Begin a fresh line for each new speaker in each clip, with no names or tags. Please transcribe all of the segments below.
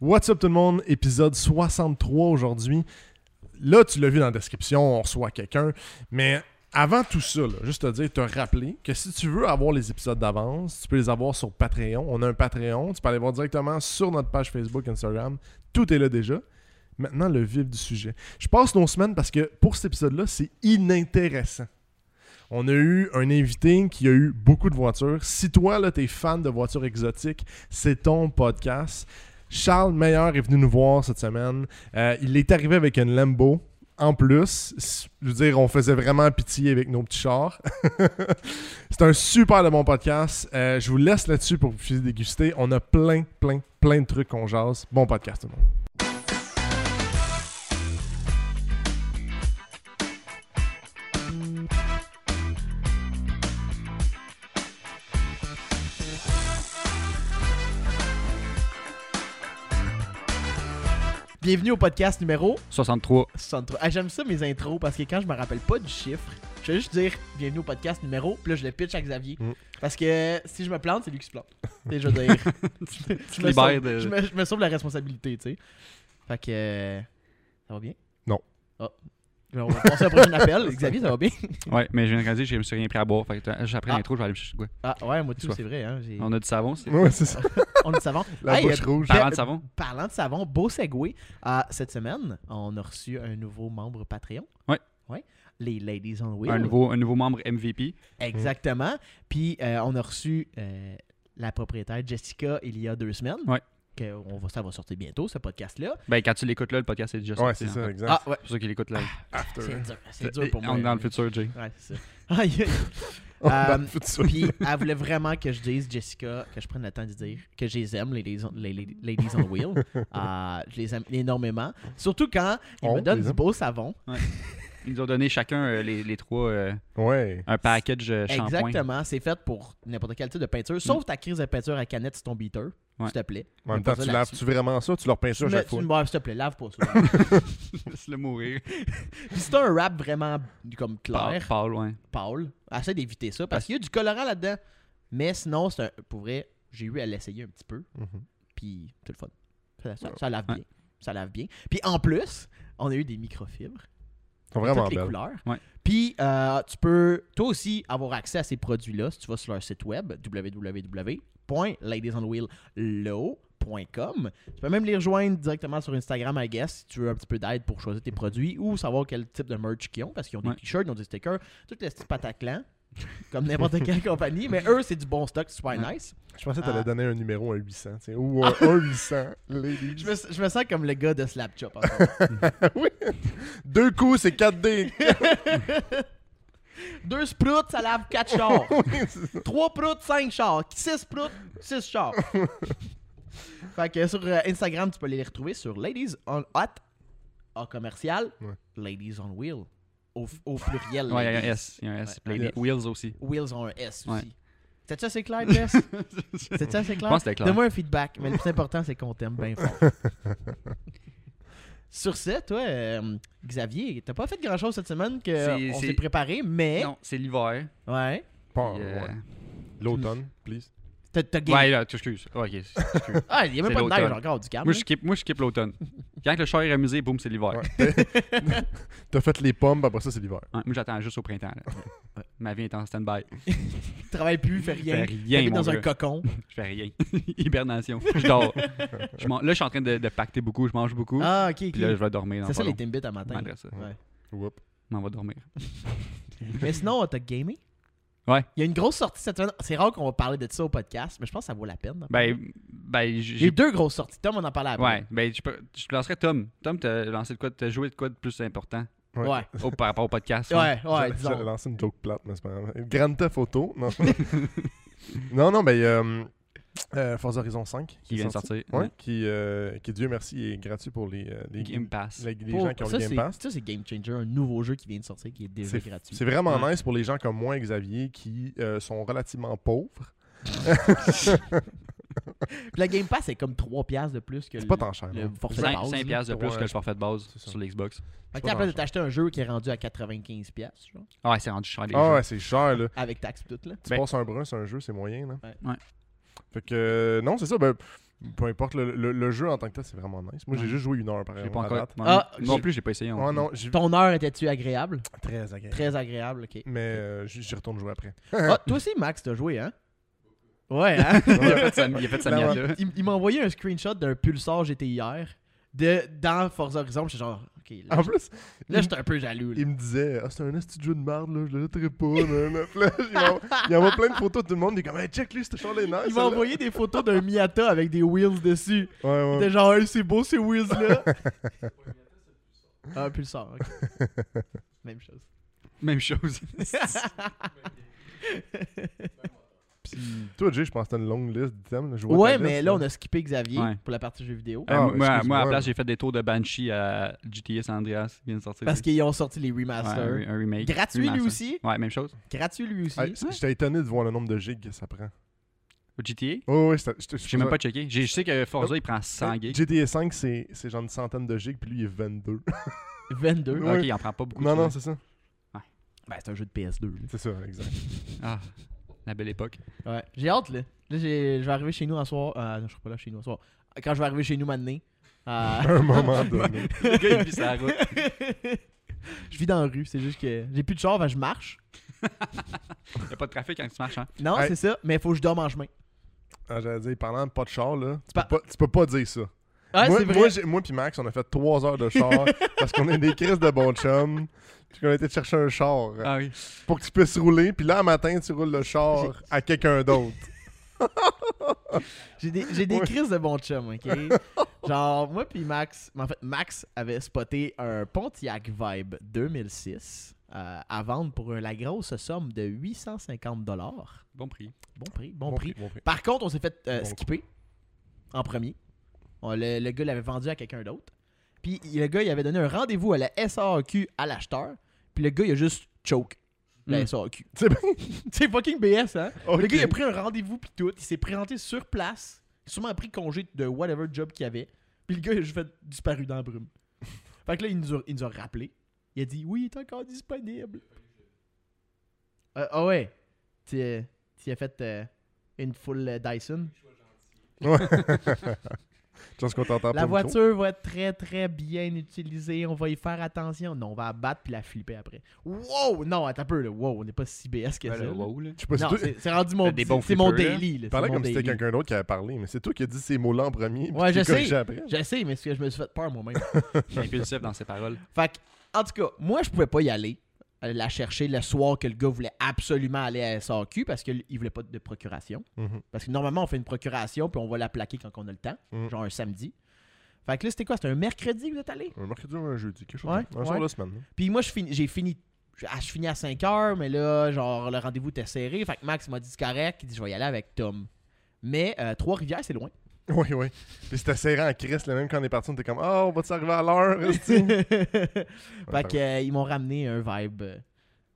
What's up tout le monde, épisode 63 aujourd'hui. Là, tu l'as vu dans la description, on reçoit quelqu'un. Mais avant tout ça, là, juste te dire, te rappeler que si tu veux avoir les épisodes d'avance, tu peux les avoir sur Patreon. On a un Patreon, tu peux aller voir directement sur notre page Facebook, Instagram. Tout est là déjà. Maintenant, le vif du sujet. Je passe nos semaines parce que pour cet épisode-là, c'est inintéressant. On a eu un invité qui a eu beaucoup de voitures. Si toi, là, t'es fan de voitures exotiques, c'est ton podcast. Charles Meilleur est venu nous voir cette semaine. Euh, il est arrivé avec une Lambo. En plus, je veux dire, on faisait vraiment pitié avec nos petits chars. c'est un super de bon podcast. Euh, je vous laisse là-dessus pour que vous puissiez déguster. On a plein, plein, plein de trucs qu'on jase. Bon podcast, tout le monde.
Bienvenue au podcast numéro
63.
63. Ah, J'aime ça mes intros parce que quand je me rappelle pas du chiffre, je vais juste dire bienvenue au podcast numéro, puis là je le pitch à Xavier.
Mm.
Parce que si je me plante, c'est lui qui se plante. Tu sais, je veux dire. je, me
libères
sauve,
de-
je, me, je me sauve la responsabilité, tu sais. Fait que. euh, Ça va bien?
Non.
Ah. Ben, On va passer au prochain appel. Xavier, ça va bien?
Ouais, mais je viens de réaliser, je me suis rien pris à boire. Fait que euh, juste après
Ah.
l'intro, je vais aller me chercher de quoi.
Ah ouais, moi tout,
Soit.
c'est vrai. Hein, j'ai-
On a du savon, c'est.
Ouais, c'est ça.
On a du savon.
La
Hey, euh,
bouche rouge.
Parlant de savon.
Parlant de savon, beau segue. Euh, cette semaine, on a reçu un nouveau membre Patreon.
Ouais.
Ouais. Les Ladies on Wheel.
Un, nouveau, un nouveau membre MVP.
Exactement. Puis euh, on a reçu euh, la propriétaire Jessica il y a deux semaines.
Ouais.
Que on va, ça va sortir bientôt, ce podcast-là.
Ben, quand tu l'écoutes là, le podcast est déjà
Ouais,
sorti.
c'est
en
ça,
fait.
exact.
Ah, ouais.
Pour ceux qui l'écoutent là.
After.
C'est dur, c'est dur pour
on
moi.
est dans le futur, Jay.
Ouais, c'est ça. Aïe, aïe.
On a
Euh,
fait ça.
Puis elle voulait vraiment que je dise, Jessica, que je prenne le temps de dire que je les aime, les Ladies on, les ladies- ladies on Wheel. Euh, je les aime énormément. Surtout quand ils
On
me donnent
les
du
aime.
beau savon.
Ils nous ont donné chacun euh, les, les trois euh,
Ah,
Ouais.
un package euh, shampoing.
Exactement, c'est fait pour n'importe quelle type de peinture, sauf ta crise de peinture à canette sur ton beater,
Ouais.
s'il te plaît.
En même
Mets pas
temps,
ça
tu
là-dessus.
laves-tu vraiment ça? Tu leur peins ça à
Mais
chaque
tu
fois?
me barres, s'il te plaît, lave pas ça.
Laisse-le mourir.
Puis c'est un rap vraiment comme
Paul,
clair,
Paul, ouais.
pâle. Essaie d'éviter ça parce qu'il y a du colorant là-dedans. Mais sinon, c'est un. Pour vrai, j'ai eu à l'essayer un petit peu.
Mhm.
Puis c'est le fun. Ça, ça- ça lave
Ouais.
bien. Ça lave bien. Puis en plus, on a eu des microfibres.
Ils sont
de
vraiment
toutes les
belles.
couleurs.
Ouais.
Puis euh, tu peux toi aussi avoir accès à ces produits-là si tu vas sur leur site web www.ladiesonwheellow.com. Tu peux même les rejoindre directement sur Instagram, I guess, si tu veux un petit peu d'aide pour choisir tes produits ou savoir quel type de merch qu'ils ont parce qu'ils ont des
Ouais.
t-shirts, ils ont des stickers, toutes les petits pataclans, comme n'importe quelle compagnie. Mais eux, c'est du bon stock, c'est super
Ouais.
nice.
Je pensais que t'allais
Ah.
donner un numéro à 800, tu sais, ou un 1 800, ladies.
Je me, je me sens comme le gars de Slapchop. en fait.
Deux coups, c'est 4D.
Deux sprouts, ça lave quatre chars. Trois prouts, cinq chars. Six prouts, six chars. fait que sur euh, Instagram, tu peux aller les retrouver sur Ladies on Hot, A commercial,
Ouais.
Ladies on Wheel, au, au pluriel.
Ouais, il y a un
ladies.
S. Il y a un S.
Ouais.
Les- les Wheels aussi.
Wheels ont un S
Ouais.
aussi. C'était ça, c'est clair, Jess? C'était ça, c'est
Je
clair?
pense que c'était clair.
Donne-moi un feedback, mais le plus important, c'est qu'on t'aime bien fort. Sur ce, toi, euh, Xavier, t'as pas fait grand-chose cette semaine
C'est-
que on
c'est-
s'est préparé, mais...
Non, c'est l'hiver.
Ouais.
Pas
puis, euh,
Oh, ouais.
Mmh.
L'automne, please.
T'as, t'as gagné.
Ouais, là, excuse. Ouais, ok, excuse.
Ah, il y a même
C'est
pas de neige
l'automne.
encore, du calme. hein.
Moi, je skip, moi, je skip l'automne. Quand le char est amusé, boum, c'est l'hiver.
Ouais. T'as fait les pommes, puis après ça, c'est l'hiver.
Ouais, moi, j'attends juste au printemps. là. Ma vie est en stand-by.
Tu travailles plus, fais
Je fais
rien.
rien,
T'es
mon
dans un
gars.
cocon.
Je fais rien. Hibernation. Je dors. Je man- Là, je suis en train de, de pacter beaucoup. Je mange beaucoup.
Ah, ok,
Puis là, je
ok.
vais dormir. dans
C'est ça
pas
les Ah,
long.
timbits à matin.
Malgré ça.
Ouais.
Whoop.
Je m'en vais dormir.
Mais sinon, t'as gamé?
Ouais.
Il y a une grosse sortie cette semaine. C'est rare qu'on va parler de ça au podcast, mais je pense que ça vaut la peine. d'en parler.
Ben, ben
Il y a eu
j'ai.
deux grosses sorties. Tom, on en parlait après.
Ouais, ben, je, peux- je te lancerais Tom. Tom, t'as lancé de quoi T'as joué de quoi de plus important
Ouais. Ouais,
au- par rapport au podcast hein?
ouais,
J'allais-
disons.
J'allais lancer une joke plate, mais c'est pas grave. Grande Theft Auto. Non, non, non, ben, euh, euh, Forza Horizon 5.
Qui
est
vient de
sorti.
sortir.
Ouais,
Ouais.
qui, euh, qui, Dieu merci, est gratuit pour les, euh, les,
Game Pass.
les- les
Pour-
gens qui ont
ça,
le Game
c'est-
Pass.
Ça, c'est Game Changer, un nouveau jeu qui vient de sortir qui est déjà gratuit.
C'est vraiment
Ouais.
nice pour les gens comme moi, Xavier, qui euh, sont relativement pauvres.
Puis la Game Pass est comme 3$ piastres de plus que
C'est
le,
pas tant cher.
le
non.
forfait de
5,
base. là.
piastres de plus
Ouais,
que le forfait de base
c'est ça.
sur l'Xbox.
Fait que
pas
après de
grand-chose.
t'acheter un jeu qui est rendu à 95$, piastres, genre,
Ah, ouais, c'est rendu cher les
Ah
jeux.
ouais, c'est cher, là.
avec taxes pis tout, là.
Tu
Ben-
passes un brun sur un jeu, c'est moyen, là.
Ouais.
Ouais.
Fait que, euh, non, c'est ça. Ben, Peu importe, le, le- le jeu en tant que tel, c'est vraiment nice. Moi, j'ai
Ouais.
juste joué une heure par
J'ai
exemple.
pas
à
encore.
date.
Moi,
Ah,
non
j'ai-
plus, j'ai pas essayé.
Ouais, non, j'ai
Ton heure était-tu agréable?
très agréable.
Très agréable, ok.
Mais euh, j'y j'y retourne jouer après.
Ah, toi aussi, Max, t'as joué, hein? Ouais, hein?
Il a fait sa, il a fait sa
Ben
miette,
ouais.
là.
il, il m'a envoyé un screenshot d'un Pulsar GTIR de, dans Forza Horizon. J'étais genre, ok, là,
En plus,
là, j'étais un peu jaloux. là.
il me disait Ah, c'est un esti de jeu de merde, là, je le jetterai pas. là, là. Puis là, il m'en- il envoie plein de photos de tout le monde. Il est comme Hey, check lui, c'était Charles les
Il m'a envoyé des photos d'un Miata avec des wheels dessus.
Ouais, ouais.
T'es genre, Hey, c'est beau ces wheels-là. ah, Pulsar, ok. Même chose.
Même chose. Hmm.
Puis toi, Jay, je pense que t'as une longue liste d'items. là. Je vois
ouais,
ta
mais
liste,
là, on a skippé Xavier
Ouais.
pour la partie jeux vidéo.
Ah,
Euh, moi, moi, à
excuse-moi.
la place, j'ai fait des tours de Banshee à GTA San Andreas qui vient de sortir.
Parce
Ouais,
qu'ils ont sorti les
un,
remasters.
re- un remake.
Gratuit, lui
Remaster.
aussi.
Ouais, même chose.
Gratuit, lui aussi.
Ah, c'est- J'étais étonné de voir le nombre de gigs que ça prend.
Au GTA,
Oh, ouais, c'était- j'étais- je
j'ai même pas checké. J'ai- Je sais que Forza, il prend
Euh,
100 gigs.
GTA 5, c'est c'est genre une centaine de gigs, puis lui, il est 22.
22.
Ouais.
Ok, il en prend pas beaucoup.
non,
tu
non,
vois.
c'est ça.
Ben, c'est un jeu de PS2.
C'est ça, exact.
Ah, la belle époque.
Ouais, j'ai hâte, là. Là, j'ai- je vais arriver chez nous en soir. Euh, non, je serai pas là chez nous en soir. Quand je vais arriver chez nous euh, maintenant.
À un moment donné.
Le gars, il vit sa route.
je vis dans la rue, c'est juste que j'ai plus de char, ben, je marche.
Il a pas de trafic quand tu marches. Hein.
Non,
Hey.
c'est ça, mais il faut que je dorme en chemin.
Ah, J'allais dire, parlant de pas de char, là, tu,
Pa-
peux pas, tu peux pas dire ça.
Ah,
moi,
c'est vrai.
moi, j'ai- moi puis Max, on a fait 3 heures de char parce qu'on est des crises de bon chum. Puis qu'on a été chercher un char
Ah oui.
pour que tu puisses rouler. Puis là, un matin, tu roules le char à quelqu'un d'autre.
J'ai des, j'ai des
Ouais.
crises de bon chum, ok? Genre, moi puis Max, mais en fait, Max avait spoté un Pontiac Vibe 2006 euh, à vendre pour la grosse somme de 850 dollars.
Bon prix.
Bon prix, bon,
Bon
prix.
prix, bon prix.
Par contre, on s'est fait euh,
Bon
skipper en premier. On- le, le gars l'avait vendu à quelqu'un d'autre. Puis il- le gars, il avait donné un rendez-vous à la SAQ à l'acheteur. Puis le gars, il a juste choke la
Mm.
SAQ.
C'est bien.
Hmm. C'est fucking BS, hein? Le
Ok.
gars, il a pris un rendez-vous puis tout. Il s'est présenté sur place. Il a sûrement pris congé de whatever job qu'il avait. Puis le gars, il a juste fait disparu dans la brume. fait que là, il nous a, il nous a rappelé. Il a dit, oui, il est encore disponible. Euh, ah ouais. Tu tu as fait euh, une full euh, Dyson.
Ouais. Je pense qu'on t'entend pas.
La
Nico.
voiture va être très très bien utilisée, on va y faire attention. Non, on va la battre puis la flipper après. Wow! Non, attends un peu, là. Wow, on n'est pas si BS que
Ben
ça.
là,
là.
wow, là.
Je sais pas si
Non,
toi-
c'est c'est rendu mon,
Des
c'est-
bons
c'est mon
flippers, là.
daily. Là.
Tu parlais
c'est mon
comme si c'était
daily.
quelqu'un d'autre qui avait parlé, mais c'est toi qui as dit ces mots-là en premier. puis
Ouais,
qui
je
t'es corrigé
sais.
après.
Je sais, mais c'est que je me suis fait peur moi-même.
Impulsif dans ses paroles.
fait que, en tout cas, moi, je pouvais pas y aller, aller la chercher le soir que le gars voulait absolument aller à SAQ parce qu'il voulait pas de procuration.
Mhm.
Parce que normalement, on fait une procuration puis on va la plaquer quand on a le temps,
Mhm.
genre un samedi. Fait que là, c'était quoi? C'était un mercredi que vous êtes allé?
Un mercredi ou un jeudi, quelque chose.
Ouais,
un soir
ouais.
de la semaine. hein.
Puis moi, je finis- j'ai fini. Je, ah, je finis à 5 heures, mais là, genre, le rendez-vous était serré. Fait que Max m'a dit c'est correct. Il dit je vais y aller avec Tom. Mais euh, Trois-Rivières, c'est loin.
Oui, oui. Puis c'était serré en crise, le même quand on est parti, on était comme Ah, on va-tu arriver à l'heure esti? Ouais,
fait que, euh, ils m'ont ramené un vibe euh,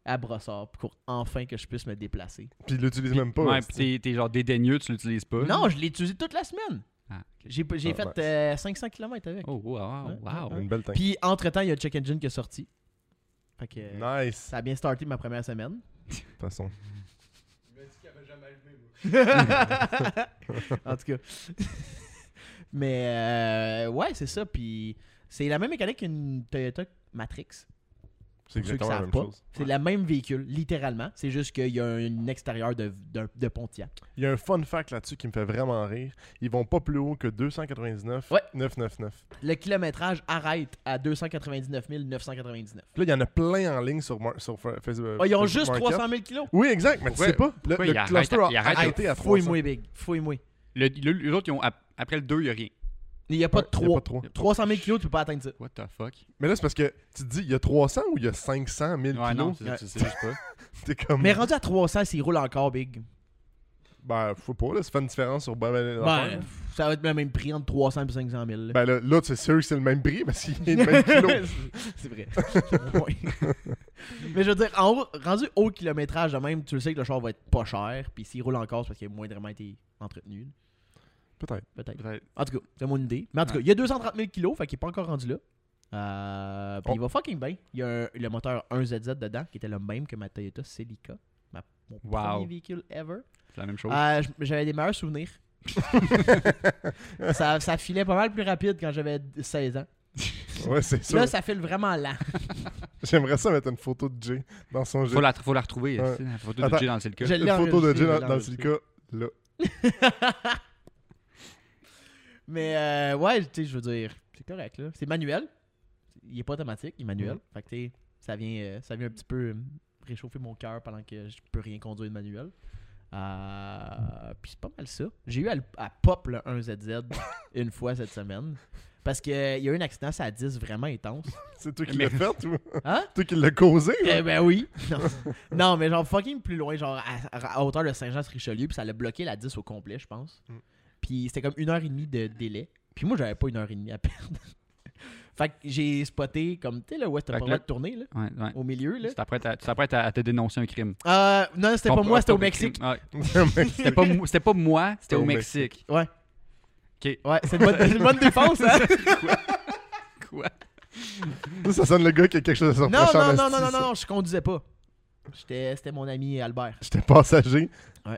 à brossard pour enfin que je puisse me déplacer.
Puis il l'utilise même pas.
Ouais,
esti.
pis t'es- t'es genre dédaigneux, tu l'utilises pas.
Non, je l'ai utilisé toute la semaine.
Ah, ok.
J'ai j'ai
Ah,
fait
nice.
euh, 500 km avec.
Oh, wow, wow.
Une belle teinte.
Puis entre-temps, il y a Check Engine qui est sorti. Fait que euh,
Nice.
ça a bien starté ma première semaine.
De toute façon.
en tout cas. Mais euh, ouais, c'est ça. Puis c'est la même mécanique qu'une Toyota Matrix.
C'est
Pour ceux qui
exactement la
savent
même
pas.
chose.
C'est le même véhicule, littéralement. C'est juste qu'il y a un extérieur de, d'un- de Pontiac.
Il y a un fun fact là-dessus qui me fait vraiment rire. Ils vont pas plus haut que 299
Ouais.
999.
Le kilométrage arrête à 299 999.
Puis là, il y en a plein en ligne sur, Mar- sur Fa- Facebook.
Ah, ils ont
Facebook
juste
Market.
300 000 kilos.
Oui, exact, mais
Pourquoi-
tu sais pas. Le,
pourquoi
le
il arrête-
cluster
il
a
arrête-
arrêté à 300.
Fouille-moi, Big. Fouille-moi.
Le- le- Les autres, ils ont, ap- après le 2, il y a rien.
Il n'y a pas
Ouais,
de
il y a pas
3.
de trois. Hmm.
300 000 kilos, tu peux pas atteindre ça.
What the fuck?
Mais là, c'est parce que tu te dis, il y a 300 ou il y a 500 000
Ouais, non,
kilos.
c'est ça, tu sais juste pas.
T'es comme.
Mais rendu à 300, s'il roule encore, Big.
Ben, faut pas, là, ça fait une différence sur ben, ben, l'affaire.
Ben, pff, ça va être le même prix entre 300 et 500 000. là.
Ben là, là, c'est sûr que c'est le même prix parce qu'il est le même kilo.
c'est vrai. Ouais. Mais je veux dire, en haut- rendu au kilométrage de même, tu le sais que le char va être pas cher. Puis s'il roule encore, c'est parce qu'il a moindrement été entretenu,
Peut-être.
peut-être.
Peut-être.
En tout cas, c'est mon idée. Mais en tout cas, il y a 230 000 kilos, fait qu'il est pas encore rendu là. Euh, puis
Oh.
il va fucking bien. Il y a un- le moteur 1ZZ dedans, qui était le même que ma Toyota Celica. Ma, mon
Wow.
premier véhicule ever.
C'est la même chose.
Oh. Ah,
Euh, j- J'avais des meilleurs souvenirs ça, ça filait pas mal plus rapide quand j'avais 16 ans.
Ouais, c'est sûr.
Là, ça file vraiment lent.
J'aimerais ça mettre une photo de Jay dans son jeu.
Faut la, faut la retrouver.
Ouais.
c'est La photo de
Attends.
Jay dans le Silka.
Je-
Une
l'ai
photo de
enregistré,
Jay
je
dans,
l'ai
dans le
enregistré.
Silka, là.
Mais euh, ouais, tu sais, je veux dire, c'est correct là. C'est manuel. Il est pas automatique, il est manuel.
Mhm.
Fait que tu sais, ça vient, euh, ça vient un petit peu euh, réchauffer mon cœur pendant que je peux rien conduire de manuel. Euh, Puis c'est pas mal ça. J'ai eu à, le- à pop le 1ZZ une fois cette semaine. Parce qu'il y a eu un accident, ça à 10 vraiment intense.
C'est toi qui l'as
Mais-
fait ou
Hein?
toi qui l'as causé? ou-
Eh ben oui. Non. Non, mais genre fucking plus loin, genre à, à hauteur de Saint-Jean-sur-Richelieu, puis ça l'a bloqué la 10 au complet, je pense.
Mm.
Puis c'était comme une heure et demie de délai. Puis moi, j'avais pas une heure et demie à perdre. fait que j'ai spoté comme, tu sais, là, ouais, t'as
Fait
pas le
que
droit
là-
de tourner, là,
Ouais, ouais.
au milieu, là.
Tu t'apprêtes à, tu t'apprêtes à- à te dénoncer un crime.
Euh, non, c'était pas
Ton-
moi, c'était au
ton-
Mexique.
Ouais.
C'était
C'était pas mo- C'était pas moi, c'était
au
au Mexique.
Ouais.
Ok.
Ouais, c'est une bonne, c'est une bonne défense, hein.
Quoi?
Ça, ça sonne le gars qui a quelque chose à se
non,
reprocher en
non, non,
esti,
non,
ça.
non, non, non, je conduisais pas. J'étais- C'était mon ami Albert.
J'étais passager.
Euh,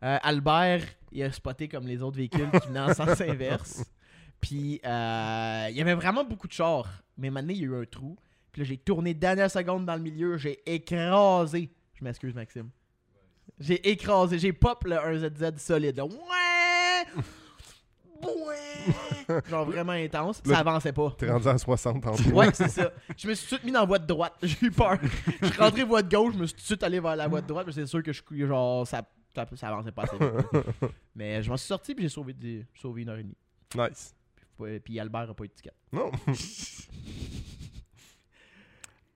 Albert, il a spoté comme les autres véhicules qui venaient en sens inverse. Puis, euh, il y avait vraiment beaucoup de chars. Mais maintenant, il y a eu un trou. Puis là, j'ai tourné dernière seconde dans le milieu. J'ai écrasé. Je m'excuse, Maxime. J'ai écrasé. J'ai pop le 1ZZ solide. là. Ouais! Ouais! Genre vraiment intense.
Là,
Ça avançait pas.
T'es rendu à 60 en plus.
Ouais, c'est ça. Je me suis tout de suite mis dans la voie de droite. J'ai eu peur. Je suis rentré voie de gauche, je me suis tout de suite allé vers la voie de droite, mais c'est sûr que je cou- genre ça, ça, ça avançait pas assez vite. mais je m'en suis sorti puis j'ai sauvé, des- sauvé une heure et demie.
Nice.
Puis, euh, puis Albert a pas eu de ticket.
Non.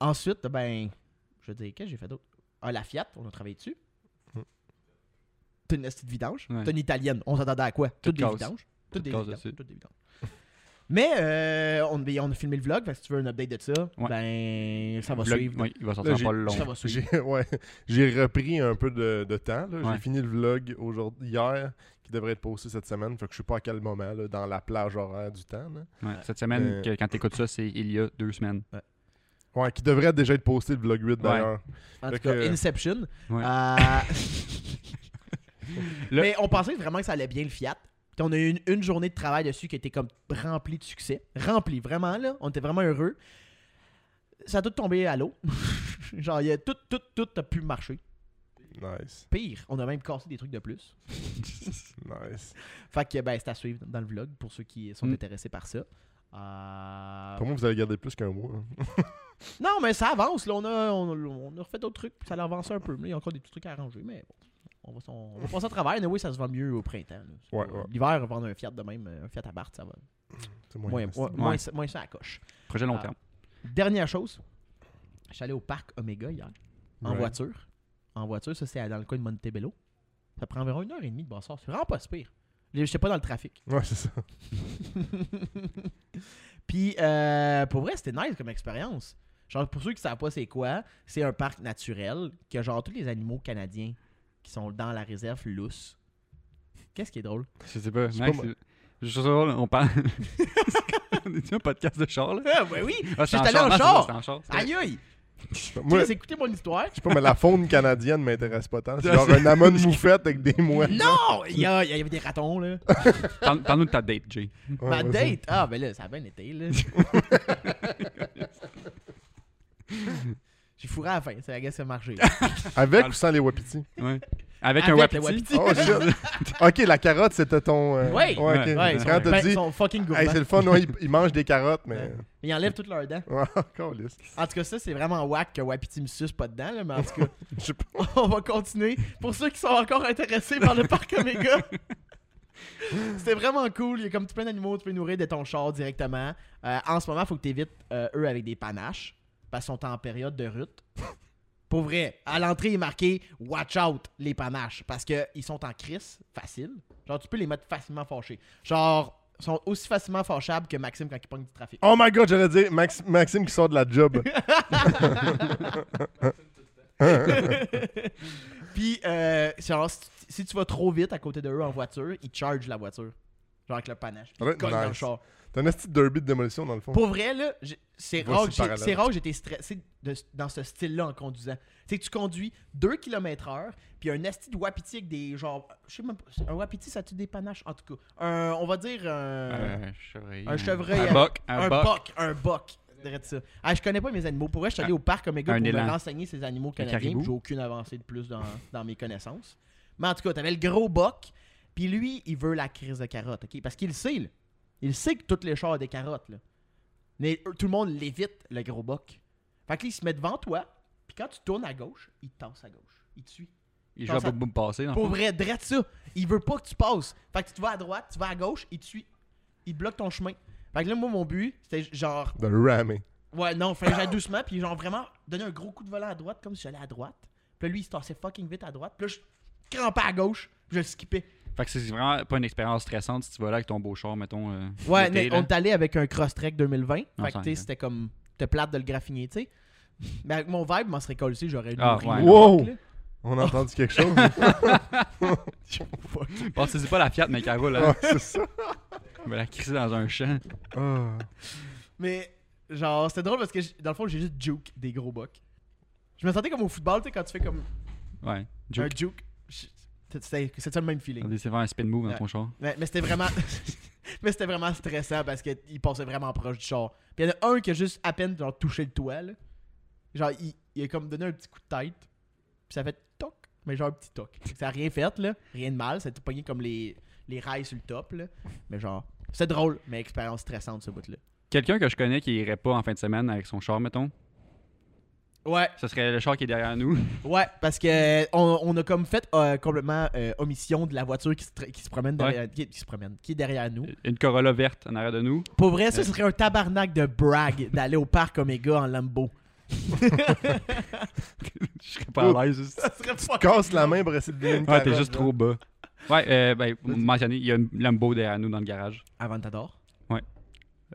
Ensuite, ben, je veux dire, qu'est-ce que j'ai fait d'autre? Ah, la Fiat, on a travaillé dessus.
Mm.
T'as une petite vidange.
Ouais.
T'as une italienne. On s'attendait à quoi? Toutes des
cases.
vidanges. Toutes des
cases
vidanges.
dessus.
Toutes des vidanges. Mais euh, on, ben, on a filmé le vlog, fait que si tu veux un update de ça,
Ouais.
ben ça va
Vlog-
suivre.
ouais, il va
Là,
sortir
j'ai-
pas le long.
Ça va suivre.
J'ai ouais, j'ai repris un peu de, de temps. là.
Ouais.
J'ai fini le vlog aujourd'hui, hier, qui devrait être posté cette semaine. Fait que je sais pas à quel moment, là, dans la plage horaire du temps. là.
Ouais, Cette semaine,
Euh,
que- quand t'écoutes ça, c'est il y a deux semaines.
Ouais, qui devrait déjà être posté le vlog 8 d'ailleurs.
En
Fait
tout cas,
que-
Inception.
Ouais.
Euh,
Le-
Mais on pensait vraiment que ça allait bien le Fiat. Puis on a eu une, une journée de travail dessus qui était comme remplie de succès. Remplie, vraiment, là. On était vraiment heureux. Ça a tout tombé à l'eau. Genre, il y a tout, tout, tout a pu marcher.
Nice,
Pire, on a même cassé des trucs de plus.
nice.
Fait que, ben, c'est à suivre dans le vlog pour ceux qui sont
Mm.
intéressés par ça. Euh,
Pour moi, vous avez gardé plus qu'un mois. hein.
Non, mais ça avance. Là, on a, on, on a refait d'autres trucs, puis ça avance un peu. mais Il y a encore des petits trucs à arranger, mais bon. On va, s'en- on va passer au travail. oui, ça se vend mieux au printemps. là. C'est
Ouais,
pas-
ouais.
L'hiver, vendre un Fiat de même, euh, un Fiat à Barthes, ça va.
C'est moins
Moins,
nice.
moins, moins, ça- moins ça à coche.
Projet long
Ah.
terme.
Dernière chose, je suis allé au parc Omega hier, en
Ouais.
voiture. En voiture, ça c'est dans le coin de Montebello. Ça prend environ une heure et demie de brassard. C'est vraiment pas si pire. Je sais pas dans le trafic.
Ouais, c'est ça.
Puis, euh, pour vrai, c'était nice comme expérience. Genre, pour ceux qui savent pas c'est quoi, c'est un parc naturel qui a genre tous les animaux canadiens qui sont dans la réserve lousse. Qu'est-ce qui est drôle?
Je sais pas.
C'est
Max,
pas moi.
c'est- je sais pas, là, on parle. on est-tu un podcast de char, là?
Ah, ben oui!
Ah, c'est
J'étais allé en
non, c'est
char.
bon, c'est en char. c'est vrai.
Aïe aïe! Tu
Moi,
sais,
je
écoutez mon histoire.
sais pas, mais la faune canadienne m'intéresse pas tant. C'est genre un amas de moufette avec des mouettes.
Non! Il y, a- il y avait des ratons, là.
Parle- Parle-nous de ta date, Jay.
Ouais,
Ma
vas-y.
date! Ah, ben là, ça a bien été, là. J'ai fourré à la fin, ça a ça a marché.
Avec ou sans les wapitis?
Ouais. Avec, un
Avec
wapiti.
le wapiti.
Oh, shit. ok, la carotte, c'était ton... euh,
Ouais.
ok.
Ouais,
Ouais, ils
Quand
sont,
t'as
ben,
dit...
ils sont fucking gourmands.
Hey, c'est le fun, ouais, ils, ils mangent des carottes, mais...
Ouais. Ils enlèvent toutes leurs dents.
Ouais, câlisse.
En tout cas, ça, c'est vraiment whack que Wapiti me suce pas dedans, là, mais en tout cas,
Je sais pas.
on va continuer. Pour ceux qui sont encore intéressés par le parc Omega, c'était vraiment cool. Il y a comme plein d'animaux, que tu peux nourrir de ton char directement. Euh, en ce moment, faut que tu évites eux avec des panaches, parce qu'ils sont en période de rut. Pour vrai, à l'entrée, il est marqué Watch out les panaches, parce qu'ils sont en crise, facile. Genre, tu peux les mettre facilement fâchés. Genre, ils sont aussi facilement fâchables que Maxime quand il pogne du trafic.
Oh my god, j'allais dire Max- Maxime qui sort de la job.
Puis, euh, c'est genre, si, tu, si tu vas trop vite à côté de eux en voiture, ils chargent la voiture. Genre avec le panache.
Ça doit
Puis
être
cogne dans le
nice.
char.
T'as un esti de derby de démolition dans le fond.
Pour vrai, là, j'ai- c'est
Voici
rare,
le
que j'ai-
parallèle.
c'est rare que j'étais stressé de- dans ce style-là en conduisant. Tu sais, que tu conduis 2 km heure, puis un asti de wapiti avec des genre... Je sais même pas, un wapiti, ça tue des panaches? En tout cas, un- on va dire un...
Un chevreuil.
un chevreuil
Euh,
avec-
Un boc.
un
Un boc.
boc, un boc. je dirais ça. Ah, je connais pas mes animaux. Pour vrai, je suis allé au parc Omega
Ah, un
pour
élan.
me renseigner ces animaux canadiens.
caribou.
puis J'ai aucune avancée de plus dans, dans mes connaissances. Mais en tout cas, t'avais le gros boc. Puis lui, il veut la crise de carotte. ok Parce qu'il le sait. Là. Il sait que toutes les chars ont des carottes. Là. Mais eux, tout le monde l'évite, le gros boc. Fait que là, il se met devant toi. Puis quand tu tournes à gauche, il te tasse à gauche. Il te suit.
Il joue à
Pensant-
boum boum passé. dans le
Pour
fond.
vrai, drette ça. Il veut pas que tu passes. Fait que tu vas à droite, tu vas à gauche, il te suit. Il te bloque ton chemin. Fait que là, moi, mon but, c'était genre.
De le rammer.
Ouais, non, fallait que j'aille doucement, puis genre vraiment donner un gros coup de volant à droite, comme si j'allais à droite. Puis là, lui, il se tassait fucking vite à droite. Puis là, je crampais à gauche, puis je le skippais.
Fait que c'est vraiment pas une expérience stressante si tu vas là avec ton beau char, mettons. euh,
Ouais,
l'été,
mais
là.
on est allé avec un Crosstrek 2020.
Non,
fait que,
ça,
tu sais,
ouais.
c'était comme. T'es plate de le graffiner, tu sais. Mais avec mon vibe, m'en serait collé, tu sais, j'aurais eu
Ah,
une
ouais.
rime,
Wow!
là.
On a entendu quelque chose.
Parce que c'est pas la Fiat, mais qu'elle roule. hein.
c'est ça.
On va la crisser dans un champ.
Ah.
Mais, genre, c'était drôle parce que, j- dans le fond, j'ai juste juke des gros bucks. Je me sentais comme au football, tu sais, quand tu fais comme
Ouais.
un
Joke.
juke. Je- C'était c'était ça le même feeling.
Attendez, c'est vraiment un spin move dans
Ouais.
ton char.
Mais, mais c'était vraiment. mais c'était vraiment stressant parce qu'il passait vraiment proche du char. Puis il y en a un qui a juste à peine genre, touché le toit. là. Genre, il, il a comme donné un petit coup de tête. Puis ça a fait toc, mais genre un petit toc. Fait que Ça a rien fait, là. Rien de mal. Ça a été pogné comme les, les rails sur le top, là. Mais genre, c'est drôle, mais expérience stressante, ce bout-là.
Quelqu'un que je connais qui irait pas en fin de semaine avec son char, mettons.
Ouais,
Ce serait le char qui est derrière nous.
ouais, parce que on, on a comme fait euh, complètement euh, omission de la voiture qui se, tra- qui se promène derrière, qui, qui se promène, qui est derrière nous.
Une Corolla verte en arrière de nous.
Pour vrai, ça, ce serait un tabarnak de brag d'aller au parc Omega en Lambo.
Je serais pas à l'aise.
Ça serait pas
Casse la main pour essayer de devenir une
Ouais, t'es
carotte,
juste
là.
trop bas. Ouais, euh, ben, vous mentionnez, il y a une Lambo derrière nous dans le garage.
Avant t'adore.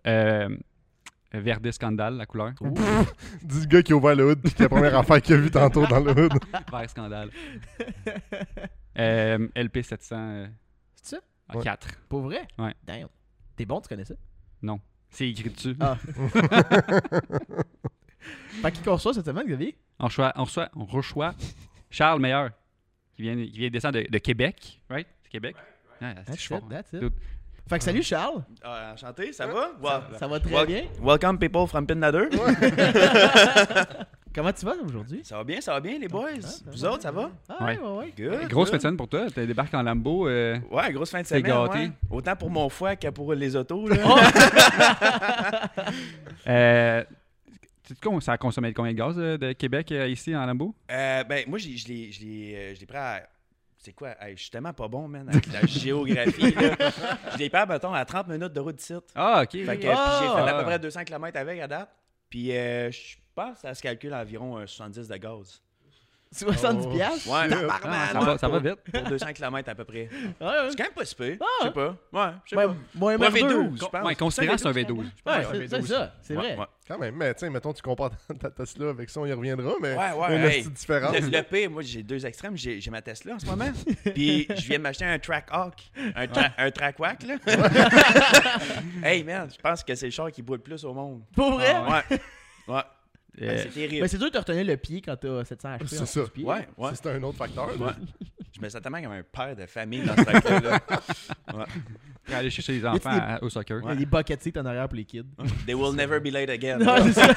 Euh, Verde Scandale, la couleur.
Dis le gars qui a ouvert le hood puis que la première affaire qu'il a vue tantôt dans le hood.
Vert Scandale. Euh, LP 700
C'est ça?
à
Ouais.
4.
Pour vrai?
Ouais.
Damn. T'es bon, tu connais ça?
C'est écrit dessus.
Ah. Fait qu'il qu'on reçoit cette semaine, Xavier?
On reçoit, on reçoit, on reçoit Charles Meilleur, qui vient, qui vient descendre de, de Québec, right? C'est Québec? Ouais, c'est
That's
fort,
it,
hein.
that's it.
Tout.
Fait que salut Charles,
Ah, enchanté, ça va? Wel-
ça va très
wel-
bien.
Welcome people from Pinnader.
Comment tu vas aujourd'hui?
Ça va bien, ça va bien les boys.
ça
Vous
va
autres, ça va?
Ah ouais,
Ouais.
ouais, ouais.
Good.
Grosse fin
good.
de semaine pour toi. Tu débarques en Lambo. euh,
Ouais, grosse fin de
T'es
semaine.
gâté. Oh!
ouais. Autant pour mon foie que pour les autos. Là.
euh, tu sais con- ça a consommé combien de gaz euh, de, Québec euh, ici en Lambo?
Euh, ben, moi, j'ai- je l'ai- je l'ai euh, je l'ai pris à. C'est quoi? Hey, je suis tellement pas bon, man, avec la géographie. là. Je l'ai pris, à, mettons, à 30 minutes de route d'ici.
Ah, ok.
Fait que,
Ah!
puis j'ai fait à peu près 200 km avec à date. Puis euh, je pense que ça se calcule à environ euh, 70 de gaz.
70 piastres?
Ouais,
Ah,
tabarnak,
ça, va, ça va vite.
Pour 200 km à peu près.
Ouais, ouais.
C'est quand même pas si peu.
Ah,
Je sais pas. Ouais, je sais
Ouais,
pas.
Moi,
Ouais,
MR2.
V12, je pense.
Ouais, considérant que c'est un V12.
Ouais,
Ouais,
c'est- c'est ça, c'est
Ouais,
vrai.
ouais.
Quand même, mais tiens, mettons, tu compares ta- ta Tesla avec ça, on y reviendra, mais
Ouais, ouais,
il y a une
hey.
petite
Ah.
différence.
Le, le pire, moi, j'ai deux extrêmes. J'ai j'ai ma Tesla en ce moment. Puis je viens de m'acheter un Trackhawk. Un, tra un Trackhawk, là. hey, man, je pense que c'est le char qui boit le plus au monde.
Pour vrai?
Ah,
Ouais. Ouais. Ouais,
Euh,
c'est terrible.
Mais ben, c'est dur de te retenir le pied quand t'as 700 HP.
C'est
en
ça.
dessous du pied.
Ouais, ouais.
Ça, C'est un autre facteur. là.
Ouais. Je me sens tellement comme un père de famille dans ce truc-là.
pour aller chercher les
a-t-il
enfants
des-
à- au soccer.
Il y a des bucket seats en arrière pour les kids.
They will never be late again.
Non, c'est ça.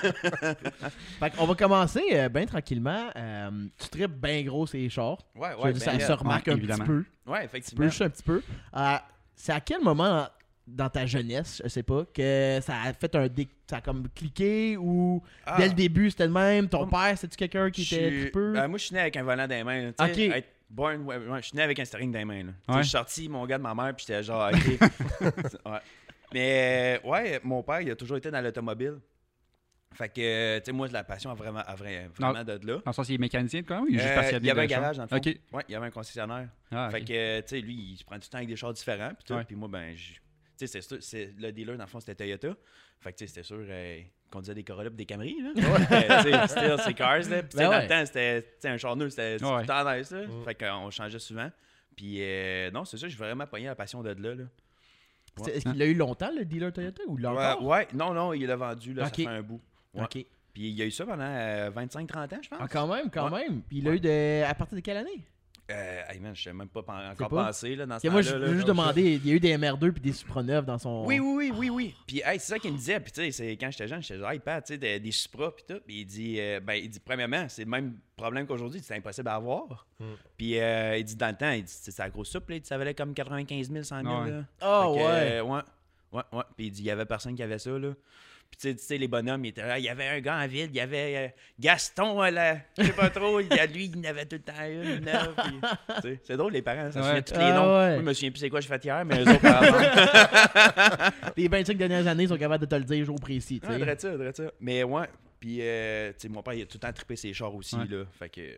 fait qu'on va commencer bien tranquillement. Euh, tu tripes bien gros ces chars.
Ouais,
Je veux
ouais.
dire,
ben,
ça se remarque
Ouais,
un
évidemment.
petit peu.
ouais,
Tu
effectivement.
peux juste un petit peu. Euh, c'est à quel moment dans ta jeunesse, je sais pas, que ça a fait un dé... ça a comme cliqué ou
Ah.
dès le début c'était le même, ton père c'était quelqu'un qui
Je
était
suis-
tripeux?
Ben, moi, je suis né avec un volant dans les mains. là. Tu sais,
Ok.
être born- ouais, ouais, je suis né avec un steering dans les mains. là. Tu sais,
Ouais.
Je suis sorti, mon gars de ma mère, puis j'étais genre, OK. Ouais. Mais, euh, ouais, mon père, il a toujours été dans l'automobile. Fait que, euh, tu sais, moi, la passion a vraiment, a vra- vraiment
Non.
de là.
Dans le sens, il est mécanicien quand même ou il est juste
Euh,
passionné
il y avait un
de char?
garage, dans le fond.
Ok.
Ouais, il y avait un concessionnaire.
Ah, ok.
Fait que, euh, tu sais, lui, il se prend du temps avec des chars différents. Puis tout.
Ouais.
Puis moi, ben, je- tu sais, c'est sûr- c'est le dealer, dans le fond, c'était Toyota. Fait que, tu sais, c'était sûr euh, qu'on disait des Corolla pis des Camry, là. Euh, tu sais, still, c'est Cars, là. Puis, tu sais,
Ben
dans
ouais.
le temps, c'était, tu sais, un char neuf, c'était
Ouais.
tout en aise, là. Fait qu'on changeait souvent. Puis euh, non, c'est ça, j'ai vraiment pogné la passion de là. là.
C'est- Est-ce qu'il l'a eu longtemps, le dealer Toyota, ou là
Ouais,
encore?
ouais, non, non, il l'a vendu, là,
Ok.
ça fait un bout. ouais.
Ok.
Puis il y a eu ça pendant euh, 25-30 ans, je pense.
Ah, quand même, quand même. Puis il l'a
Ouais.
eu de... à partir de quelle année?
Euh, hey man, je sais même pas pen-
sais
encore
pas.
pensé là, dans
Parce
ce
que moi, je
temps-là,
je veux
Ah, là.
juste demander, il y a eu des MR2 puis des Supra 9 dans son...
Oui, oui, oui, oui, oui. Puis hey, c'est ça qu'il me disait. Puis tu sais, c'est- quand j'étais jeune, j'étais genre, hey, Pat, tu sais, des, des Supra, puis tout. Puis il dit, euh, ben, il dit, premièrement, c'est le même problème qu'aujourd'hui, c'est impossible à avoir.
Hmm.
Puis euh, il dit, dans le temps, il dit, c'est la grosse soupe, là, il dit, ça valait comme 95 000, 100 000.
Ouais.
là.
Ah,
Fait que,
ouais.
euh, ouais. Ouais, ouais. Puis il dit, il y avait personne qui avait ça, là. Puis tu sais- tu sais, les bonhommes, ils étaient là, il y avait un gars en ville, il y avait euh, Gaston, euh, là, je sais pas trop, il y a lui, il en avait tout le temps une, neuve, puis, tu sais, C'est drôle, les parents, ça se
Ouais.
souvient tous les
Ah,
noms.
ouais.
Moi, je me souviens plus c'est quoi j'ai fait hier, mais eux autres, par exemple.
Les 25 dernières années, ils sont capables de te le dire jour précis, tu
Ouais,
sais.
dirais Ah, ça, dirais ça. Mais ouais, puis euh, tu sais, mon père, il a tout le temps trippé ses chars aussi,
Ouais.
là. Fait que...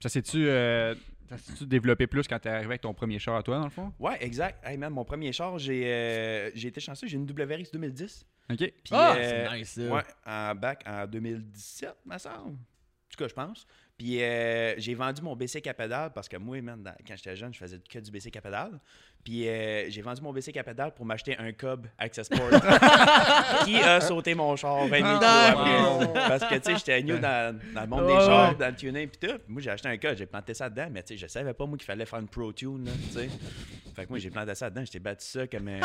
Ça s'est-tu euh, ça s'est-tu développé plus quand t'es arrivé avec ton premier char à toi, dans le fond?
Ouais, exact. Hey man, mon premier char, j'ai euh, j'ai été chanceux, j'ai une WRX 2010.
OK.
Puis,
Ah,
euh,
c'est nice, ça.
Ouais, en bac en 2017, me semble. En tout cas, je pense. Puis euh, j'ai vendu mon BC à pédale parce que moi, man, dans- quand j'étais jeune, je faisais que du BC à pédale. Puis euh, j'ai vendu mon BC à pédale pour m'acheter un Cub Access Sport qui a sauté mon char 20 000 kilos après.
Non.
Parce que tu sais, j'étais new dans, dans le monde
Ah, Ouais,
des chars,
ouais.
dans le tuning puis tout. Moi, j'ai acheté un Cub, j'ai planté ça dedans, mais tu sais, je savais pas moi qu'il fallait faire une Pro Tune, là, tu sais. Fait que moi, j'ai planté ça dedans, j'étais battu ça comme un,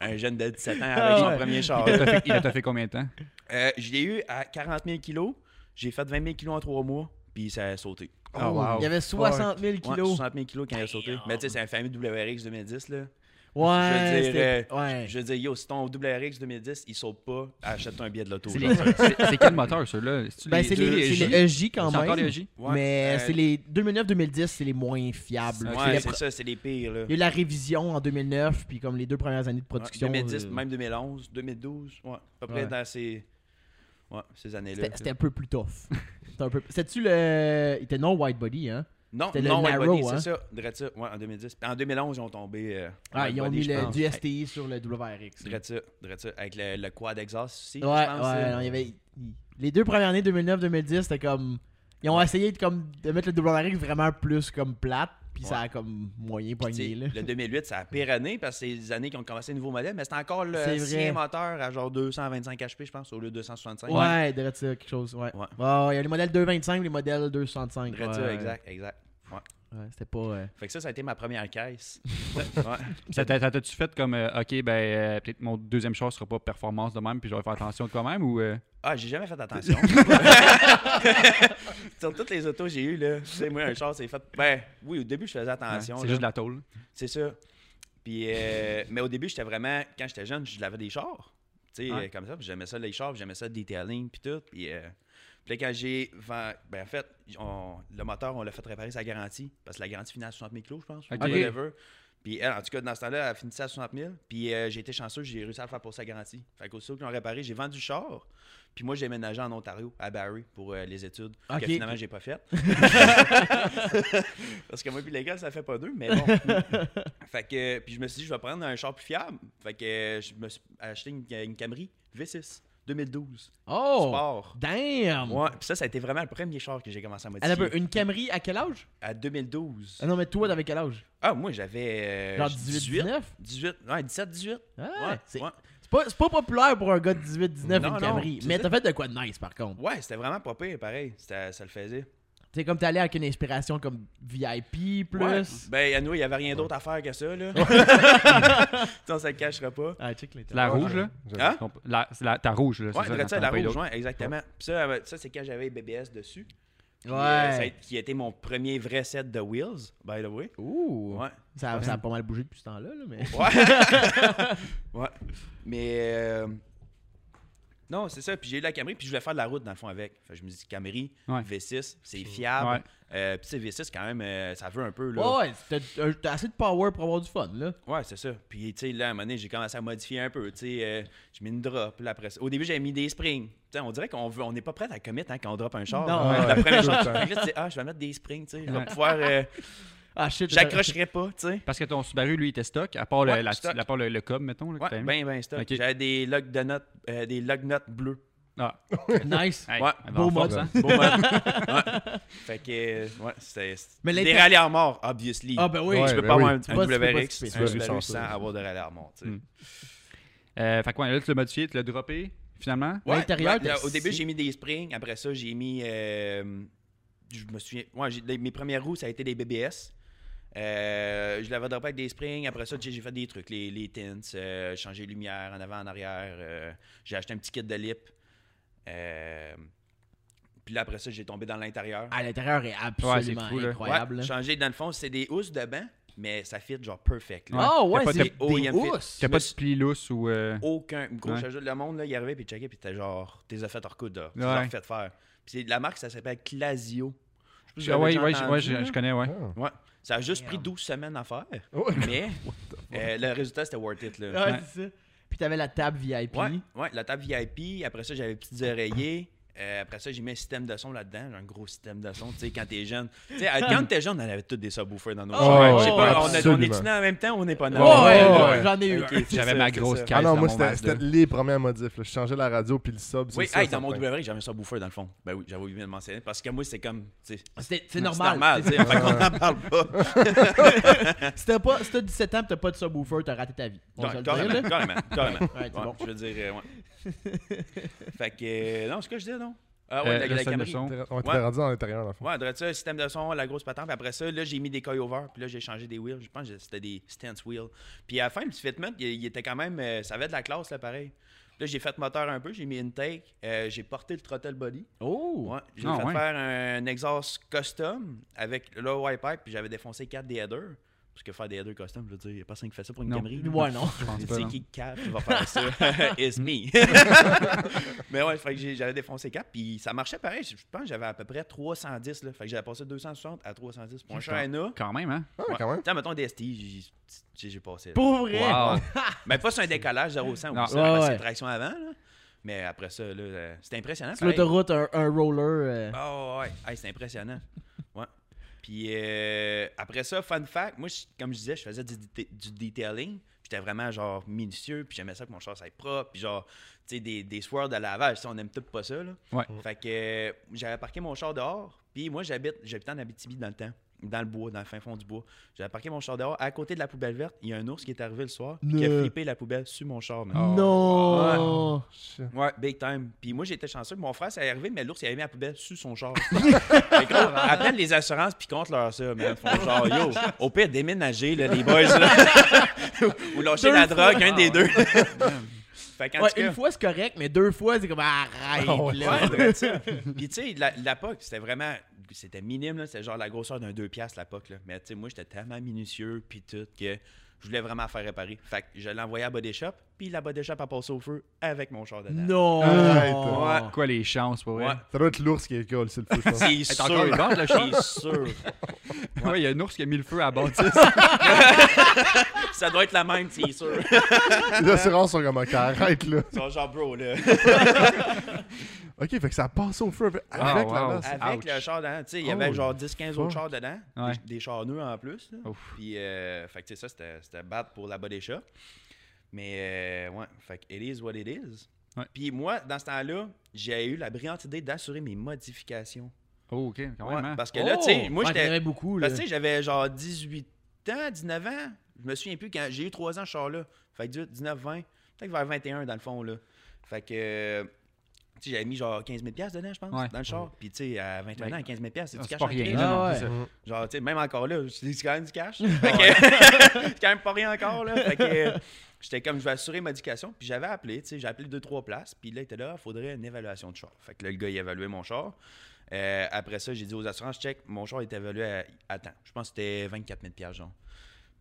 un jeune de 17 ans avec
Ah ouais.
mon premier char.
Il t'a fait, il t'a fait combien de temps?
Euh, je l'ai eu à 40 000 kilos. J'ai fait 20 000 kilos en trois mois, puis ça a sauté.
Oh.
Ah, wow.
Oh, Il y avait 60 000
Ouais,
kilos.
60 000 kilos quand il a sauté. Mais tu sais, c'est un fameux WRX 2010, là.
Ouais,
je veux dire,
c'était-
euh,
ouais.
Je veux dire, yo, si ton WRX 2010, il saute pas, achète un billet de l'auto.
C'est
là.
les- C'est c'est quel moteur, ceux-là?
Ben, c'est les, c'est les EJ quand
C'est
même.
encore les EJ?
Ouais,
mais
euh,
c'est les 2009-2010, c'est les moins fiables.
Ouais,
C'est
Ouais,
les
c'est
pre-
ça, c'est les pires, là.
Il y a eu la révision en 2009, puis comme les deux premières années de
Ouais,
production.
2010,
euh,
même 2011, 2012, ouais, à peu près
Ouais.
dans ces, ouais, ces années-là.
c'était c'était un peu plus tough. C'était un peu- C'était-tu le. Il était non wide body, hein?
Non,
c'était le
non, White
narrow,
Body,
hein.
c'est ça, dirais ça, ouais, en 2010. Puis En 2011, ils ont tombé. euh,
Ah,
White
ils ont
Body,
mis
je
le,
pense.
du STI sur le WRX.
Dirais ça, dirais ça, avec le, le quad exhaust aussi,
Ouais,
je pense, euh,
ouais,
là.
non, il y avait. il- Les deux premières années, 2009-2010, c'était comme. Ils ont essayé de, comme, de mettre le WRX vraiment plus comme plate, puis ça a comme moyen
Puis, tu
poigné,
sais,
là.
Le 2008, c'est la pire année parce que c'est les années qui ont commencé les nouveaux modèles, mais c'est encore le
C'est vrai.
ancien moteur à genre 225 HP, je pense, au lieu de 265.
Ouais, dirait ça, quelque chose, ouais.
Ouais.
Ouais, ouais, il y a les modèles 225, les modèles 265.
Dirais-tu,
ouais, ouais.
exact, exact. Ouais.
Ouais, c'était pas. euh,
Fait que ça, ça a été ma première caisse. ouais.
Ça t'a- ça T'as-tu fait comme, euh, OK, ben, euh, peut-être mon deuxième char sera pas performance de même, puis je vais faire attention de quand même, ou... euh,
Ah, j'ai jamais fait attention. Sur toutes les autos que j'ai eues, là, tu sais, moi, un char, c'est fait. Ben, oui, au début, je faisais
ouais,
attention.
c'est
là.
juste de la tôle.
C'est ça. Puis, euh, mais au début, j'étais vraiment. Quand j'étais jeune, je lavais des chars. Tu sais,
Ouais.
euh, comme ça. Puis j'aimais ça, les chars. puis j'aimais ça, le detailing. Puis tout. Puis, euh, puis là, quand j'ai. vend- Ben, en fait, on- le moteur, on l'a fait réparer sa garantie. Parce que la garantie finit à 60 000 kilos, je pense.
Ok.
ou whatever. Puis elle, en tout cas, dans ce temps-là, elle finissait à 60 000. Puis euh, j'ai été chanceux, j'ai réussi à le faire pour sa garantie. Fait qu'aussitôt qu'ils l'ont réparé, j'ai vendu le char. Puis moi, j'ai déménagé en Ontario, à Barrie, pour euh, les études.
Ok.
Que finalement, j'ai pas fait. Parce que moi, puis les gars, ça fait pas deux, mais bon. Fait que, puis je me suis dit, je vais prendre un char plus fiable. Fait que euh, je me suis acheté une, une Camry V6 2012.
Oh!
Sport.
Damn!
Ouais, puis ça, ça a été vraiment le premier char que j'ai commencé à
Elle
modifier.
a peu- une Camry à quel âge?
À 2012.
Ah non, mais toi, t'avais quel âge?
Ah, moi, j'avais. euh,
Genre 18-19?
18, ouais, 17, 18.
Ah,
Ouais,
c'est
ouais.
c'est pas, c'est pas populaire pour un gars de 18-19
Non,
une
non,
Camry.
c'est
mais
ça.
t'as fait de quoi de nice par contre?
Ouais, c'était vraiment pas pire, pareil. C'était- Ça le faisait.
Tu sais, comme t'es allé avec une inspiration comme VIP plus.
Ouais. Ben, à nous, il n'y avait rien d'autre à faire que ça, là. Sinon, ça le cachera pas.
Ah, check les
C'est la rouge, là?
Hein?
On peut- la- c'est la- Ta rouge, là, c'est
Ouais,
ça?
dirais-tu à
t'en
la
as pas eu
rouge,
d'autres?
ouais, exactement. Puis ça, euh, ça c'est quand j'avais BBS dessus. Puis, euh, ça a
Ouais.
été- qui a été mon premier vrai set de wheels, by the way.
Ouh.
Ouais.
Ça, ça a pas mal bougé depuis ce temps-là, là, mais.
Ouais. ouais. Mais. euh, Non, c'est ça. Puis j'ai eu la Camry, puis je voulais faire de la route, dans le fond, avec. Fait que je me dis, Camry,
Ouais.
V6, c'est fiable.
Ouais.
Euh, puis, tu sais, V6, quand même, euh, ça veut un peu, là.
Ouais, ouais, t'as- euh, t'as assez de power pour avoir du fun, là.
Ouais, c'est ça. Puis, tu sais, là, à un moment donné, j'ai commencé à modifier un peu. Tu sais, euh, j'ai mis une drop. Là, après ça. Au début, j'avais mis des springs. Tu sais, on dirait qu'on veut, on n'est pas prêt à commettre hein, quand on drop un char.
Non,
Hein.
ouais.
La première
Tout le
chose,
temps.
fait que là, tu dis, ah, je vais mettre des springs, tu sais. Je vais
Ouais.
pouvoir. euh,
Ah shit. t'as-
J'accrocherai pas, tu sais.
Parce que ton Subaru, lui, il était stock, à part le,
Ouais,
la-
stock.
à part le, le cob, mettons, là, que
Ouais,
t'as aimé.
ben, ben, stop.
Ok.
J'avais des logs de notes, euh, des log notes bleus.
Ah,
Nice.
hey,
ben, Ouais.
elle va
Beau
en force,
mode.
hein?
Beau mode. ouais. Fait que, euh, ouais, c'était.
Mais
Des
l'inter-
rallyes à mort, obviously.
Ah, ben oui.
Ouais.
tu peux
ben
pas
oui.
avoir un,
peux pas- tu peux pas
WRX
skipper.
tu
Tu vas
peux
juste
sans
sortir.
avoir de rallye à mort, tu sais.
Mm. Euh, fait que ouais, là, tu l'as modifié, tu l'as droppé, finalement.
Ouais,
L'intérieur,
ouais,
t'as
là, au début,
six.
j'ai mis des springs. Après ça, j'ai mis. euh, je me souviens. Ouais, j'ai- les- mes premières roues, ça a été des BBS. Euh, je l'avais droppé avec des springs. Après ça, j'ai j'ai fait des trucs, les, les tints, euh, changer lumière en avant, en arrière. euh, j'ai acheté un petit kit de lip. Euh, puis là, après ça, j'ai tombé dans Ah, l'intérieur.
À l'intérieur est absolument
Ouais, c'est fou, là.
incroyable. hein.
Ouais,
là.
changer, dans le fond, c'est des housses de banc, mais ça fit genre perfect. là.
Ah ouais,
T'as pas
c'est
de-
des
OEM fit.
housses.
T'as pas de pli lousse ou. euh,
aucun. Gros,
Ouais.
j'ajoute le monde, là, il arrivait, puis il checkait, puis t'es genre, t'es a fait hors coude, là. Tu
Ouais.
les as fait faire. Puis c'est- la marque, ça s'appelle Clasio. Je sais
Ah,
pas si
ouais,
vous avez
ouais, je-
déjà
ouais,
entendu,
je
là.
je connais, ouais.
Ah.
Ouais. Ça a juste
Damn.
pris 12 semaines à faire,
Oh.
mais euh, le résultat, c'était worth it, là.
Ouais,
Ouais.
Ah, c'est ça. Puis t'avais la table VIP.
Ouais, ouais, la table VIP, après ça, j'avais les petites oreillers. Euh, après ça, j'ai mis un système de son là-dedans, j'ai un gros système de son, tu sais, quand t'es jeune. Tu sais, à- quand t'es jeune, on avait tous des subwoofers dans nos
Oh,
chars. Je sais
ouais,
pas, on, est on
absolument.
est-tu dans en même temps ou on n'est pas dans
Ouais,
Ouais,
ouais,
ouais,
ouais, j'en ai eu.
Ok,
un.
c'est
J'avais
ça,
ma
c'est
grosse
ça.
caisse
Ah non,
dans
moi,
mon
c'était
Mazda.
c'était les premières modifs. là. Je changeais la radio puis le sub. c'est
Oui,
sûr,
hey, dans mon
certain.
WRX, j'avais un subwoofer dans le fond. Ben oui, j'avais oublié de le mentionner, parce que moi, c'est comme, tu sais,
C'était- C'est
Non,
normal.
C'est normal, tu sais. Fait qu'on n'en parle pas.
Si t'as pas- si t'as 17 ans pis t'as pas de subwoofer, t'as raté ta vie. On se le
Non,
dit, là.
Carrément, carrément, carrément.
Ouais, c'est
Ouais,
bon.
Je veux dire, euh, ouais. Fait que, euh, non, c'est ce que je disais, non? Ah ouais,
Euh,
la,
le
la
système de
Camry.
son.
On était
Ouais.
rendu dans l'intérieur, dans le fond.
Ouais, on dirait ça, système de son, la grosse patente. Puis après ça, là, j'ai mis des coilovers. Puis là, j'ai changé des wheels. Je pense que c'était des stance wheels. Puis à la fin, le petit fitment, il, il était quand même. euh, ça avait de la classe, là, pareil. Là, j'ai fait moteur un peu. J'ai mis intake. euh, j'ai porté le throttle body.
Oh!
Ouais, j'ai
Ah,
fait
ouais.
faire un exhaust custom avec le white pipe, puis j'avais défoncé 4 des headers. Parce que faire des headers custom, je veux dire, il n'y a personne qui fait ça pour une
Non.
Camry.
Ouais, non.
Je pense
Tu
pas.
sais
non.
qui cap va faire ça? It's me.
Mm.
Mais ouais, fait que j'ai- j'avais défoncé cap, puis ça marchait pareil. Je pense que j'avais à peu près 310, là. Fait que j'avais passé de 260 à 310. Pour un
Je
char NA,
Quand même, hein?
Ah, quand même.
Tiens, mettons des ST, j'ai j'ai passé. là.
Pour vrai!
Wow.
Mais pas sur un décollage 0-100
Non.
ou ça,
Ouais,
c'est
ouais.
une traction avant, là. Mais après ça, là, euh, c'était impressionnant.
Sur
pareil.
l'autoroute, un, un roller. euh,
Ah ouais, Hey, c'est impressionnant. Ouais. Puis euh, après ça, fun fact, moi, je- comme je disais, je faisais du, deta- du detailing. J'étais vraiment genre minutieux, puis j'aimais ça que mon char soit propre, puis genre, tu sais, des, des swirls de lavage, ça, on aime tout pas ça, là.
Ouais.
Fait que euh, j'avais parqué mon char dehors, puis moi, j'habite, j'habitais en Abitibi dans le temps, dans le bois, dans le fin fond du bois. J'avais parqué mon char dehors, à côté de la poubelle verte, il y a un ours qui est arrivé le soir, puis qui a
Ne. Ah.
flippé la poubelle sur mon char, man.
Non!
Shit.
Oh. Ouais, big time. Puis moi, j'étais chanceux. Mon frère, ça est arrivé, mais l'ours, il avait mis la poubelle sous son char. Fait que là, appelle les assurances, puis compte leur ça, man. Font genre, yo, au pire, déménager, là, les boys, là. Ou lâcher
Deux
la
fois. Ah,
drogue, un des deux. fait qu'en
Ouais,
tout cas...
une fois c'est correct, mais deux fois c'est comme arrête
Ah ouais.
là.
Ouais, c'est vrai, ça. Puis tu sais, la, la POC, c'était vraiment... C'était minime, là. C'était genre la grosseur d'un 2 piastres, la POC, là. Mais tu sais, moi, j'étais tellement minutieux, puis tout, que je voulais vraiment faire réparer. Fait que je l'ai envoyé à Body Shop, puis la Body Shop a passé au feu avec mon char
Non!
dedans.
Arrête.
Ouais.
Quoi les chances pour vrai?
Ouais.
Ça doit être l'ours qui école, c'est le feu, je pense.
C'est
Hey, t'as encore une
sûr.
bande, le chien?
C'est sûr.
Ouais, il y a un ours qui a mis le feu à la bâtisse.
Ça doit être la même, c'est sûr.
Les assurances sont comme, ok, arrête là.
Ils sont genre, bro, là.
Ok, fait que ça passe au feu avec
Ah,
avec
wow.
la lance.
Avec
Ouch.
le char dedans, tu sais, il y avait
Oh,
genre 10-15
fuck.
autres chars dedans.
Ouais.
Des, des chars neufs en plus. là.
Ouf.
Puis, euh, fait que, tu sais, ça, c'était- c'était bad pour la body shop. Mais, euh, ouais, fait que, it is what it is.
Ouais.
Puis, moi, dans ce temps-là, j'ai eu la brillante idée d'assurer mes modifications.
Oh, ok, quand même.
Ah Ouais,
hein.
parce que là, tu sais, moi,
Oh. Ouais, t'en
j'étais.
avais beaucoup là.
Parce que tu sais, j'avais genre 18 ans, 19 ans. Je me souviens plus quand j'ai eu 3 ans, ce char-là. Fait que 18, 19, 20. Peut-être vers 21 dans le fond, là. Fait que. euh, Tu sais, j'avais mis genre 15 000 dedans, je pense,
Ouais.
dans le char. Puis tu sais, à 21
Ben,
ans, 15 000 c'est
Ah,
du
C'est
cash.
pas
en
rien,
crise.
là.
non,
Ah,
c'est ça.
Genre, tu sais, même encore là, c'est c'est quand même du cash. Fait que- c'est quand même pas rien encore, là. Fait que euh, j'étais comme, je vais assurer ma éducation. Puis j'avais appelé, tu sais, j'ai appelé deux, trois places. Puis là, il était là, il faudrait une évaluation de char. Fait que là, le gars, il évaluait mon char. Euh, après ça, j'ai dit aux assurances, check, mon char est évalué à, à temps. Je pense que c'était 24 000 genre.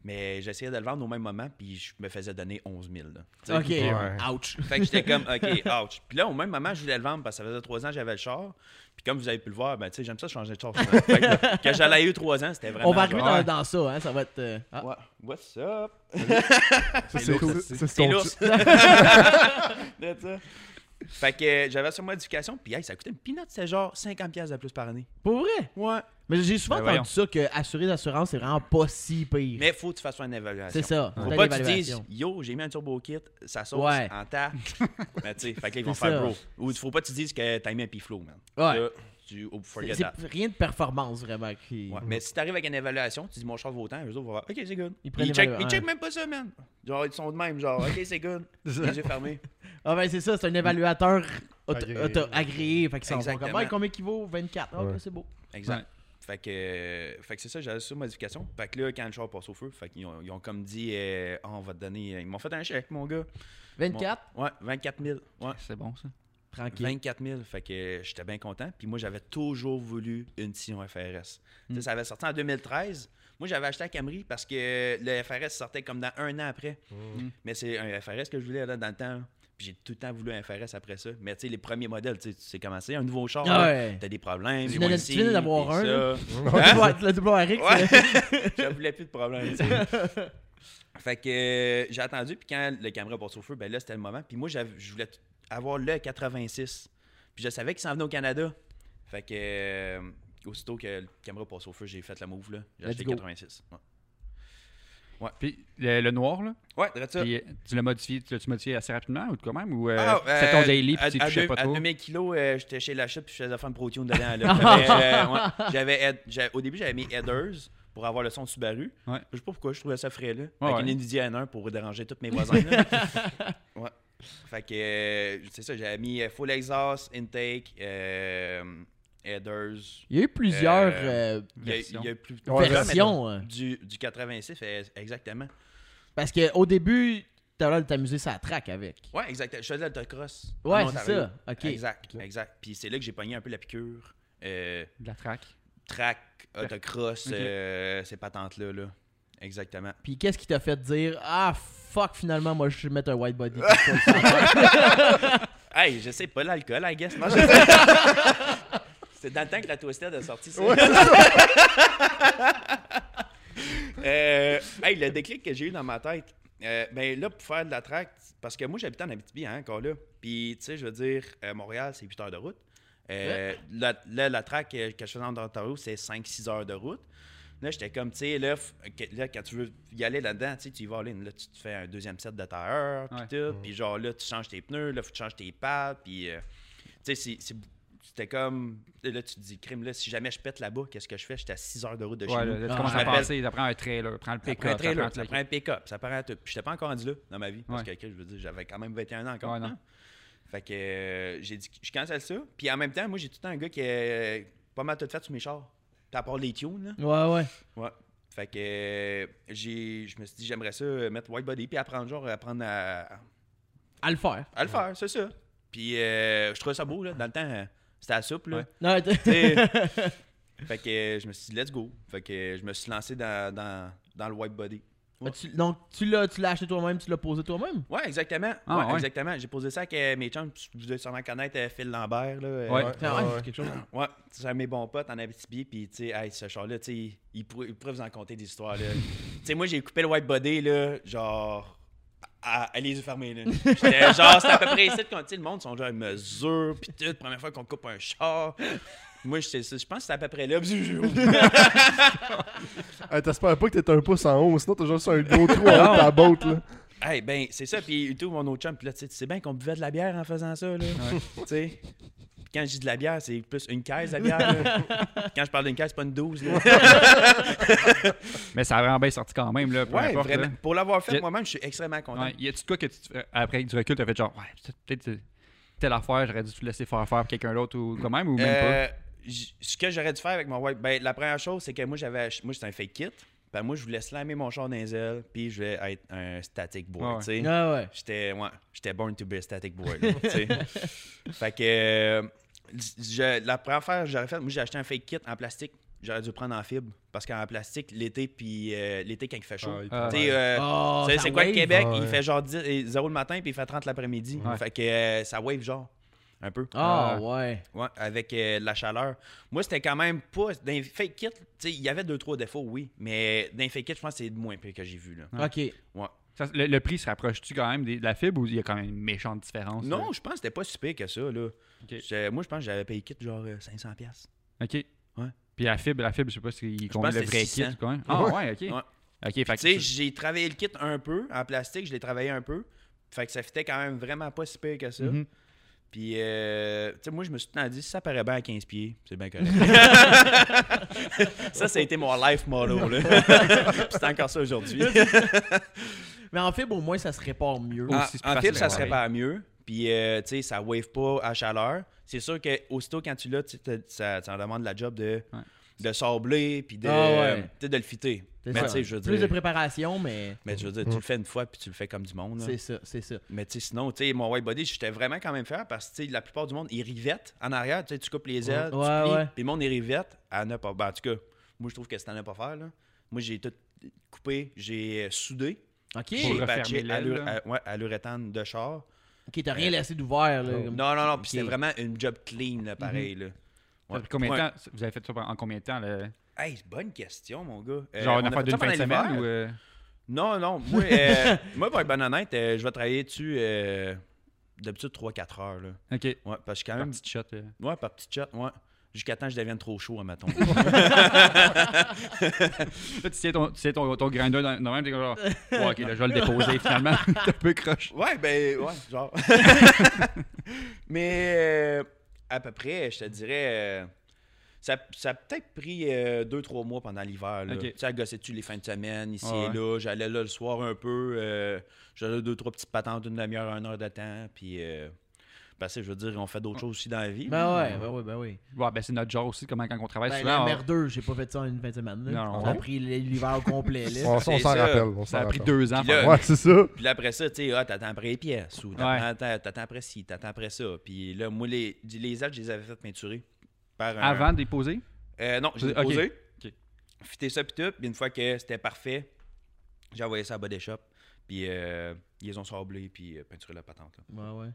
Mais j'essayais de le vendre au même moment, puis je me faisais donner 11 000. là. Tu sais,
Ok,
Ouais.
ouch.
fait que j'étais comme, OK, ouch. Puis là, au même moment, je voulais le vendre parce que ça faisait trois ans que j'avais le char. Puis comme vous avez pu le voir, ben, tu sais, j'aime ça changer de char. souvent. Fait que, là, quand j'allais eu trois ans, c'était vraiment.
On va arriver
genre,
dans, dans ça, hein, ça va être. euh, ah.
What- What's up?
Ça, C'est
l'ours.
c'est- c'est
C'est
ton chi-
l'ours. That's it. Fait que euh, j'avais sur modification, puis hey, ça coûtait une peanut, c'était genre 50$ piastres de plus par année.
Pour vrai.
Ouais.
Mais j'ai souvent
Ben
entendu ça
voyons.
que assurer d'assurance, c'est vraiment pas si pire.
Mais faut que tu fasses une évaluation.
C'est ça.
Faut
t'as
pas que tu dises,
l'évaluation.
yo, j'ai mis un turbo kit, ça saute
Ouais.
en tas. Mais tu sais, fait que là, ils vont
C'est
faire
ça.
bro. Ou faut pas que tu dises que t'as mis un piflow, man.
Ouais.
Là, tu, oh, forget
C'est-
that.
C'est rien de performance vraiment qui.
Ouais, Mais si t'arrives avec une évaluation, tu dis mon char vaut autant, eux autres vont voir, ok, c'est good.
Ils prennent
check,
l'évalu-
ils
ouais.
checkent même pas ça, man. Genre, ils sont de même, genre, ok, c'est good. Les yeux fermés.
Ah ben c'est ça, c'est un évaluateur auto-
Agréé.
auto- agréé. Fait qu'ils s'en vont
Exactement.
comme, Hey, combien qu'il vaut 24. Ah,
Ouais.
ok, c'est beau.
Exact.
Ouais.
Fait que, euh, fait que c'est ça, j'avais ça, modification. Fait que là, quand le char passe au feu, fait qu'ils ont, ils ont comme dit, euh, Ah, on va te donner. Ils m'ont fait un chèque, mon gars.
24,
Ouais, 24 000. Ouais.
C'est bon, ça.
tranquille.
24 000. Fait que euh, j'étais bien content. Puis moi, j'avais toujours voulu une Sillon FRS. Tu sais,
Hmm.
ça avait sorti en 2013. Moi, j'avais acheté la Camry parce que euh, le FRS sortait comme dans un an après.
Oh. Hmm.
Mais c'est un FRS que je voulais là, dans le temps. Puis j'ai tout le temps voulu un FRS après ça. Mais tu sais, les premiers modèles, tu sais, tu sais comment c'est. Un nouveau char,
Ah
là,
ouais.
t'as des problèmes.
Tu
des
venais de-
ici,
tu venais d'avoir
des
un, là.
ça.
Le double RX.
Ouais.
c'est-
Je voulais plus de problème. tu sais. fait que euh, j'ai attendu, puis quand le caméra passe au feu, ben là, c'était le moment. Puis moi, j'av- je voulais t- avoir le 86. Puis je savais qu'il s'en venait au Canada. Fait que euh, aussitôt que le caméra passe au feu, j'ai fait la move, là. J'ai
Let's
acheté le
go.
86. Ouais,
Puis le, le noir, là,
ouais direct ça.
puis, euh, tu l'as modifié, tu l'as modifié assez rapidement ou quand même? Ou euh,
Ah,
c'était
euh,
ton daily puis
à-
tu
à
touchais
deux-
pas
À
trop?
2000 kilos, euh, j'étais chez la chute puis je faisais faire une pro tune dedans. là. J'avais, euh, ouais, j'avais head- j'avais- au début, j'avais mis headers pour avoir le son de Subaru.
Ouais.
Je sais pas pourquoi, je trouvais ça frais là.
Ouais,
avec
ouais.
une Indiana 1 pour déranger tous mes voisins. là. ouais. Fait que, euh, c'est ça, j'avais mis euh, full exhaust, intake, euh, headers.
Il y a eu plusieurs
Euh,
euh,
Il y a-
Version.
il y a plus
Ouais,
versions. euh,
du, du 86, euh, exactement.
Parce qu'au début, t'as l'air de t'amuser ça track avec.
Ouais, exact. Je faisais de l'autocross. en
Ouais, c'est
Ontario.
ça. Ok.
Exact, exact. Puis c'est là que j'ai pogné un peu la piqûre. Euh,
De la track.
track, autocross,
Ok.
euh, ces patentes-là. Là. Exactement.
Puis qu'est-ce qui t'a fait dire Ah fuck, finalement, moi je vais mettre un white body.
Hey, je sais pas l'alcool, I guess. Non, je sais. C'est dans le temps que la Twisted a sorti ça. Euh, hey, le déclic que j'ai eu dans ma tête, euh, ben là, pour faire de la track, parce que moi, j'habitais en Abitibi, hein, encore là. Puis, tu sais, je veux dire, euh, Montréal, c'est 8 heures de route. Euh, Là, là, la track euh, que je faisais en Ontario, c'est 5-6 heures de route. Là, j'étais comme, tu sais, là, f- que- là, quand tu veux y aller là-dedans, tu sais, tu y vas en ligne. Là, tu te fais un deuxième set de tailleur, puis
Ouais.
tout. Puis, genre, là, tu changes tes pneus, là, faut que tu changes tes pattes, puis. euh, tu sais, c'est- c'est- c'était comme. Là, tu te dis, crime, là, si jamais je pète là-bas, qu'est-ce que je fais? J'étais à 6 heures de route de chez
Ouais,
nous.
là, tu
Ah,
commences
je
à
m'appelle-
penser, ça prend un trailer, prends le
Ça
pick-up,
prend un trailer,
ça
ça
prend
prend un pick-up, ça prend tout. Puis j'étais pas encore rendu là dans ma vie, parce que que, je veux dire, j'avais quand même 21 ans encore.
Ouais, non.
hein. Fait que euh, j'ai dit, je cancelle ça. Puis en même temps, moi, j'ai tout le temps un gars qui est euh, pas mal tout fait sur mes chars. Puis à part les tunes, là.
ouais, ouais.
Ouais. Fait que euh, j'ai, je me suis dit, j'aimerais ça euh, mettre white body, puis apprendre, genre, apprendre à,
À le faire.
à le faire, c'est ça. Puis euh, je trouvais ça beau, là. Dans le temps, euh, c'était à la soupe, là.
Ouais.
Non, t-
Tu sais, fait que euh, je me suis dit, let's go. Fait que euh, je me suis lancé dans, dans, dans le white body. Ouais.
tu- donc tu l'as tu l'as acheté toi-même, tu l'as posé toi-même.
Ouais, exactement.
Ah,
ouais,
ouais.
exactement. J'ai posé ça avec euh, mes chums. puis Vous devez sûrement connaître euh, Phil Lambert. Là, euh,
Ouais.
ouais.
Ah ouais,
ouais.
c'est quelque chose.
C'est mes bons potes en Abitibi. Puis, tu sais, hey, ce char-là, tu sais, il, il pourrait il pourrait vous en conter des histoires. là. tu sais, moi, j'ai coupé le white body, là, genre. À, à les yeux fermés, là. J'étais genre, c'est à peu près ici quand, tu sais, le monde sont genre, ils mesurent, puis tout, première fois qu'on coupe un char. Moi, je sais ça. Je pense que c'est à peu près là.
Hey, T'espères pas que t'es un pouce en haut, sinon t'as juste un gros trou en haut de ta botte. Là.
Hey, ben, c'est ça. Puis, tout mon autre chum, puis là, tu sais, tu sais bien qu'on buvait de la bière en faisant ça, là. Tu sais. Puis Quand je dis de la bière, c'est plus une caisse de bière. là. Quand je parle d'une caisse, c'est pas une douze. là.
Mais ça a vraiment bien sorti quand même, là, peu
Ouais,
importe.
vraiment.
là.
Pour l'avoir fait
J'ai-
moi-même, je suis extrêmement content.
Ouais, y a-tu de quoi que tu, te- après avec du recul, t'as fait genre, ouais, peut-être- peut-être euh, telle affaire, j'aurais dû te laisser faire faire quelqu'un d'autre ou quand même, ou même
Euh, j- ce que j'aurais dû faire avec mon white, ben, la première chose, c'est que moi, j'avais, ach- moi, j'étais un fake kit. Ben, moi, je voulais slammer mon char dans les ailes, puis je voulais être un static boy,
Ouais, ouais.
tu sais.
Ah ouais.
J'étais ouais, j'étais born to be a static boy. là, tu sais. fait que euh, je- la première affaire que j'aurais faite, moi j'ai acheté un fake kit en plastique. J'aurais dû prendre en fibre. Parce qu'en plastique, l'été, puis euh, l'été quand il fait chaud.
Ah, il
Ah,
tu sais, euh,
Oh,
tu sais,
ça
c'est quoi le
wave.
Québec?
Ah,
Il
ouais.
fait genre 10 et 0 le matin, puis il fait 30 l'après-midi.
Ouais.
Fait que euh, ça wave genre, un peu.
Ah ouais.
Ouais, avec euh, la chaleur. Moi, c'était quand même pas. Dans les fake kits, tu sais, il y avait deux, trois défauts, oui. Mais dans les fake kits, je pense que c'est le moins pire que j'ai vu. Là.
Ok.
Ouais.
Ça, le, le prix se rapproche-tu quand même des- de la fibre ou il y a quand même une méchante différence?
Non, je pense que c'était pas si pire que ça. Là.
hein. Ok.
C'est- Moi, je pense que j'avais payé kit genre euh, 500$. piastres.
là? OK.
Ouais.
Puis la fibre, la fibre, je sais pas si
pense
combien
que
le vrai
c'est
kit
600.
quand même. Ah ouais, OK.
Ouais.
OK, fait que
Tu sais,
tu-
j'ai travaillé le kit un peu en plastique, je l'ai travaillé un peu. Fait que ça fitait quand même vraiment pas si pire que ça.
Mhm.
Puis, euh, tu sais, moi, je me suis tout le temps dit, si ça paraît bien à 15 pieds, c'est bien correct. ça, ça a été mon life motto, là. Puis c'est encore ça aujourd'hui.
Mais en fibre, au moins, ça se répare mieux.
Ah.
En,
Aussi, c'est plus
en
facile
fibre,
à
ça serait
réparer.
pas mieux. Puis, euh, tu sais, ça wave pas à chaleur. C'est sûr que aussitôt quand tu l'as, tu sais, t'as- ça, ça en demande la job de,
Ouais.
de sabler puis de,
Ah ouais.
tu sais, de le fitter.
C'est
Mais
ça.
tu sais, je veux
Plus de
dire,
préparation, mais
mais je veux dire, tu le fais une fois puis tu le fais comme du monde. là.
c'est ça, c'est ça.
Mais tu sais, sinon, tu sais, mon white body, j'étais vraiment quand même fier parce que tu sais, la plupart du monde, ils rivettent en arrière. Tu sais, tu coupes les ailes, tu
Ouais,
plies,
ouais.
puis le monde, ils rivettent à ne pas. Ben, en tout cas, moi, je trouve que c'est à ne pas faire. Là. Moi, j'ai tout coupé, j'ai euh, soudé,
OK.
Pour
j'ai
refermer
patché à
l'aile,
l'ur-
là.
à- ouais, à l'uréthane de char.
OK, t'as rien laissé d'ouvert, là. comme-
Non, non, non, puis c'était
Ok.
vraiment une job clean, là, pareil. là.
Mhm. Ça a
Ouais.
pris combien de
Ouais.
temps? Vous avez fait ça en combien de temps? le-
Hey, bonne question, mon gars. Euh,
Genre
on
une
a
affaire
fait
d'une
ça
fin de
pendant
semaine
l'hiver.
ou... euh,
Non, non. Moi, euh, moi, pour être ben honnête, euh, je vais travailler dessus euh, d'habitude 3-4 heures. Là.
OK.
Ouais, parce que je suis quand
Un
même.
petit shot. euh.
Ouais, par petite chat, ouais. Jusqu'à temps que je devienne trop chaud, à matin.
Là, tu sais ton, tu sais ton, ton grinder dans, dans le même, t'es comme genre, Ouais, ok, là, je vais le déposer finalement. T'es un peu croche.
ouais, ben, ouais, genre. Mais euh, à peu près, je te dirais. euh, ça, ça a peut-être pris 2-3 mois pendant l'hiver. là.
Ok.
Tu sais, à gossais-tu les fins de semaine, ici
Ouais,
et
ouais.
là. J'allais là le soir un peu. euh, J'allais deux, trois petites patentes d'une demi-heure, une heure de temps. Puis, euh, ben, tu sais, je veux dire, on fait d'autres choses aussi dans la vie.
Ben ouais, ben ouais, ben oui.
Ouais, ben c'est notre genre aussi, comment quand on travaille
Ben,
souvent.
la
on-
merdeux, j'ai pas fait ça en une fin de semaine. là.
Non, non,
on a
non.
pris l'hiver au complet, là.
On, on s'en
c'est ça.
rappelle. On s'en
ça a pris
rappelle.
deux ans.
Puis là,
par-
Ouais, c'est ça.
Puis là, après ça, tu sais, ah, t'attends après les pièces, ou t'attends, t'attends- t'attends après ci, t'attends après ça. Puis là, moi, les, les ailes, je les avais faites peinturer. Par un-
Avant de déposer.
Euh, non, je les ai
Ok.
posées.
Ok.
Fité ça, puis tout. Puis une fois que c'était parfait, j'ai envoyé ça à Body Shop. Puis euh, ils ont sablé, puis euh, peinturé la patente. là.
Ouais, ouais.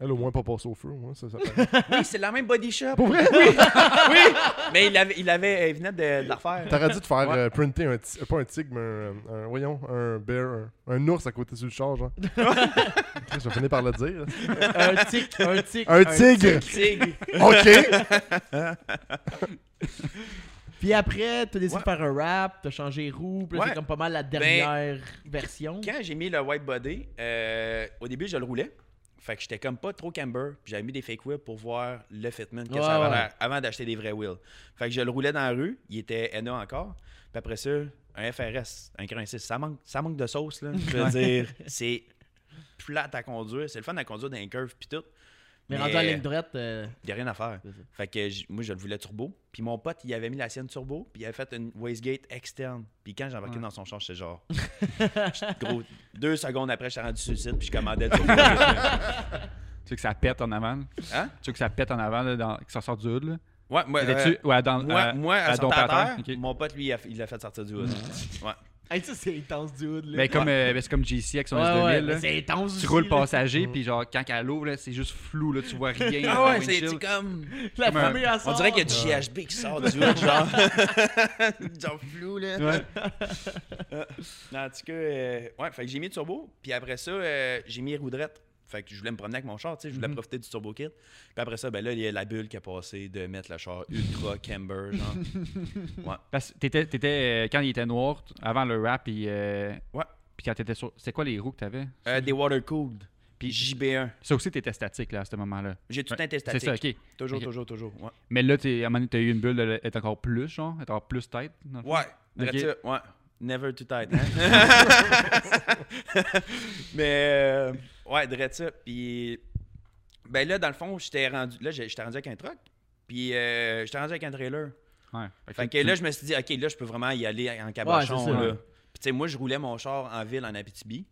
Elle, au moins, pas passé au feu. moi, ça, ça paraît.
Oui, c'est la même Body Shop.
Pour vrai?
Mais il avait, il avait, euh, il venait de, de la refaire.
T'aurais dû te faire
Ouais.
euh, printer un, ti- euh, pas un tigre, mais un, un- voyons, un bear, un, un ours à côté sur le char, genre. Chris, je vais finir par le dire.
un tic, un tic.
Un tigre!
Tigre.
OK!
Puis après, t'as décidé
Ouais.
de faire un rap, t'as changé les roues, puis là,
Ouais. Ben,
c'est comme pas mal la dernière version.
Quand j'ai mis le white body, euh, au début, je le roulais. Fait que j'étais comme pas trop camber. Puis j'avais mis des fake wheels pour voir le fitment que
Ouais,
ça avait
ouais.
l'air avant d'acheter des vrais wheels. Fait que je le roulais dans la rue. Il était NA encore. Puis après ça, un FRS, un 46. Ça manque, ça manque de sauce, là. Je veux dire, c'est plate à conduire. C'est le fun à conduire dans les curves puis tout.
Mais rendu à la ligne droite, euh,
Il n'y a rien à faire.
C'est ça.
Fait que j- moi, je le voulais turbo. Puis mon pote, il avait mis la sienne turbo. Puis il avait fait une wastegate externe. Puis quand j'ai embarqué
Ouais.
dans son champ, j'étais genre. J'étais gros, deux secondes après, j'étais rendu sur le site. Puis je commandais le turbo.
Tu veux que ça pète en avant. là?
Hein?
Tu veux que ça pète en avant, là, dans- que ça sorte du hood. Là.
Ouais, moi, euh,
Étais-tu- ouais, dans,
moi,
euh,
moi, elle
à
sortait
Dompteur,
à terre.
ok.
Mon pote, lui, il a- il l'a fait sortir du hood. ouais.
hey, ça, c'est intense du hood, là.
ben, comme, euh, ben, c'est comme GC avec son
Ouais, ouais,
S2000.
mais
là.
c'est intense
tu
aussi,
roules
là.
passager, puis genre, quand elle ouvre, là, c'est juste flou, là, tu vois rien.
Ah
dans le
ouais, c'est
windshield.
c'est comme.
La
comme un-
fumée, elle
On
sort.
dirait qu'il y a du GHB qui sort du hood, genre. Ah, genre flou, là.
Ouais.
En tout cas, euh, ouais, fait que j'ai mis le turbo, puis après ça, euh, j'ai mis roudrette. Fait que je voulais me promener avec mon char, tu sais, je voulais
Mhm.
profiter du turbo kit. Puis après ça, ben là, il y a la bulle qui a passé de mettre le char ultra camber, genre.
Parce que t'étais, t'étais, euh, quand il était noir, t- avant le rap, puis. euh,
Ouais.
Puis quand t'étais sur. C'est quoi les roues que t'avais
Euh, des water cooled, puis
Puis-
JB1.
Ça aussi, t'étais statique, là, à ce moment-là.
J'ai tout
Ouais,
été
C'est
statique.
ça, ok.
Toujours,
Ok.
toujours, toujours, ouais.
Mais là, t'es, à un moment donné, t'as eu une bulle, elle est encore plus, genre, elle est encore plus tête. dans le fond.
Ouais, drette ça, ouais. Never too tight, hein? Mais, euh, ouais, drette ça. Puis, ben là, dans le fond, j'étais rendu, là, j'étais rendu avec un truck, puis euh, j'étais rendu avec un trailer.
Ouais.
Fait que là, je me suis dit, OK, là, je peux vraiment y aller en
Ouais,
cabochon.
c'est ça.
là.
Ouais.
Puis, tu sais, moi, je roulais mon char en ville, en Abitibi.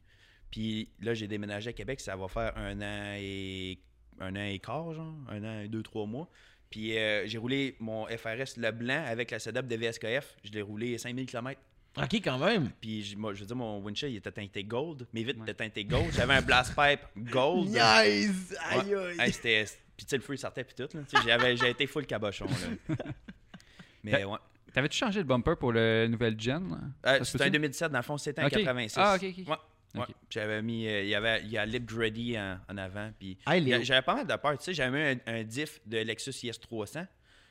Puis là, j'ai déménagé à Québec. Ça va faire un an et, un an et quart, genre. Un an et deux, trois mois. Puis euh, j'ai roulé mon FRS le blanc avec la setup de VSKF. Je l'ai roulé 5000 km.
Ok, quand même.
Puis je, moi, je veux dire, mon windshield, il était teinté gold. Mes vitres
Ouais.
étaient teintées gold. J'avais un blast pipe gold.
Nice! Aïe,
Ouais. Hey,
aïe.
c'était- Puis tu sais, le feu, il sortait, puis tout. là. Tu sais, j'avais- J'ai été full cabochon, là. Mais ouais.
T'avais-tu changé de bumper pour le nouvelle gen? là? Ça
Euh,
se
c'était un
peut-tu?
2017, dans le fond, c'était un
Ok.
86.
Ah, ok, ok.
Ouais. Ouais.
Ok.
Puis J'avais mis. euh, il y avait il y a LibGreedy en, en avant. Puis
Ah,
Hey, Léo.
j'a- j'avais pas mal de peur. Tu sais, j'avais mis un, un diff de Lexus IS300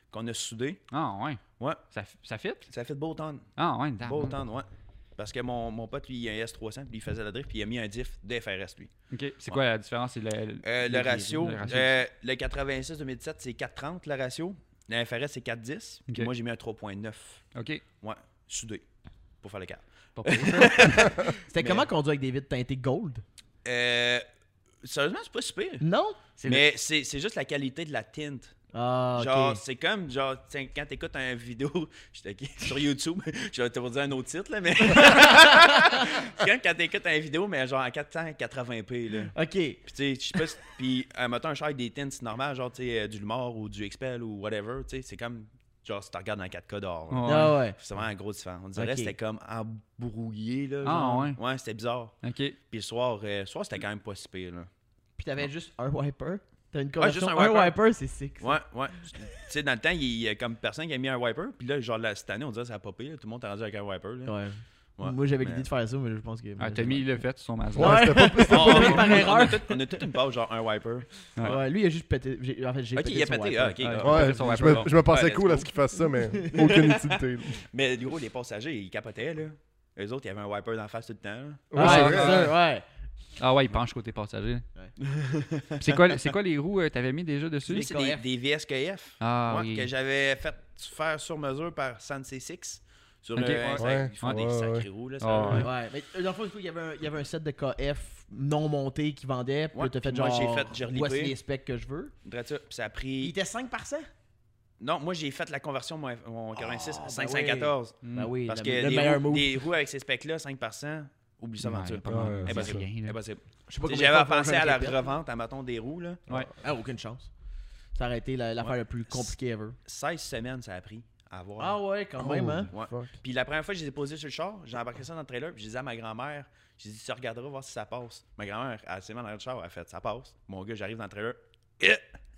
qu'on a soudé.
Ah, ouais.
Ouais.
Ça, f- ça fit?
Ça a fait beau temps.
Ah, ouais, damn.
Beau temps, ouais. Parce que mon, mon pote, lui, il a un S300, puis il faisait la drift, puis il a mis un diff d'FRS, lui.
Ok. C'est quoi la différence? C'est le,
Euh, le ratio,
le ratio.
euh, le 86-2017, c'est 4,30 le ratio. Le FRS, c'est 4,10. Puis
Ok.
moi, j'ai mis un 3,9.
Ok.
Ouais, soudé, pour faire le cadre.
Pas pire.
C'était
Mais-
comment conduire avec des vitres teintées gold
Euh, sérieusement, c'est pas si pire.
Non
C'est
Mais c'est c'est juste la qualité de la tinte.
Ah,
Genre,
ok.
c'est comme, genre, tiens, quand t'écoutes une vidéo je te- sur YouTube, je vais te dire un autre titre, là, mais. quand quand t'écoutes une vidéo, mais genre en 480p, là.
Ok.
Puis, tu sais, je sais pas si. Puis, euh, mettons un char avec des tints, c'est normal, genre, tu sais, euh, du Lumor ou du Expel ou whatever, tu sais, c'est comme, genre, si tu regardes dans 4K dehors. là.
Ouais.
Ah ouais.
C'est vraiment un gros différence. On dirait
Ok.
que c'était comme embrouillé, là.
Ah,
genre.
ouais.
Ouais, c'était bizarre.
Ok.
Puis, le soir, euh, le soir c'était quand même pas si pire, là.
Puis t'avais juste un wiper. T'as une conversion.
Ah,
un
juste un
wiper,
wiper.
c'est sick. ça.
Ouais, ouais. Tu sais, dans le temps, il il y a comme personne qui a mis un wiper. Puis là, genre, là, cette année, on dirait que ça a popé. là. Tout le monde est rendu avec un wiper. Là.
Ouais.
Ouais,
Moi j'avais
mais-
l'idée de faire ça, mais je pense que.
Ah, Tommy, il l'a fait sur son Mazda.
Ouais, c'était pas-
On, on-
fait par
on- on
erreur.
a tout- on a toute une page, genre un wiper.
Ouais.
Ouais, lui il a juste pété. j'ai- En fait, j'ai
Ok,
pété.
il a
son
pété.
wiper.
Ah, ok.
Ouais.
ah.
Ouais,
Son wiper,
je me,
bon.
je me pensais
Ouais, let's
cool à
go.
ce qu'il fasse ça, mais aucune utilité. là.
Mais du gros, les passagers, ils capotaient. Là. Eux autres, il y avait un wiper dans la face tout le temps. là.
Ouais, c'est
Ouais,
vrai.
c'est sûr, ouais.
Ah ouais, il penche côté passager. Puis c'est quoi, c'est quoi les roues euh, t'avais mis déjà dessus?
Lui, c'est des, des VSKF.
Ah
Ouais,
oui.
Que j'avais fait faire sur mesure par San C6. Sur
Ok,
le-
ouais.
ça-
Ouais,
Ils font des
ouais, ouais.
sacrés roues. Là, ça,
Ah,
là.
ouais.
Ouais, mais euh, dans le fond, du coup, il y avait un, il y avait un set de KF non monté qui vendait. Puis
Ouais,
là, t'as fait
puis moi,
genre.
j'ai fait, j'ai relipé.
Voici les specs que je veux.
Drette ça, puis ça a
Il
pris.
était 5 par 100
Non, moi, j'ai fait la conversion, mon, mon 86,
Ah, ben
514.
Hmm.
Ben oui,
Mm. Parce
la-
que
le
des,
meilleur
roues,
move.
des roues avec ces specs-là, 5%, oublie ça,
Ouais,
Venture.
pas mal.
Ouais,
Impossible.
c'est rien, là.
Impossible.
Je sais pas
Tu sais,
combien de
J'avais
fois
pensé
il
à
faut
la
que je le répète.
revente, à mettons, des roues. Là.
Ouais.
Ah, aucune chance. Ça aurait été la- l'affaire la, plus compliquée ever.
16 semaines, ça a pris à avoir.
Ah ouais, quand même, hein.
Ouais.
Fuck.
Puis la première fois que je les ai posés sur le char, j'ai embarqué ça dans le trailer, puis je disais à ma grand-mère, j'ai dit, tu regarderas voir si ça passe. Ma grand-mère, elle s'est mise dans le char, elle a fait, ça passe. Mon gars, j'arrive dans le trailer.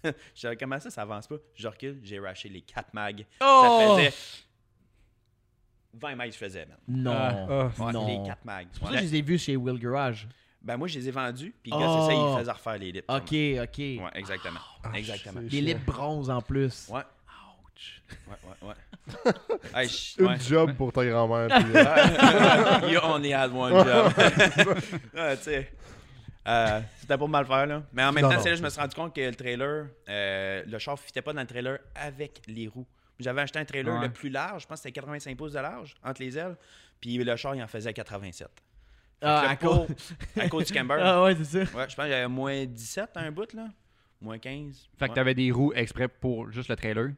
Eh! Je dis, comment ça, ça avance pas? Je recule, j'ai raché les 4 mags.
Oh!
Ça faisait 20 mags, je faisais, man.
Non.
Ah,
ouais.
non.
Les 4 mags.
C'est pour ça que je les ai vus chez Will Garage.
Ben moi, je les ai vendus, puis
Oh!
gars, c'est ça, ils faisaient refaire les lips.
Ok, ok.
Ouais, exactement.
Ah,
exactement.
c'est
Des
chiant.
lips bronze en plus.
Ouais. Ouais, ouais, ouais. Hey, je-
Une
ouais.
job pour ta grand-mère. puis, euh,
you only had one job. Ouais, tu sais. Euh, c'était pas mal faire, là. Mais en même
Non,
temps,
non.
c'est là, je me suis rendu compte que le trailer, euh, le char ne fitait pas dans le trailer avec les roues. J'avais acheté un trailer
Ouais.
le plus large, je pense que c'était 85 pouces de large entre les ailes, puis le char, il en faisait 87. Fait que
Ah,
le
à
pot-
cause.
à cause du camber.
Ah ouais, c'est ça.
Ouais, je pense qu'il y avait moins 17 à un bout, là. Moins 15.
Fait que
Ouais.
t'avais des roues exprès pour juste le trailer.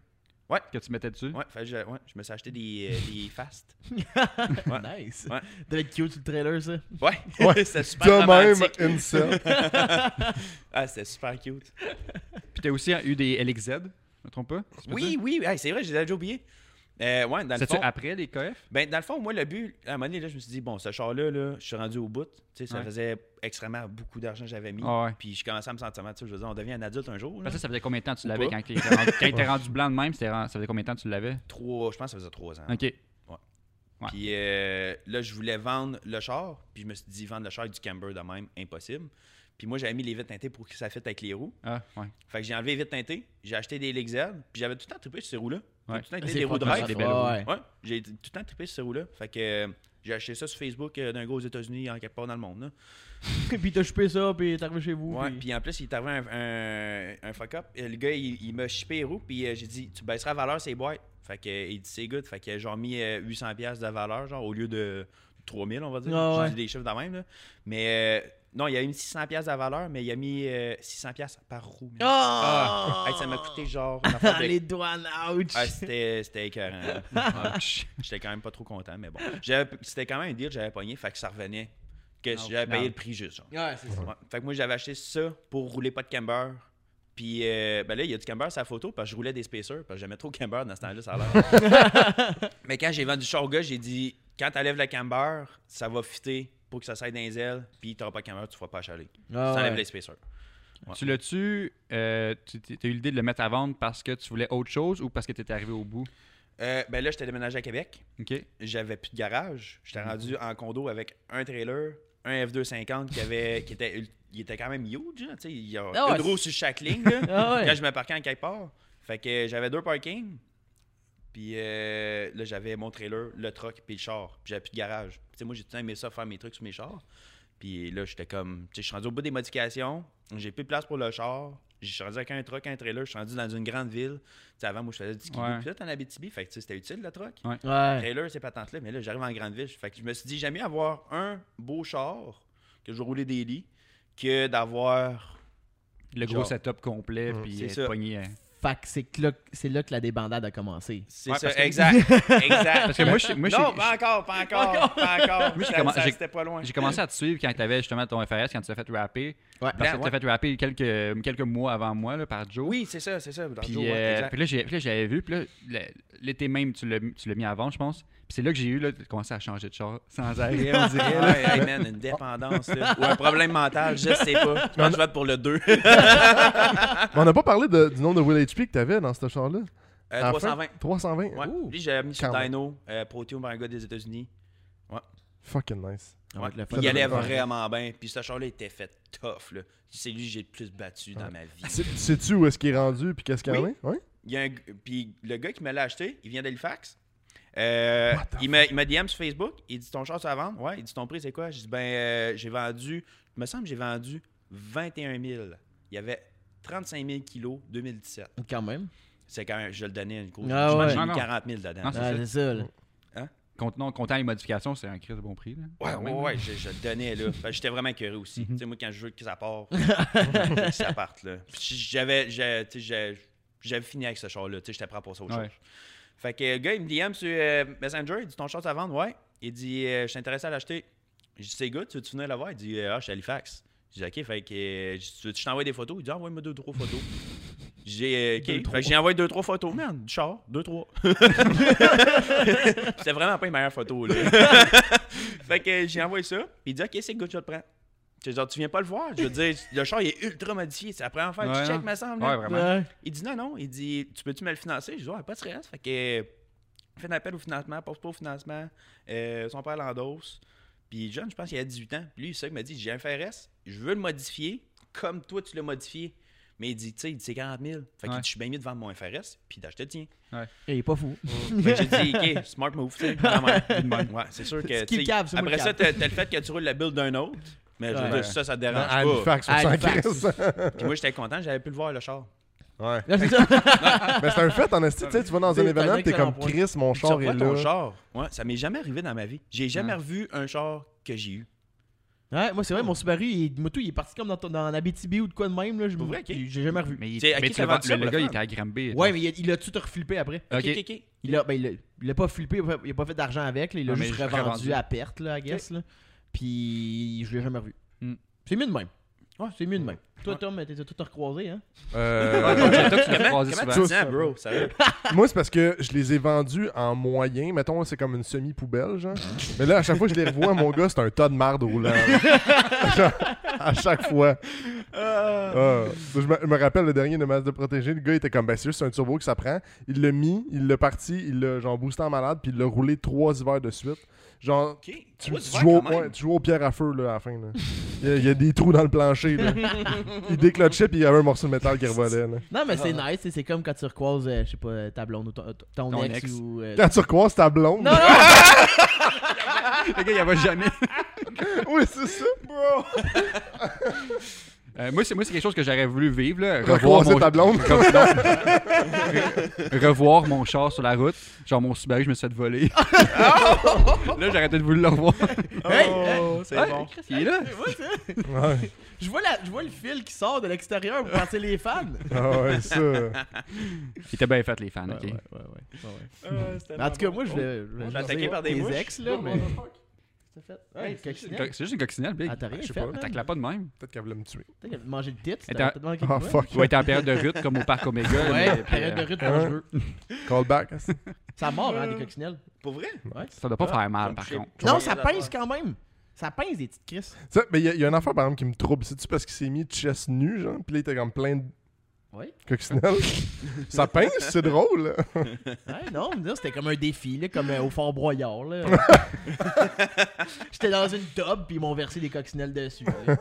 Ouais.
Que tu mettais dessus. Mm.
Ouais, fait que je, ouais, je me suis acheté des, euh, des fast. Ouais.
Nice.
Ouais.
Devait être cute sur le trailer, ça.
Ouais,
Ouais,
c'était super
de
euh,
romantique.
même, incel.
Ah, c'était super cute.
Puis t'as aussi eu des LXZ, je me trompe pas? Tu peux
Oui,
dire?
oui, hey, c'est vrai, j'ai déjà oublié. Euh, ouais, dans le
C'est-tu
fond,
après les KF?
ben, dans le fond, moi, le but, à un moment donné, là, je me suis dit, bon, ce char-là, là, je suis rendu au bout. Tu sais, ça
Ouais.
faisait extrêmement beaucoup d'argent que j'avais mis.
Ah ouais.
Puis je commençais à me sentir mal. tu sais, Je veux dire, on devient un adulte un jour. là.
Parce que ça, ça faisait combien de temps tu l'avais
Ou
quand t'es rendu, quand t'es rendu blanc de même? c'était rend- Ça faisait combien de temps tu l'avais?
Trois, je pense que ça faisait trois ans.
Ok. Ouais.
Puis euh, là, je voulais vendre le char. Puis je me suis dit, vendre le char avec du camber de même, impossible. Puis moi, j'avais mis les vitres teintées pour que ça fitte avec les roues.
Ah, ouais.
Fait que j'ai enlevé les vitres teintées, j'ai acheté des LXL, puis j'avais tout le temps trippé sur ces roues-là. J'ai
Ouais.
tout le temps
C'est
été des roues
propre,
drive.
ça.
des
Ouais,
belles roues.
ouais.
Ouais, j'ai tout le temps trippé sur ces roues-là. Fait que euh, j'ai acheté ça sur Facebook euh, d'un gars aux États-Unis, en quelque part dans le monde. là.
puis t'as chupé ça, puis t'es arrivé chez vous.
Ouais,
puis-
puis en plus, il est arrivé un, un- un fuck-up. Euh, Le gars, il, il m'a chippé les roues, puis euh, j'ai dit, tu baisseras la valeur ces boîtes. Fait que, euh, il dit, c'est good. Fait que j'ai mis euh, 800$ piastres de valeur, genre, au lieu de 3000, on va dire.
Ah
j'ai
ouais.
dit des chiffres de même, là. Mais euh, non, il a mis 600$ piastres de valeur, mais il a mis euh, 600$ piastres par roue. man.
Ah!
Hey, ça m'a coûté genre. une affaire
Ah,
de-
les douanes, ouch!
Ah, c'était c'était écœurant. Ah,
Ah,
Ouais. J'étais quand même pas trop content, mais bon. J'avais- C'était quand même un deal que j'avais pogné, fait que ça revenait. Que
Ah, au
j'avais payé
final.
le prix juste. genre.
Ouais, c'est ça.
Ouais. Fait que moi, j'avais acheté ça pour rouler pas de camber. Puis euh, ben là, il y a du camber sur la photo parce que je roulais des spacers parce que j'aimais trop le camber dans ce temps-là, ça a l'air. Mais quand j'ai vendu le char au gars, j'ai dit quand t'enlèves le camber, ça va fitter pour que ça s'aille dans les ailes, puis t'auras pas de camber, tu feras pas chaler.
Ah,
T'enlèves
ouais.
les spacers. Ouais.
Tu l'as-tu, euh, tu as eu l'idée de le mettre à vendre parce que tu voulais autre chose ou parce que tu étais arrivé au bout?
Euh, ben là, j'étais déménagé à Québec.
Ok.
j'avais plus de garage. J'étais rendu en condo avec un trailer, un F250 qui, avait, qui était, il était quand même huge. Là, tu sais, il y a
Ah ouais,
une roue sur chaque ligne là,
Ah ouais.
quand je me parquais en quelque part. Fait que j'avais deux parkings. Puis euh, là, j'avais mon trailer, le truck, puis le char. Puis j'avais plus de garage. Tu sais, moi, j'ai tout le temps aimé ça, faire mes trucs sur mes chars. Puis là, j'étais comme. Tu sais, je suis rendu au bout des modifications. J'ai plus de place pour le char. Je suis rendu avec un truck, un trailer. Je suis rendu dans une grande ville. Tu sais, avant, moi, je faisais du ski.
Ouais.
Puis là, t'es en Abitibi. Fait que tu sais, c'était utile, le truck
Ouais.
trailer, ces patentes-là, mais là, j'arrive en grande ville. Fait que je me suis dit, j'aime mieux avoir un beau char que je vais rouler des lits que d'avoir.
Le gros
Genre. Mhm.
setup complet,
Mm.
puis
C'est
être
ça.
pogné. hein.
Fait que c'est que là, c'est là que la débandade a commencé.
C'est
Ouais,
ça,
parce que-
exact. exact.
Parce que moi, je- moi, je-
non, bah, pas encore, pas encore, pas encore.
Moi, j'ai
Ça-
commen-
ça,
j'ai-
C'était pas loin.
J'ai commencé à te suivre quand tu avais justement ton FRS, quand tu t'es fait rapper.
Ouais.
Parce que
Blanc,
tu t'es fait rapper quelques, quelques mois avant moi là, par Joe.
Oui, c'est ça, c'est ça. dans
Puis,
le jour, ouais,
euh,
exact.
puis là, j'ai- puis là, j'avais vu, puis là, le- l'été même, tu l'as tu l'as mis avant, je pense. Puis c'est là que j'ai eu, là, de commencer à changer de char sans arrêt, on dirait. là.
Ouais, hey, man, une dépendance là, ou un problème mental, je sais pas. Je pense que je vote pour le Euh, 2.
Mais on n'a pas parlé de- du nombre de Will HP que t'avais dans ce char-là.
Euh,
À la fin,
320.
320.
Ouais.
Ouh,
Lui, j'avais mis sur
Quand même.
Dino, euh, Protium, un gars des États-Unis.
Fucking nice.
Ouais.
Avec le
Puis
fun.
il allait
Ouais.
vraiment bien. Puis ce char-là était fait tough. là. C'est lui que j'ai le plus battu dans ma vie.
C'est- Sais-tu où est-ce qu'il est rendu puis qu'est-ce qu'il y en
Oui.
est? Ouais?
Il y a un g- puis le gars qui me l'a acheté, il vient d'Halifax. Euh,
What the
il m'a il m'a DM sur Facebook. Il dit Ton char, c'est à vendre Ouais. Il dit Ton prix, c'est quoi Je dis Ben, euh, j'ai vendu, il me semble, que j'ai vendu 21 000. Il y avait 35 000 kilos 2017.
Quand même.
C'est quand même, je le donnais une course.
Ah
je pense que
ouais.
j'ai mis
Non, non.
40 000 dedans.
Non,
Ouais,
c'est ça.
c'est ça, là.
Contenant, comptant les modifications, c'est un crise de bon prix. Là.
Ouais,
Quand
ouais,
même, Mhm.
ouais,
là.
je, je le donnais, là. Fait que J'étais vraiment curieux aussi. Tu sais, moi, quand je veux que ça part, je veux que ça parte, là. Puis J'avais, j'ai- tu sais, j'ai- j'avais fini avec ce char-là. Tu sais, j'étais prêt pour ça autre
Ouais.
chose. Fait que le gars, il me DM sur euh, Messenger, il dit Ton char, c'est à vendre, ouais. Il dit euh, Je suis intéressé à l'acheter. Je dis C'est good, tu veux-tu venir le voir Il dit Ah, je suis à Halifax. Je dis Ok, fait que euh, je dis, Tu veux-tu que je t'envoie des photos Il dit Envoie-moi deux, trois photos. J'ai euh, ok.
Deux,
Fait que
trois.
j'ai envoyé deux, trois photos, man, du char, deux, trois. C'était vraiment pas une meilleure photo, là. Fait que j'ai envoyé ça. Puis il dit Ok, c'est good, je le prends. Je dis genre, tu viens pas le voir. Je veux dire, le char il est ultra modifié. C'est la première fois que
Ouais,
tu
non.
check, me semble. là.
Ouais, vraiment.
Il dit non, non. Il dit Tu peux-tu me le financer Je dis Ouais, pas de stress. Fait que fais un appel au financement, passe pas au financement. Euh, son père l'endosse. Puis John, je pense qu'il a 18 ans. Puis lui, c'est ça qu'il m'a dit J'ai un FRS, je veux le modifier comme toi tu l'as modifié. Mais il dit, tu sais, il dit, c'est 40 000. Fait que
Ouais.
je suis bien mieux de vendre mon FRS puis d'acheter le tien.
Et Il est pas fou.
Fait que Ben, j'ai dit, OK, smart move, tu sais. vraiment. Ouais, c'est sûr que.
Ce qui
tu sais,
cave, c'est moi
après
le
ça,
cave.
t'as t'as le fait que tu roules la build d'un autre. Mais je veux
Ouais.
dire, ça, ça te dérange
À
pas.
Halifax, on s'en
Halifax.
crisse.
Puis moi, j'étais content, j'avais pu le voir, le char.
Ouais.
Là, c'est ça.
Mais c'est un fait, en esti, tu sais, tu vas dans un
C'est un
événement, t'es
excellent
comme
point.
Chris, mon
Tu
char
vois
est
ton
là.
char. Ouais, ça m'est jamais arrivé dans ma vie. J'ai jamais
Ouais.
revu un char que j'ai eu.
Ouais, moi, c'est vrai, mon Subaru, il, Moto, il est parti comme dans, ton- dans Abitibi ou de quoi de même, là. Je
Pour vrai, ok.
J'ai jamais revu.
Mais, il-
C'est à
mais
qui
tu
ça
le
va
vends-
dire,
le,
le
le gars, il
fun?
était à Granby.
Ouais, mais il a- il a tout reflippé après.
Ok.
Ok, ok, ok.
Il a, ben, il a, il a pas flippé, il a- il a pas fait d'argent avec, là, il l'a
Non, mais
juste
juste
revendu,
revendu.
à perte, là, I guess. Là. Puis je l'ai jamais revu.
Hmm.
C'est mieux de même.
Ouais.
C'est mieux de même. Toi, Tom, t'es tout recroisé, hein?
Euh,
C'est toi qui l'as
Comment,
croisé
comment
souvent.
tu te
souvent.
sens, bro? Ça va?
Moi, c'est parce que je les ai vendus en moyen. Mettons, c'est comme une semi-poubelle, genre. Mais là, à chaque fois que je les revois, mon gars, c'est un tas de marde roulant. Genre, à chaque fois. Ah. Je, me, je me rappelle le dernier de masse de protégé. Le gars, il était comme, ben, c'est juste un turbo que ça prend. Il l'a mis, il l'a parti, il l'a, genre, boosté en malade, puis il l'a roulé trois hivers de suite. Genre,
Ok.
tu,
Ouais,
tu
vois
joues au,
quand même.
ouais, tu joues aux pierres à feu, là, à la fin, là. Il y, a, il y a des trous dans le plancher, là. Il déclenchait, puis il y avait un morceau de métal qui revolait, là.
Non, mais c'est nice, c'est- c'est comme quand tu recroises, euh, je sais pas, ta blonde ou ton, ton
Ton
ex,
ex.
ou. euh,
Quand tu recroises ta blonde.
Non, non!
Le gars, il y va jamais.
Oui, c'est ça, bro.
Euh, moi, c'est moi, c'est quelque chose que j'aurais voulu vivre. Là. Revoir,
Recroiser
mon...
ta blonde.
revoir mon char sur la route. Genre, mon Subaru, je me suis fait voler. là, j'aurais peut-être voulu le revoir.
Oh, c'est
Ouais,
bon.
Il est là.
Ouais.
Je vois, la, je vois le fil qui sort de l'extérieur pour passer les fans.
Ah ouais, ça.
Il était bien fait, les fans. ok.
Ouais, ouais, ouais, ouais, ouais.
Ah,
Mais En tout cas, moi, je voulais. je voulais
je l'ai
jaser
attaqué par des
tes
mouches.
ex, là, mais. T'as fait. Ouais,
Hey, c'est juste
coccinelle.
Co- C'est juste une coccinelle, Big.
Ah, t'as rien
Je sais
fait,
pas.
man.
T'as la pas de même.
Peut-être qu'elle voulait me tuer.
T'as qu'à manger le titre,
Attends.
t'as t'as manqué de
Ah
quoi?
fuck.
Tu vas être en période de rute comme au parc Omega. mais-
Ouais,
puis,
période de
euh,
rite
hein.
dangereux.
Call back. ah,
Ça mord, hein, des coccinelles.
Pour vrai?
Ouais.
Ça doit pas faire mal,
me
par
toucher.
contre.
Non,
Ouais.
ça pince quand même. Ça pince des petites crises.
Ça, mais il y, a- il y a un enfant par exemple qui me trouble. C'est-tu parce qu'il s'est mis chest nu, genre? Puis là, il était comme plein de
Oui.
Coccinelle. ça pince, c'est drôle. là.
Ouais, non, mais là, c'était comme un défi, là, comme euh, au Fort Broyard. là. J'étais dans une tub, puis ils m'ont versé des coccinelles dessus. là.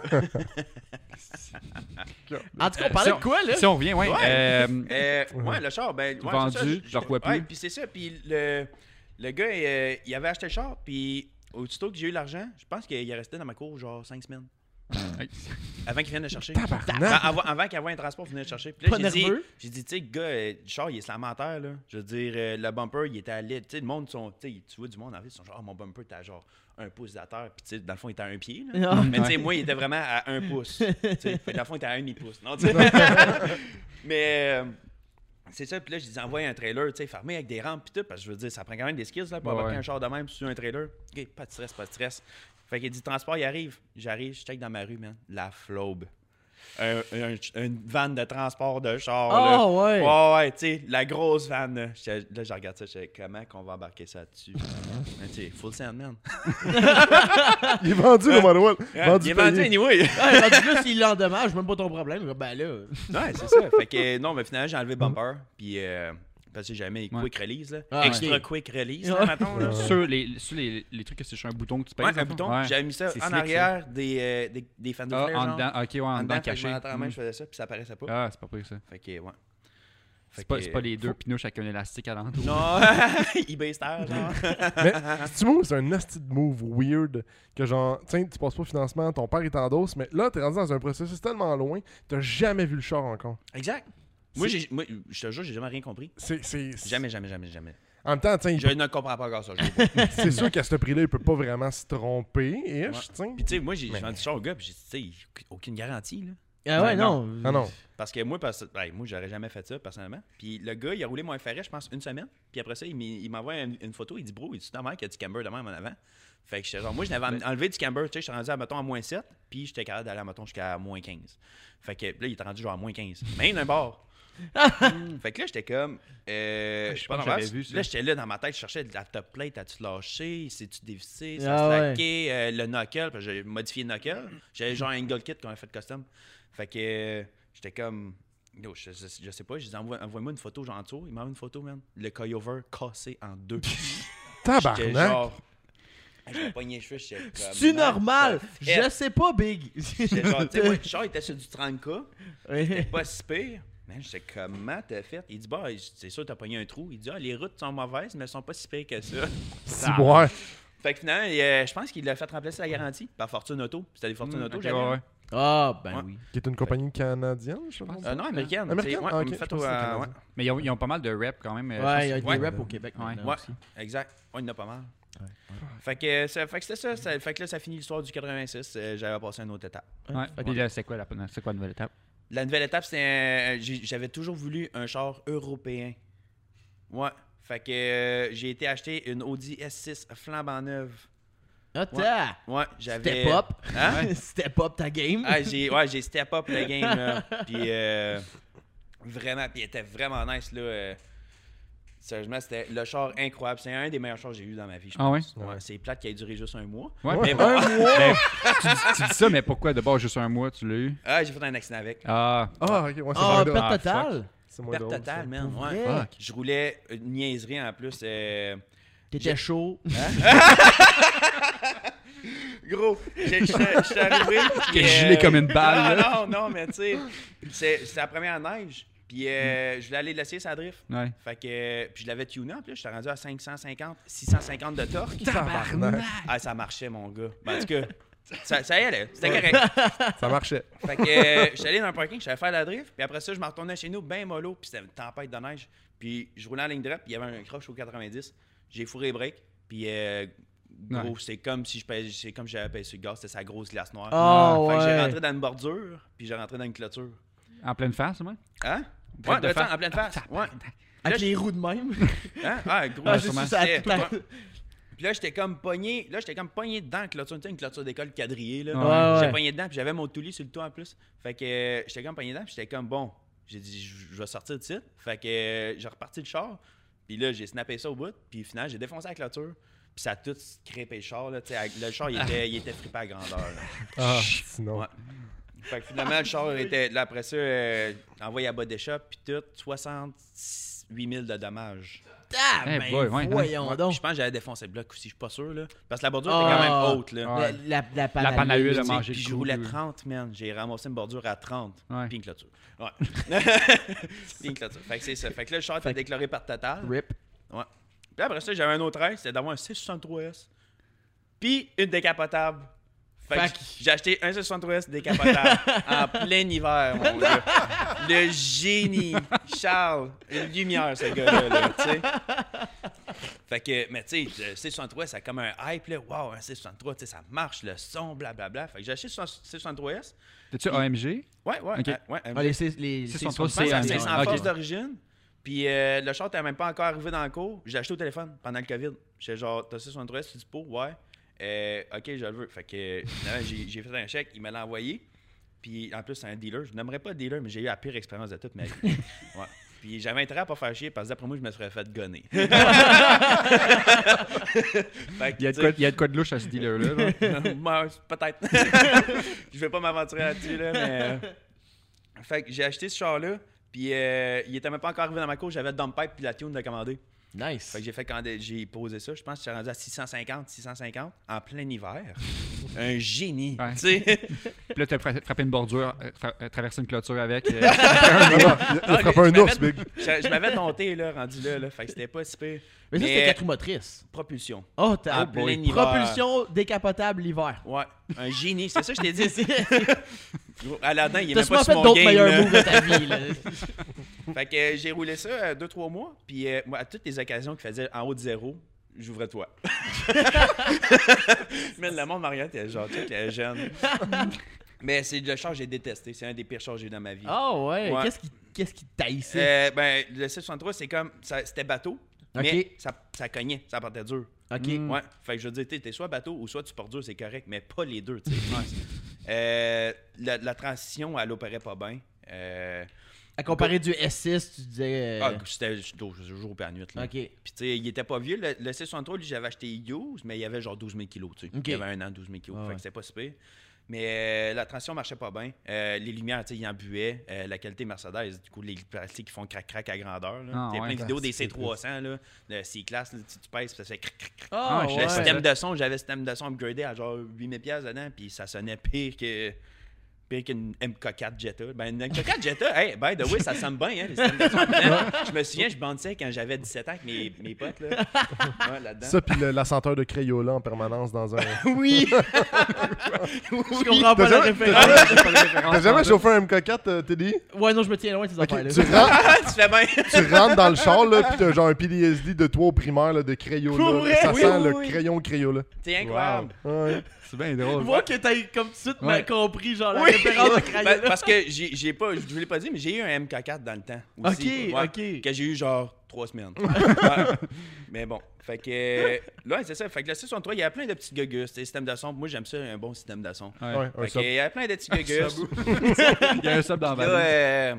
en tout cas, on parlait
si on-
de quoi, là?
Si on revient, ouais.
Ouais.
euh,
Euh, ouais, le char, ben. ouais,
Vendu,
c'est ça,
je le revois plus.
Ouais, puis c'est ça. Puis le, le gars, euh, il avait acheté le char, puis aussitôt que j'ai eu l'argent, je pense qu'il est resté dans ma cour genre cinq semaines.
hey,
Avant qu'il vienne le chercher.
Tabarnak.
Ah, avant avant qu'il y ait un transport pour venir le chercher. Puis là,
Pas
j'ai dit,
nerveux?
j'ai dit, tu sais, gars, euh, le char, il est slammenteur, là. Je veux dire, euh, le bumper, il était à l'aide. Tu sais, le monde, sont, tu sais, tu vois du monde en ville, ils sont genre, Ah, mon bumper, t'as genre un pouce à terre. Puis, tu sais, dans le fond, il était à un pied, là.
Ah.
mm, Mais tu sais, moi, il était vraiment à un pouce. tu sais. Fait que dans le fond, il était à un demi-pouce. Non, tu sais. Mais. euh, c'est ça, puis là, je dis envoie un trailer, tu sais, fermé avec des rampes, puis tout, parce que je veux dire, ça prend quand même des skills, là, pour
Ouais,
avoir
ouais.
un char de même sur un trailer. OK, pas de stress, pas de stress. Fait qu'il dit transport, il arrive. J'arrive, je check dans ma rue, man. La flobe. Un- un- une vanne de transport de char. oh, là.
Ah, ouais.
Ouais, ouais, tu sais, la grosse vanne. Là, J'étais- là, je regarde ça, je sais comment qu'on va embarquer ça dessus. Mais tu sais, full sand, man.
Il est vendu, le manuel. Vendu
il est vendu
payé.
anyway.
Ouais, rendu là, s'il l'endommage, même pas ton problème. Ben là,
Ouais, c'est ça. Fait que euh, non, mais finalement, j'ai enlevé Bumper. Puis, euh, parce que j'ai jamais
Ouais.
quick release. Là.
Ah,
Extra
ouais.
quick release, là,
Ouais.
mettons. Là.
sur les, sur les, les trucs que c'est sur un bouton que tu
Ouais,
pèses.
un
dans le fond?
bouton.
Ouais.
J'avais mis ça en
C'est slick,
arrière des, euh, des, des fans de
Ah,
flare,
en
genre.
dedans, ok, ouais, en,
En
dedans,
fait que je
caché.
me mettais en main,
Mm.
je faisais ça, puis ça apparaissait pas.
Ah, c'est pas pire ça.
Fait que, ouais. Fait
C'est pas,
que- euh,
c'est pas les deux pinouches avec un élastique à l'entour.
Non, eBay Star, genre.
Mais c'est-tu move, c'est un asti de move weird que genre, tiens, tu passes pas au financement, ton père est en dos, mais là, t'es rendu dans un processus tellement loin, t'as jamais vu le char encore.
Exact. Moi, j'ai- moi, je te jure, j'ai jamais rien compris.
C'est, c'est, c'est-
Jamais, jamais, jamais, jamais.
En même temps, tiens, il-
Je ne comprends pas encore ça. je le vois.
c'est sûr qu'à ce prix-là, il peut pas vraiment se tromper, et
Ouais.
tiens.
Puis, tu sais, moi, j'ai j'ai
Mais-
vendu ça au gars, puis j'ai dit, tu sais, aucune garantie, là.
ah ouais,
Ben
non.
non.
Ah non.
Parce que moi, parce, ben, moi j'aurais jamais fait ça personnellement. Puis le gars, il a roulé mon FRS, je pense, une semaine. Puis après ça, il m'y- il m'envoie une, une photo. Il dit, bro, il dit, ta mère qu'il y a du camber de même en avant. Fait que j'étais genre, moi, je l'avais en- enlevé du camber. Tu sais, je suis rendu à, mettons, à moins 7. Puis j'étais capable d'aller, à, mettons, jusqu'à moins 15. Fait que là, il est rendu genre à moins 15. Même un bar. Mm. fait que là, j'étais comme. euh,
Ah, Je
je sais
pense
pas
que
j'avais
j'avais vu ça.
Là, j'étais là dans ma tête, je cherchais de la top plate, as-tu lâché C'est-tu dévissé Ça
Ah
se
ouais.
laquait? Euh, Le knuckle, parce que j'ai modifié le knuckle. J'avais genre un angle kit qu'on a fait custom. Fait que euh, j'étais comme. Yo, je, je- je sais pas, je dis envoie- envoie-moi une photo, genre en dessous. Il m'a envoyé une photo, man. Le coyover cassé en deux. J'étais
Tabarnak.
genre. J'ai pogné les cheveux, j'étais comme.
C'est normal.
What the
Je
heck?
sais pas, Big.
J'étais genre, tu sais, moi, le char était sur du 30K
Ouais.
pas si pire. Man, je sais comment t'as fait. Il dit, bah, c'est sûr, t'as pogné un trou. Il dit, ah, les routes sont mauvaises, mais elles sont pas si pires que ça.
Si, ouais.
fait que finalement, il, euh, je pense qu'il l'a fait remplacer la garantie par Fortune Auto. C'était des Fortune
Mm,
Auto,
ok,
j'avais.
ouais, ouais.
Ah, ben
Ouais.
oui.
Qui est une compagnie canadienne, je pense.
pense.
Euh, non, américaine.
Américaine?
C'est- ouais,
Ah,
on
ok,
me
je
fait
pensais
au-
que c'était
euh,
canadien.
ouais.
Mais ils ont, ils ont pas mal de rap quand même. euh, je pense
Ouais, il y a
que-
des
ouais.
rap au Québec.
Ouais.
maintenant
Ouais,
aussi.
exact. On en a pas mal. Fait que, euh, ça- fait que c'était ça, ça- Fait que là, ça finit l'histoire du 86. euh, J'avais passé une autre étape.
Ouais. Puis là, c'est quoi la c'est quoi la nouvelle étape?
La nouvelle étape, c'est un- j'ai- j'avais toujours voulu un char européen. Ouais. Fait que euh, j'ai été acheter une Audi S6 flambant neuve.
Attends.
Ouais,
Ah,
j'avais.
Step up.
Hein?
Step up ta game.
Ah, j'ai, ouais, j'ai step up le game, là. Puis, euh, vraiment, puis il était vraiment nice, là. euh. sérieusement, c'était le char incroyable. C'est un des meilleurs chars que j'ai eu dans ma vie, je
Ah ouais?
pense. Ouais, c'est plate qui a duré juste un mois.
Ouais,
Ouais.
mais bon. Ben, tu, dis- tu dis ça, mais pourquoi de bord juste un mois, tu l'as eu?
Ah, j'ai fait un accident avec.
Ah,
Ah, ok, ouais, c'est
Ah,
moins drôle.
perte totale.
C'est moins
Perte
drôle, ça.
totale, man. Ouais.
vrai?
Fuck. Je roulais une niaiserie en plus. euh,
T'étais chaud.
Gros, j'ai- j'étais j'étais arrivé. puis, euh,
T'es gelé comme une balle,
Non, non, non, mais tu sais, c'est c'était la première neige. Puis euh, je voulais aller l'essayer sa drift.
ouais.
Fait que, puis je l'avais tuné en plus, j'étais rendu à 550, 650 de torque.
Tabarnak.
Ah, ça marchait, mon gars. Ben, en tout cas, ça, ça y allait, c'était correct.
Ça marchait.
Fait que euh, j'étais allé dans le parking, j'allais faire la drift, puis après ça, je me retournais chez nous, ben mollo, puis c'était une tempête de neige. Puis je roulais en ligne droite, puis il y avait un crush au 90. J'ai fourré les breaks, puis euh, gros,
Ouais.
c'est comme si je pèse- c'est comme si j'avais payé sur le gaz, c'était sa grosse glace noire.
Ah,
fait que j'ai
ouais.
rentré dans une bordure, puis j'ai rentré dans une clôture.
En pleine face, moi?
Hein?
Pleine
Ouais,
de
de
face.
temps, en
Ah,
pleine face. Ouais.
Avec
Là,
les roues de même.
Hein? Ah, gros,
Ah,
c'est-
sûrement.
ça a
c'est-
tout la-
ouais. Puis là, j'étais comme pogné. Là, j'étais comme pogné dedans, la clôture. Tu sais, une clôture d'école quadrillée, là.
Ouais,
j'étais
ouais.
pogné dedans, puis j'avais mon toulis sur le toit en plus. Fait que euh, j'étais comme pogné dedans, puis j'étais comme bon. J'ai dit, je je vais sortir de site. Fait que euh, j'ai reparti le char. Puis là, j'ai snappé ça au bout. Puis finalement, j'ai défoncé la clôture. Puis ça a tout crépé le char, là. Tu sais, le char, il était, il était frippé à grandeur, là.
Ah, sinon.
Ouais. Fait que finalement, le char était. Là, après ça, euh, envoyé à Body Shop, puis tout, 68 000 de dommages.
Ah,
Eh
ben,
boy, ouais,
voyons
Ouais,
donc.
Je pense que j'avais défoncé le bloc aussi, je suis pas sûr, là. Parce que la bordure
Ah.
était quand même haute, là.
La,
Ah,
la, la panne
La panne à huile,
Tu sais,
manger le
Puis je
coup,
roulais
puis-
30, man. J'ai ramassé une bordure à 30.
Ouais.
Puis une clôture. Ouais. puis une clôture. Fait que c'est ça. Fait que là, le char était
Fait que-
déclaré par Total.
Rip.
Ouais. Puis après ça, j'avais un autre rêve, c'était d'avoir un 663S. Puis une décapotable. Fait que
Fait que-
j'ai acheté un 663S décapotable en plein hiver, mon gars. Le génie, Charles, une lumière, ce gars-là, là, tu sais. Fait que, mais tu sais, le 663S, ça a comme un hype, là. Wow, un 663, tu sais, ça marche, le son, blablabla. Fait que j'ai acheté le 663S.
T'es-tu AMG?
Ouais, ouais,
Ok.
euh, ouais. euh,
Ah, les, les, les,
C'est
les
son tour,
je pense que
un-
c'est
un-
sans
ok.
force d'origine. Puis euh, le char n'était même pas encore arrivé dans le cours. J'ai acheté au téléphone pendant le COVID. J'étais genre, t'as 663, tu dis pour? Ouais. Euh, ok, je le veux. Fait que euh, finalement, j'ai j'ai fait un chèque, il me l'a envoyé. Puis en plus, c'est un dealer. Je n'aimerais pas dealer, mais j'ai eu la pire expérience de toute ma vie. Ouais. Puis j'avais intérêt à pas faire chier parce que d'après moi, je me serais fait gonner. Fait que,
Il y, a de quoi, il y a de quoi de louche à ce dealer-là. là.
Ouais, Peut-être. je vais pas m'aventurer là-dessus, là, mais. euh, Fait que j'ai acheté ce char-là, puis euh, il était même pas encore arrivé dans ma cour, j'avais le dump pipe puis la tune de commander.
Nice.
Fait que j'ai fait quand j'ai posé ça, je pense que j'étais rendu à 650, 650 en plein hiver. Un génie.
Ouais.
Tu sais,
Puis là, t'as fra- frappé une bordure, euh, fra- euh, traversé une clôture avec. euh,
Ah, Il a frappé
mais
un
Ah, je
ours,
m'avais-
Big.
je je m'avais dompté là, rendu là, là, fait que c'était pas si pire.
mais ça,
mais- Ah,
c'était 4 roues motrices.
Propulsion.
Oh, t'as
En plein hiver.
propulsion décapotable l'hiver.
Ouais, un génie, c'est ça que je t'ai dit.
T'as
Gros, Aladdin, il est même
sûrement
pas sur
fait
mon
d'autres
game.
meilleurs
là.
moves de ta vie. Là.
Fait que euh, j'ai roulé ça euh, deux, trois mois. Puis euh, moi, à toutes les occasions qu'il faisait en haut de zéro, j'ouvrais toi. Mais le monde Marianne était genre, check le jeune. Mais c'est le char que j'ai détesté. C'est un des pires chars que j'ai eu dans ma vie.
Ah ouais,
Ouais.
qu'est-ce qui, qu'est-ce qui taillissait?
Euh, ben, le 663, c'est comme, ça- c'était bateau.
Ok.
Mais ça, ça cognait, ça partait dur.
ok.
Ouais. Fait que je veux dire, t'es- t'es soit bateau ou soit tu portes dur, c'est correct, mais pas les deux, tu sais. Euh, la, la transition, elle opérait pas bien. Euh,
À comparer du S6, tu disais. euh,
ah, c'était jour et nuit. Là.
ok.
Puis, tu sais, il était pas vieux. Le, le 663, lui, j'avais acheté 12, mais il avait genre 12 000 kilos, tu sais.
Ok.
Il avait un an, 12 000 kilos.
Ah
fait
ouais.
que c'était pas si pire. Mais euh, la transition marchait pas bien. Euh, les lumières, tu sais, ils embuaient. Euh, la qualité Mercedes, du coup, les plastiques qui font crac-crac à grandeur. Là.
Ah
il y a
ouais.
plein de vidéos des
Ah, c'est
C300, là, de C-Class, là, tu, tu pèses, puis ça fait crac-crac.
Ah,
Ah,
ouais.
je
Le
laisse
système
ça.
de son, j'avais le système de son upgradé à genre 8000 pièces dedans, puis ça sonnait pire que pire qu'une MK4 Jetta. Ben une MK4 Jetta, hey, by the way, ça sonne bien hein, le système de son dedans. Je me souviens, je bandissais quand j'avais 17 ans avec mes, mes potes là. Ouais, là-dedans.
Ça, puis le- la senteur de Crayola en permanence dans un.
Oui! Je comprends pas
T'as
la
jamais-
Ah
référence.
T'as jamais chauffé un MK4, euh, Teddy
Ouais, non, je me tiens loin de ces
Ok,
affaires-là.
tu, rentres,
Ah, tu fais bien.
tu rentres dans le char, là, pis t'as genre un PDSD de toi au primaire là, de
Pour
Crayola.
vrai?
Ça
Oui,
sent
oui,
le
oui.
crayon Crayola.
T'es incroyable.
Ouais.
C'est bien drôle.
Moi que t'as comme tout de suite mal
Ouais.
compris, genre la
Oui.
référence de
Ben,
Crayola.
parce que j'ai j'ai pas, je vous l'ai pas dit, mais j'ai eu un MK4 dans le temps. Aussi,
Ok, ok.
Que j'ai eu genre trois semaines. Ouais. Mais bon, fait que. euh, Là, c'est ça. Fait que le 663, il y a plein de petits gogus, des systèmes de son. Moi, j'aime ça, un bon système de son.
Ouais.
Ouais, un
Fait que,
sub.
il y a plein de petits gogus.
Il y a un sub dans la
Là,
valise.
euh,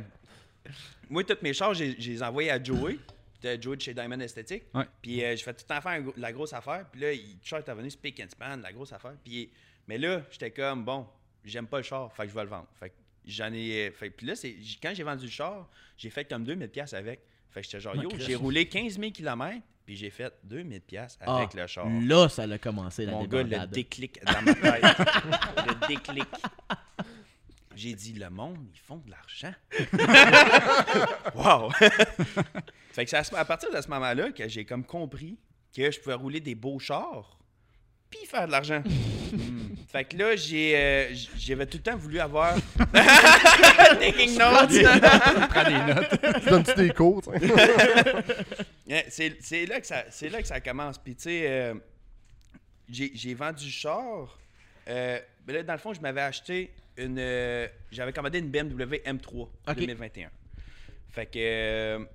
moi, toutes mes charges, je les ai envoyées à Joey. C'était Joey de chez Diamond Aesthetic.
Ouais.
Puis euh, je fais tout le temps faire un gros- la grosse affaire. Puis là, il- le char est revenu speak and span, la grosse affaire. Puis, mais là, j'étais comme, bon, j'aime pas le char, fait que je vais le vendre. Fait que j'en ai. euh, Fait que- puis là, c'est- j- quand j'ai vendu le char, j'ai fait comme 2000$ piastres avec. Fait que j'étais genre, yo, j'ai roulé 15 000 km, puis j'ai fait 2000$ piastres avec
Ah,
le char.
Là, ça a commencé la
Mon gars, le
débandade.
déclic dans ma tête. le déclic. J'ai dit, le monde, ils font de l'argent. wow! fait que c'est à, ce- à partir de ce moment-là que j'ai comme compris que je pouvais rouler des beaux chars puis faire de l'argent. Hmm. Fait que là, j'ai, euh, j- j'avais tout le temps voulu avoir... Taking notes!
Prends des notes.
Tu donnes-tu des cours, tu sais?
Ouais, c'est c'est là que ça c'est là que ça commence puis tu sais euh, j'ai j'ai vendu le char euh, mais là dans le fond je m'avais acheté une euh, j'avais commandé une BMW M3
Ok.
2021 fait que euh,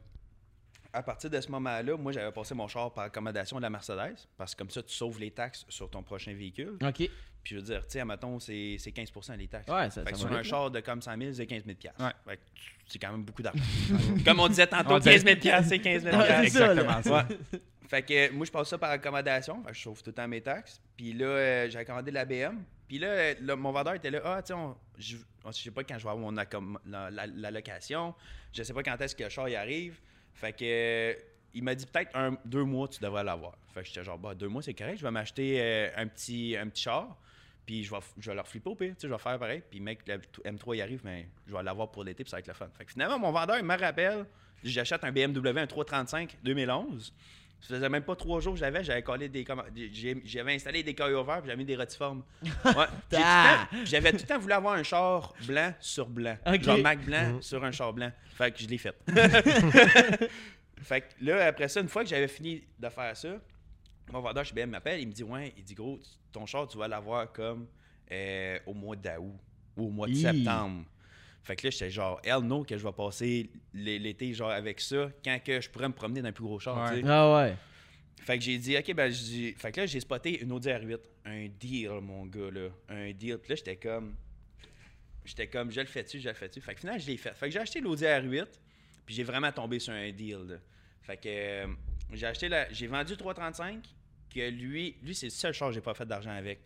à partir de ce moment-là moi j'avais passé mon char par recommandation de la Mercedes parce que comme ça tu sauves les taxes sur ton prochain véhicule
Ok.
puis je veux dire, tu sais, mettons, c'est c'est 15 les taxes.
Ouais, ça- ça
fait que
va
sur
vite,
un
là.
char de comme 100 000, c'est 15 000
Ouais.
Fait que c'est quand même beaucoup d'argent. comme on disait tantôt,
On dirait-
15 000 c'est 15 000
Ah, c'est ça, là.
Exactement ça.
Ouais. Fait que euh, moi, je passe ça par accommodation. Fait que je sauve tout le temps mes taxes. Puis là, euh, j'ai commandé de la BM. Puis là, le- mon vendeur était là, ah, tu sais, on- je on- je sais pas quand je vais avoir mon accom- la, la- la location, je sais pas quand est-ce que le char y arrive. Fait que, euh, il m'a dit peut-être un, deux mois, tu devrais l'avoir. Fait que j'étais genre, bah, deux mois, c'est correct, je vais m'acheter euh, un, petit, un petit char, puis je vais, f- je vais leur flipper au pire, tu sais, je vais faire pareil. Puis mec, le M3 y arrive, mais je vais l'avoir pour l'été, puis ça va être le fun. Fait que finalement, mon vendeur, il me rappelle, j'achète un BMW, un 335 2011. Ça faisait même pas trois jours que j'avais, j'avais collé des comm- des- j'ai- j'avais installé des cailloux verts, puis j'avais mis des rotiformes. Ouais. J'ai tout le temps- J'avais tout le temps voulu avoir un char blanc sur blanc.
Ok.
Genre Mac blanc sur un char blanc. Fait que je l'ai fait. fait que là, après ça, une fois que j'avais fini de faire ça, mon vendeur chez BM m'appelle, il me dit Ouais, il dit gros, ton char, tu vas l'avoir comme euh, au mois d'août ou au mois de
Hi.
septembre. Fait que là, j'étais genre, hell no, que je vais passer l- l'été genre avec ça quand que je pourrais me promener dans un plus gros char.
Ouais.
tu sais.
Ah ouais.
Fait que j'ai dit, OK, ben, je dis- Fait que là, j'ai spoté une Audi R8. Un deal, mon gars, là. Un deal. Puis là, j'étais comme. J'étais comme, je le fais-tu, je le fais-tu. Fait que finalement, je l'ai fait. Fait que j'ai acheté l'Audi R8, puis j'ai vraiment tombé sur un deal, là. Fait que euh, j'ai acheté la. J'ai vendu 335, que lui, lui c'est le seul char que j'ai pas fait d'argent avec.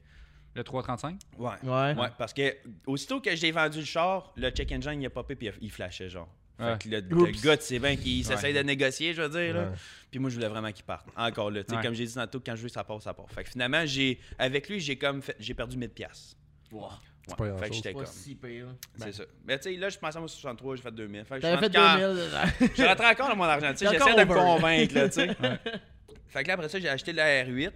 Le 335?
Ouais.
Ouais.
Ouais, parce que aussitôt que j'ai vendu le char, le check engine, il a popé puis il a- il flashait, genre. Fait
Ouais.
que le, le
Oups.
gars, tu sais bien qu'il
Ouais.
s'essaye de négocier, je veux dire. là.
Ouais.
Puis moi, je voulais vraiment qu'il parte. Encore là. tu sais
Ouais.
Comme j'ai dit tantôt, quand je veux, ça part, ça part. Fait que finalement, j'ai avec lui, j'ai comme fait- j'ai perdu 1000$. pièces
C'est pas
Fait que
grand-chose.
j'étais comme.
Pas si pire.
C'est
Ben.
ça. Mais tu sais, là, je pensais à mon 63, j'ai fait 2000. Fait que je
T'avais fait
rentre quand-
2000.
je rentrais encore dans mon argent. tu sais,
T'es
J'essaie de
encore
me
over.
convaincre. Là, tu sais. Fait que là, après ça, j'ai acheté la R8.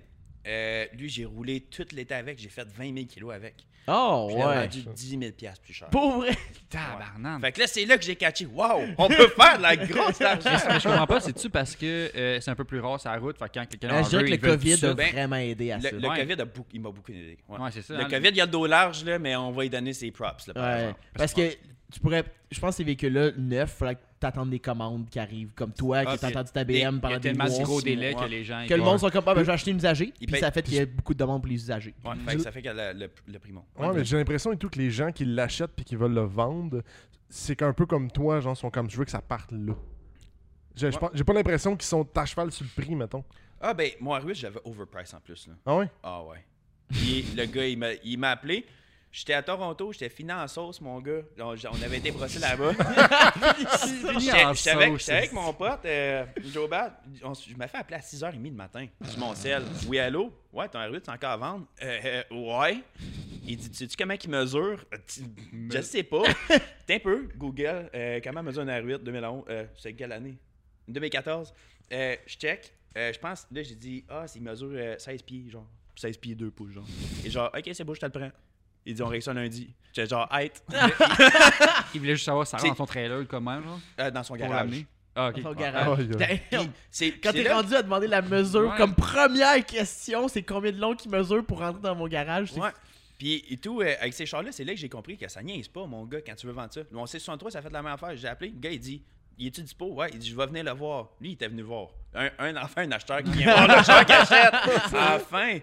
Euh, lui, j'ai roulé tout l'été avec. J'ai fait 20 000 kilos avec.
Oh
Je l'ai
ouais.
vendu 10 000 piastres plus cher.
Pour vrai.
Tabarnane!
Fait que là, c'est là que j'ai catché. Wow, on peut faire de la grosse
Mais
argent.
mais je comprends pas, c'est-tu parce que euh, c'est un peu plus rare sur la route, fait que quand quelqu'un en
je dirais
veut,
que le
ils veulent tout
COVID
ça.
a
ben,
vraiment aidé à
Le,
ça.
le
Ouais.
COVID, a beaucoup- il m'a beaucoup aidé. Ouais.
Ouais, c'est ça,
Le
hein.
COVID, il y a le dos large, là, mais on va y donner ses props. Là, par
Ouais.
exemple.
Parce que tu pourrais. Je pense que ces véhicules-là, neufs, faudrait que t'attendes des commandes qui arrivent, comme toi,
Ah,
qui t'as
c'est-
entendu ta
Il y a
BM pendant des
tellement
mois.
de gros
six
délais
mois.
que les gens...
mois, Que le monde soit comme, ah, ben, je vais acheter une usagée. Puis
Il paye-
ça fait qu'il y a beaucoup de demandes pour les usagers.
Ouais, fait que ça fait que le, le, le prix monte.
Ouais, mais j'ai l'impression et tout que les gens qui l'achètent puis qui veulent le vendre, c'est qu'un peu comme toi, genre, sont comme je veux que ça parte là. J'ai je
Ouais.
pense- j'ai pas l'impression qu'ils sont à cheval sur le prix, mettons.
Ah, ben, mon R8, j'avais overprice en plus. Là.
Ah ouais?
Ah, ouais. Puis le gars, il m'a- il m'a appelé. J'étais à Toronto, j'étais fini en sauce, mon gars. On, on avait été brossé là-bas. J'étais
en
j'étais avec,
sauce,
j'étais avec
c'est-
mon pote, euh, Joe Bad. On s- je me fais appeler à 6h30 le matin. Sur mon sel. Oui, allô? Ouais, ton R8, c'est encore à vendre? Euh, euh, ouais. Il dit, sais-tu comment il mesure? Euh, tu- Je sais pas. T'es un peu, Google, euh, comment mesure un R8 2011? Euh, c'est quelle année? 2014. Euh, je check. Euh, je pense, là, j'ai dit, ah, c'est- il mesure euh, 16 pieds, genre. 16 pieds 2 pouces, genre. Et genre, OK, c'est beau, je te le prends. Il dit, on règle ça lundi. J'étais genre, hate.
Il voulait juste savoir si ça rentre
C'est-
dans son trailer ou comment, genre,
Euh, dans son
pour
garage.
l'amener. Ah, ok.
Dans ton
Ouais.
Ah
garage.
ouais, ouais.
Damn.
C'est-
Quand
c'est
t'es
là-
rendu à demander la mesure,
Ouais.
comme première question, c'est combien de long qu'il mesure pour rentrer dans mon garage? c'est-
Ouais. Puis et tout, euh, avec ces chars-là, c'est là que j'ai compris que ça niaise pas, mon gars, quand tu veux vendre ça. Mon C63, ça a fait la même affaire. J'ai appelé, le gars, il dit Il est-tu dispo Ouais, il dit Je vais venir le voir. Lui, il était venu le voir. Un, un enfant, un acheteur qui vient voir le char qu'il achète. Enfin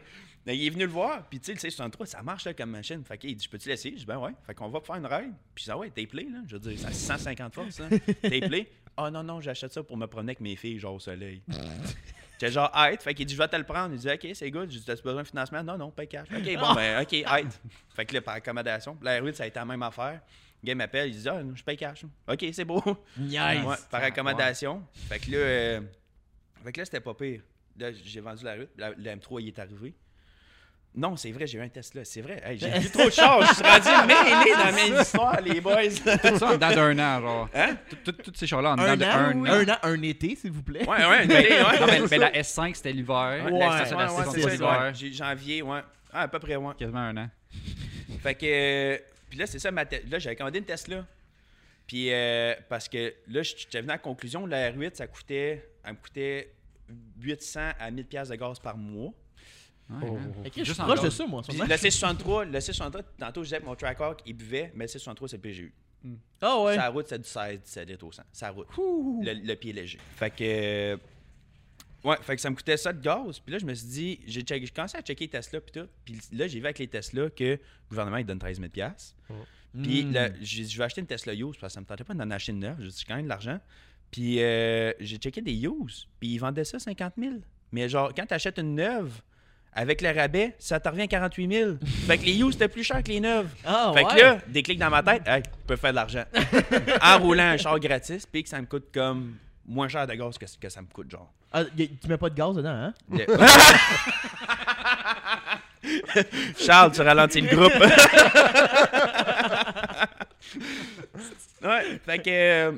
Mais il est venu le voir, puis tu sais, le C63, ça marche là, comme machine. Fait qu'il dit Je peux-tu l'essayer Je dis Ben ouais. Fait qu'on va faire une ride. Puis ça, ouais, t'es play, là. Je veux dire, ça a 150 forces, hein. T'es play. Ah non, non, j'achète ça pour me promener avec mes filles, genre au soleil. J'étais genre, hâte. Fait qu'il dit, je vais te le prendre. Il dit, OK, c'est good. J'ai dit, t'as besoin de financement? Non, non, pas cash. OK, bon, ben, OK, hâte. Fait que là, par accommodation, la R8, ça a été la même affaire. Le gars m'appelle, il dit, ah, je paye cash. OK, c'est beau.
Nice.
Ouais, par accommodation. Fait que là, euh, fait que là c'était pas pire. Là, j'ai vendu la R8. La, la M3, il est arrivé. Non, c'est vrai, j'ai eu un test là. C'est vrai. Hey, j'ai vu trop de charges. Je suis rendu mêlé dans mes histoires, les boys.
Tout ça en dedans d'un an, genre.
Hein?
Tout- tout- Tous ces chars-là en dedans
Un, an,
d'un
oui.
an.
un an, un été, s'il vous plaît.
Ouais, ouais, ouais.
Non, mais, mais la S5, c'était l'hiver.
Ouais,
Ouais,
la station
ouais,
d'assistance,
ouais,
c'est
c'est
ça,
ça.
ouais. J'ai- Janvier, ouais. Ah, à peu près, ouais.
Quasiment un an.
Fait que. euh, Puis là, c'est ça, ma te- là, j'avais commandé une Tesla. Puis euh, parce que là, je- j'étais venu à la conclusion, la R8, ça coûtait. Elle me coûtait 800 à 1000 pièces de gaz par mois.
Ouais,
Oh.
man.
Ok, je suis
Juste en
proche de
gaz.
ça, moi. en ce
Puis
moment.
le C63, le C63, tantôt, je disais que mon tracker, il buvait, mais le C63, c'est le PGU.
Ah ouais.
Sa route, c'est du 16, 17 litres au 100. Sa route.
Ouh.
Le, le pied léger. Fait que. euh, Ouais, fait que ça me coûtait ça de gaz. Puis là, je me suis dit, j'ai check- j'ai commencé à checker les Tesla puis tout. Puis là, j'ai vu avec les Tesla que le gouvernement, il donne 13 000 Puis
Mm.
là, j'ai dit, je vais acheter une Tesla used parce que ça me tentait pas d'en acheter une neuve. J'ai dit, j'ai quand même de l'argent. Puis euh, j'ai checké des used. Puis ils vendaient ça 50 000 Mais genre, quand tu achètes une neuve, Avec le rabais, ça te revient à 48 000. Fait que les used, c'était plus cher que les neuves.
Ah,
Fait
ouais.
que là, des clics dans ma tête, hey, je peux faire de l'argent. en roulant un char gratis, puis que ça me coûte comme moins cher de gaz que ce que ça me coûte, genre.
Ah, y a- tu mets pas de gaz dedans, hein?
Le- Charles, tu ralentis le groupe. ouais, fait que. euh,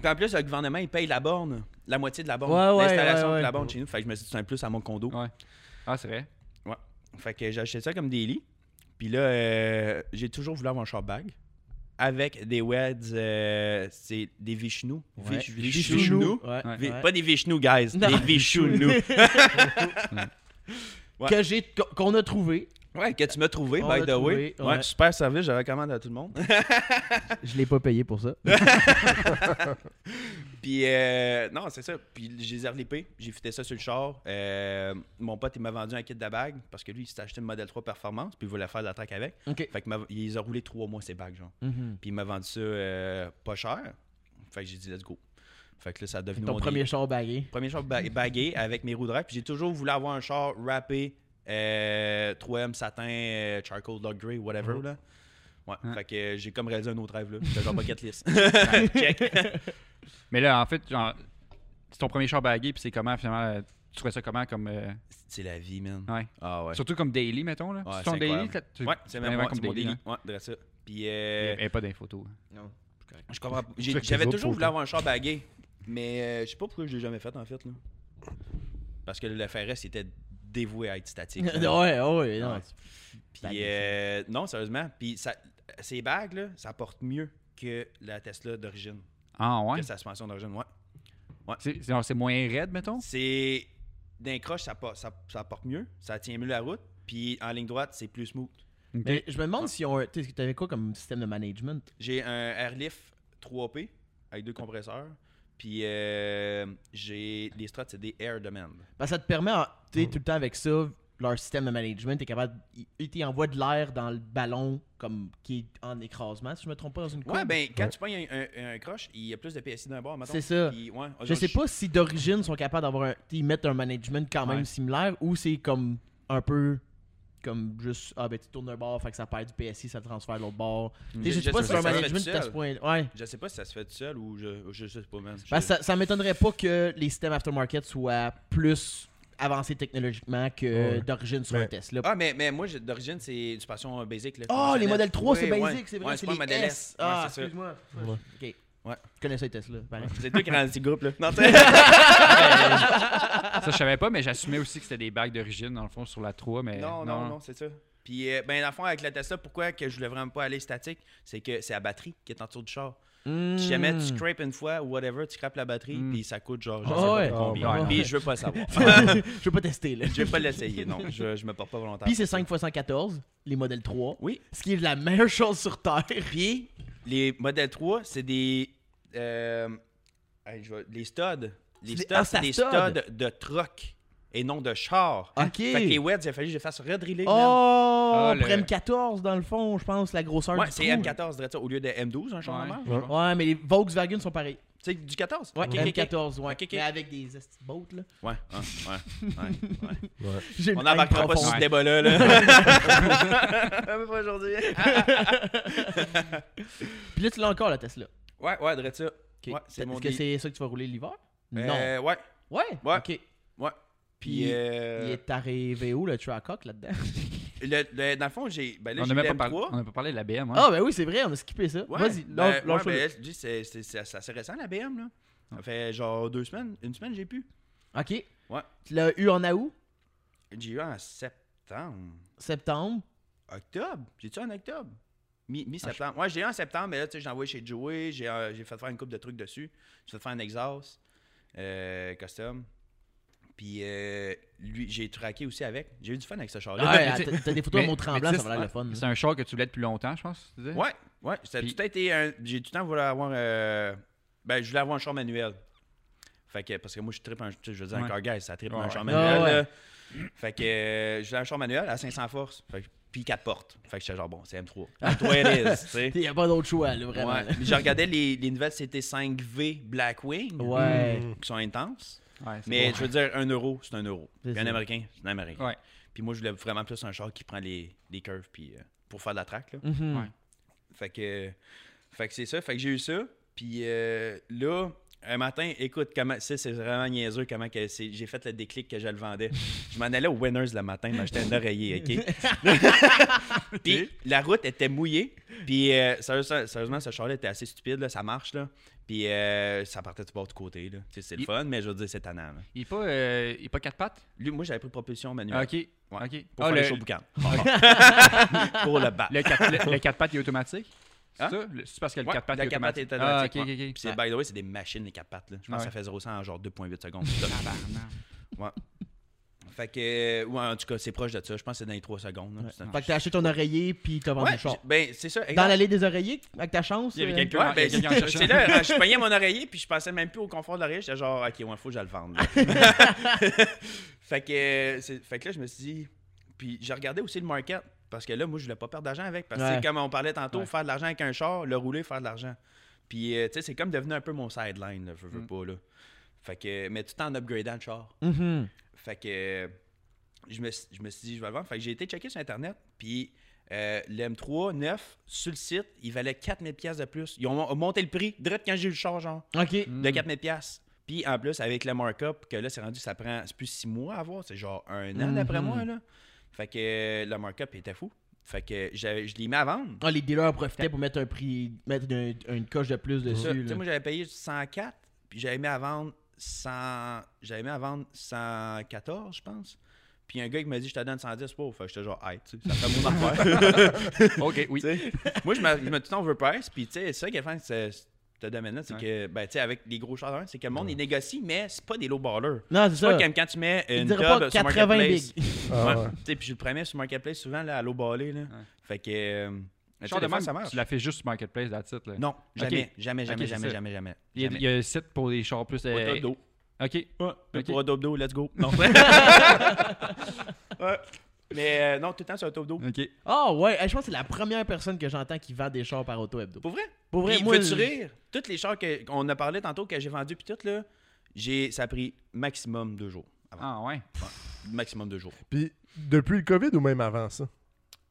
puis en plus, le gouvernement, il paye la borne, la moitié de la borne,
Ouais, ouais,
l'installation
ouais, ouais.
de la borne chez nous. Fait que je me suis dit, c'est un plus à mon condo.
Ouais. Ah, c'est vrai.
Fait que j'ai acheté ça comme des lits. Puis là, euh, j'ai toujours voulu avoir un short bag avec des weds, euh, c'est des Vishnu.
Ouais.
Vish-
Vichou.
Vishnu.
Ouais.
Ouais.
Vi-
Ouais.
Pas des Vishnu, guys.
Non.
Des Vishnu. Ouais.
Que j'ai, qu'on- qu'on a trouvé.
Ouais, que tu m'as trouvé,
On
by
l'a
the
trouvé,
way.
ouais.
Ouais. super service, je recommande à tout le monde.
Je l'ai pas payé pour ça.
Puis, euh, non, c'est ça. Puis, j'ai zerlipé, j'ai fité ça sur le char. Euh, mon pote, il m'a vendu un kit de bague parce que lui, il s'est acheté une Model 3 Performance, puis il voulait faire de l'attaque avec.
OK.
Fait qu'il m'a- il a roulé trois mois, ses bagues, genre.
Mhm.
Puis, il m'a vendu ça euh, pas cher. Fait que j'ai dit, let's go. Fait que là, ça a devenu
Ton
mon
premier
délire.
char bagué.
premier char ba- bagué avec mes roues de rack. Puis, j'ai toujours voulu avoir un char râpé, euh, 3M satin, euh, charcoal, dog grey, whatever, là. Ouais,
Ouais.
fait que euh, j'ai comme réalisé un autre rêve, là. C'était genre bucket list.
Mais là, en fait, genre, c'est ton premier char bagué, puis c'est comment, finalement, euh, tu trouvais ça comment comme. euh,
C'est la vie, man.
ouais.
Ah ouais.
Surtout comme daily, mettons. là.
Ouais,
c'est ton
c'est
daily,
incroyable.
t'as- tu
Ouais,
tu
c'est
prenais
même moi,
comme
c'est mon
daily,
délit.
hein.
Ouais, dirais ça. Puis
Il n'y
euh,
avait pas d'inphoto.
Non.
je comprends. j'ai-
Check les
J'avais
autres
toujours voulu
photos.
avoir un char bagué, mais euh, je sais pas pourquoi je l'ai jamais fait en fait là. Parce que le FRS était dévoué à être statique. là.
ouais, ouais, non.
Ouais. Puis euh, non, sérieusement, puis ça, ces bagues là, ça porte mieux que la Tesla d'origine,
Ah, ouais.
que sa suspension d'origine, ouais.
C'est c'est- genre, c'est moins raide, mettons.
C'est d'un croche, ça, por- ça, ça porte mieux, ça tient mieux la route, puis en ligne droite, c'est plus smooth.
Mais je me demande si on. Tu sais, t'avais quoi comme système de management?
J'ai un airlift 3P avec deux compresseurs. Puis euh, j'ai les struts, c'est des air demand.
Ben, ça te permet, en- tu sais, tout le temps avec ça, leur système de management, t'es capable. il- Il t'envoie de l'air dans le ballon, comme qui est en écrasement, si je me trompe pas, dans une courbe.
Ouais, ben quand tu prends un, un, un croche, il y a plus de PSI d'un bord, maintenant.
C'est ça.
Ah,
Je sais pas si d'origine sont capables d'avoir un. Ils mettent un management quand même
Ouais.
similaire ou c'est comme un peu comme juste ah ben tu tournes un bord fait que ça perd du PSI ça transfère l'autre bord Tu sais, je sais
Je- je
pas
sais
si c'est un
pas si ça
management
se
à
fait
ce
seul.
point ouais
Je sais pas si ça se fait tout seul ou je, je sais pas, man. Je-
Ben, ça, ça m'étonnerait pas que les systèmes aftermarket soient plus avancés technologiquement que
Ouais.
d'origine sur un
Mais-
Tesla
Ah, mais, mais moi, j'ai- d'origine, c'est du passion basic. là,
Ah, les
conventionnel.
modèles 3, c'est
Ouais,
basic,
ouais.
c'est vrai,
Ouais,
c'est
pas
les
un modèle
S.
S. Ouais,
Ah,
c'est ça.
excuse-moi.
Ouais.
OK.
Ouais.
Je connais ça, les Tesla. pareil.
Vous êtes deux qui rendent petit groupe, là. Non, t'sais.
Ça, je savais pas, mais j'assumais aussi que c'était des bagues d'origine, dans le fond, sur la 3. Mais
Non, non, non, c'est ça. Puis, euh, ben, dans le fond, avec la Tesla, pourquoi que je voulais vraiment pas aller statique, c'est que c'est la batterie qui est en dessous du char. Si jamais tu scrapes une fois ou whatever, tu scrapes la batterie,
Mm.
puis ça coûte genre, je
Hmm. Ah
sais pas
ouais.
combien.
Ah ouais.
Puis je veux pas le savoir.
je veux pas tester, là.
je vais pas l'essayer, non. Je, je me porte pas volontaire.
Puis c'est 5x114, les modèles 3.
Oui.
Ce qui est la meilleure chose sur Terre.
Puis les modèles 3, c'est des. euh, hey, je vais- les studs.
C'est
Les
des-
studs,
ah,
c'est
c'est
des
à stud.
studs de truck et non de char.
Ah, OK.
Ah. Fait que les weds, il a fallu que je fasse redriller. man.
Oh,
Ah, le-
M14, dans le fond, je pense, la grosseur
Ouais,
du
c'est
trou.
M14, dirais-tu, au lieu de M12, un char
Ouais.
normal.
Ouais.
Ouais, mais les Volkswagen sont pareils.
C'est du 14.
Ouais,
Ok, ok, ok.
M14, ouais.
Ok, ok.
Mais avec des esti de boats, là.
Ouais, hein, ouais, ouais, ouais.
J'ai
On
une haine
n'embarquera pas
profonde.
sur ce
Ouais.
débat-là. là. Même pas aujourd'hui.
Puis là, tu l'as encore, la Tesla.
ouais, ouais, dirais ça.
Ok.
Ouais, c'est
Est-ce
mon
que
dé-
c'est ça que tu vas rouler l'hiver?
Euh, ouais,
Non. Ouais?
ouais.
OK.
ouais. Puis,
Puis,
euh,
Il est arrivé où, le Tracock, là-dedans?
le- le- dans le fond, j'ai. Ben là,
On
j'ai
n'a
le
même pas parlé-
M3.
on n'a pas parlé de la BM. hein.
Ah, ben oui, c'est vrai, on a skippé ça.
Ouais,
Vas-y,
ben,
lâche-
ouais,
lâche-le.
ben, je dis, c'est- c'est- c'est c'est assez récent, la BM, là. Ça fait genre deux semaines, une semaine, j'ai pu.
OK.
Ouais.
Tu l'as eu en août,
J'ai eu en septembre.
septembre.
Octobre? J'ai-tu en octobre? Mi-
Ah,
Mi-septembre. ouais, j'ai eu en septembre, mais là, tu sais, j'ai envoyé chez Joey, j'ai euh, j'ai fait faire une coupe de trucs dessus. J'ai fait faire un exhaust, euh, custom. Puis, euh, lui, j'ai traqué aussi avec. J'ai eu du fun avec ce char-là.
Ah, ouais,
mais tu-
t'as- T'as des photos de
mais-
mon tremblant,
mais
ça va l'air le fun.
C'est un char que tu voulais depuis longtemps, je pense. tu disais?
Ouais, ouais. C'était
Puis-
tout a été un- J'ai tout le temps voulu avoir. euh, Ben, je voulais avoir un char manuel. Fait que, parce que moi, je tripe un. tu sais, Je veux dire, un
Ouais.
car guy, ça tripe
Ouais,
un
ouais.
char manuel.
Ah, ouais.
là. Fait que, euh, je voulais un char manuel à 500 forces. Fait que- puis 4 portes. Fait que j'étais genre, bon, c'est M3. M3 it is, tu sais.
Il n'y a pas d'autre choix, là, vraiment.
Ouais. Mais je regardais les, les nouvelles CT5V Blackwing,
Ouais.
qui sont intenses.
Ouais, c'est
Mais
bon.
je veux dire, un euro, c'est un euro.
C'est
Puis un
ça.
Américain, c'est un Américain.
Ouais.
Puis moi, je voulais vraiment plus un char qui prend les, les curves puis, euh, pour faire de la track. là.
Mhm.
Ouais.
Fait que, fait que c'est ça. Fait que j'ai eu ça. Puis euh, là, un matin, écoute, comment, ça, c'est vraiment niaiseux comment que c'est- j'ai fait le déclic que je le vendais. Je m'en allais au Winners le matin, m'acheter un oreiller, OK? puis la route était mouillée. Puis euh, sérieusement, sérieusement, ce char-là était assez stupide, là, ça marche, là. Puis euh, ça partait du bord du côté, là. Tu sais, c'est le
Il-
fun, mais je veux dire, c'est tannant, là.
Il est pas, euh, il est pas quatre pattes?
Lui, moi, j'avais pris propulsion
Ah,
manuelle
ok. ok.
pour
Ah,
faire
le,
le show boucan. pour le battre.
le quatre, le, le quatre pattes, il est automatique? C'est
Hein?
ça? Le- C'est parce que le
Ouais,
quatre pattes,
le
il est
quatre pattes
automatique.
est
Ah,
automatique,
ok, ok, ok.
Puis c'est, by the way, c'est des machines, les 4 pattes. Là. Je pense
Ouais.
que ça fait 0 100 en genre 2,8 secondes.
Ah, Tabarnak.
fait que, ouais, en tout cas, c'est proche de ça. Je pense que c'est dans les 3 secondes. là. C'est un-
Fait que t'as acheté ton oreiller puis t'as vendu
Ouais,
le char.
j'ai- ben, c'est ça.
Dans l'allée des oreillers, avec ta chance.
Il y avait
euh,
quelqu'un-
Ouais, ben,
Il y a quelqu'un en
c'est-
cherchant.
c'est là, je payais mon oreiller, puis je pensais même plus au confort de l'oreiller. J'étais genre, ok, ouais, faut que je le vende. là. fait, que, euh, c'est- fait que là, je me suis dit. Puis j'ai regardé aussi le market, parce que là, moi, je voulais pas perdre d'argent avec. Parce que, tu sais,
Ouais.
comme on parlait tantôt,
Ouais.
faire de l'argent avec un char, le rouler, faire de l'argent. Puis, euh, tu sais, c'est comme devenu un peu mon sideline, là, je veux
Mm.
pas, là. Fait que, mais tout en upgradant le char.
Mhm.
Fait que euh, je me, suis- je me suis dit, je vais le vendre. Fait que j'ai été checker sur Internet, puis euh, le M3 neuf, sur le site, il valait 4000 pièces de plus. Ils ont monté le prix, direct quand j'ai eu le char, genre,
Ok.
Hmm.
de 4000 pièces. Puis en plus, avec le markup, que là, c'est rendu, ça prend, c'est plus six mois à avoir, c'est genre un an d'après
Mhm.
moi, là. Fait que euh, le markup était fou. Fait que j'avais- je l'ai mis à vendre.
Ah, les dealers en profitaient pour mettre un prix, mettre une, une coche de plus
C'est ça.
dessus.
Tu
là.
sais, moi, j'avais payé 104, puis j'avais mis à vendre 100... J'avais mis à vendre 114, je pense. Puis un gars qui m'a dit, je te donne 110, wow, fait que j'étais genre, hey, tu sais, ça fait mon affaire.
Ok, oui.
Tu sais, moi, je me je me dis, on veut puis tu sais, c'est ça qui est fin de ce, ce domaine-là, c'est
Ouais.
que, ben, tu sais, avec les gros chaleurs, c'est que le monde, il négocie, mais c'est pas des low ballers.
Non, c'est
C'est pas
ça.
comme quand tu mets
Ils
une
diraient
job
pas
sur
80
Marketplace.
big.
Ah,
Ouais,
ouais.
tu sais, puis je le prenais sur Marketplace souvent, là, à low baller, là. Fait que... euh, tu sais,
Genre
des
de
fois,
même,
ça marche.
tu l'as fait juste sur Marketplace, that's it. Là.
Non, jamais,
Ok.
jamais, jamais,
Ok, c'est
jamais,
ça.
jamais, jamais,
Il y, a,
jamais.
il y a un site pour des chars plus. euh,
Auto d'eau.
ok.
Le
Ok.
Pour Adobe let's go. Non. Ouais. Mais euh, non, tout le temps sur Adobe d'eau.
Ok.
Ah ouais, hey, je pense que c'est la première personne que j'entends qui vend des chars par auto hebdo.
Pour vrai?
Pour vrai,
Puis,
moi,
veux-tu
je-
rire? Toutes les chars que- qu'on a parlé tantôt que j'ai vendus, puis tout, là, j'ai, ça a pris maximum deux jours. avant.
Ah ouais.
Maximum deux jours.
Puis depuis le COVID ou même avant ça?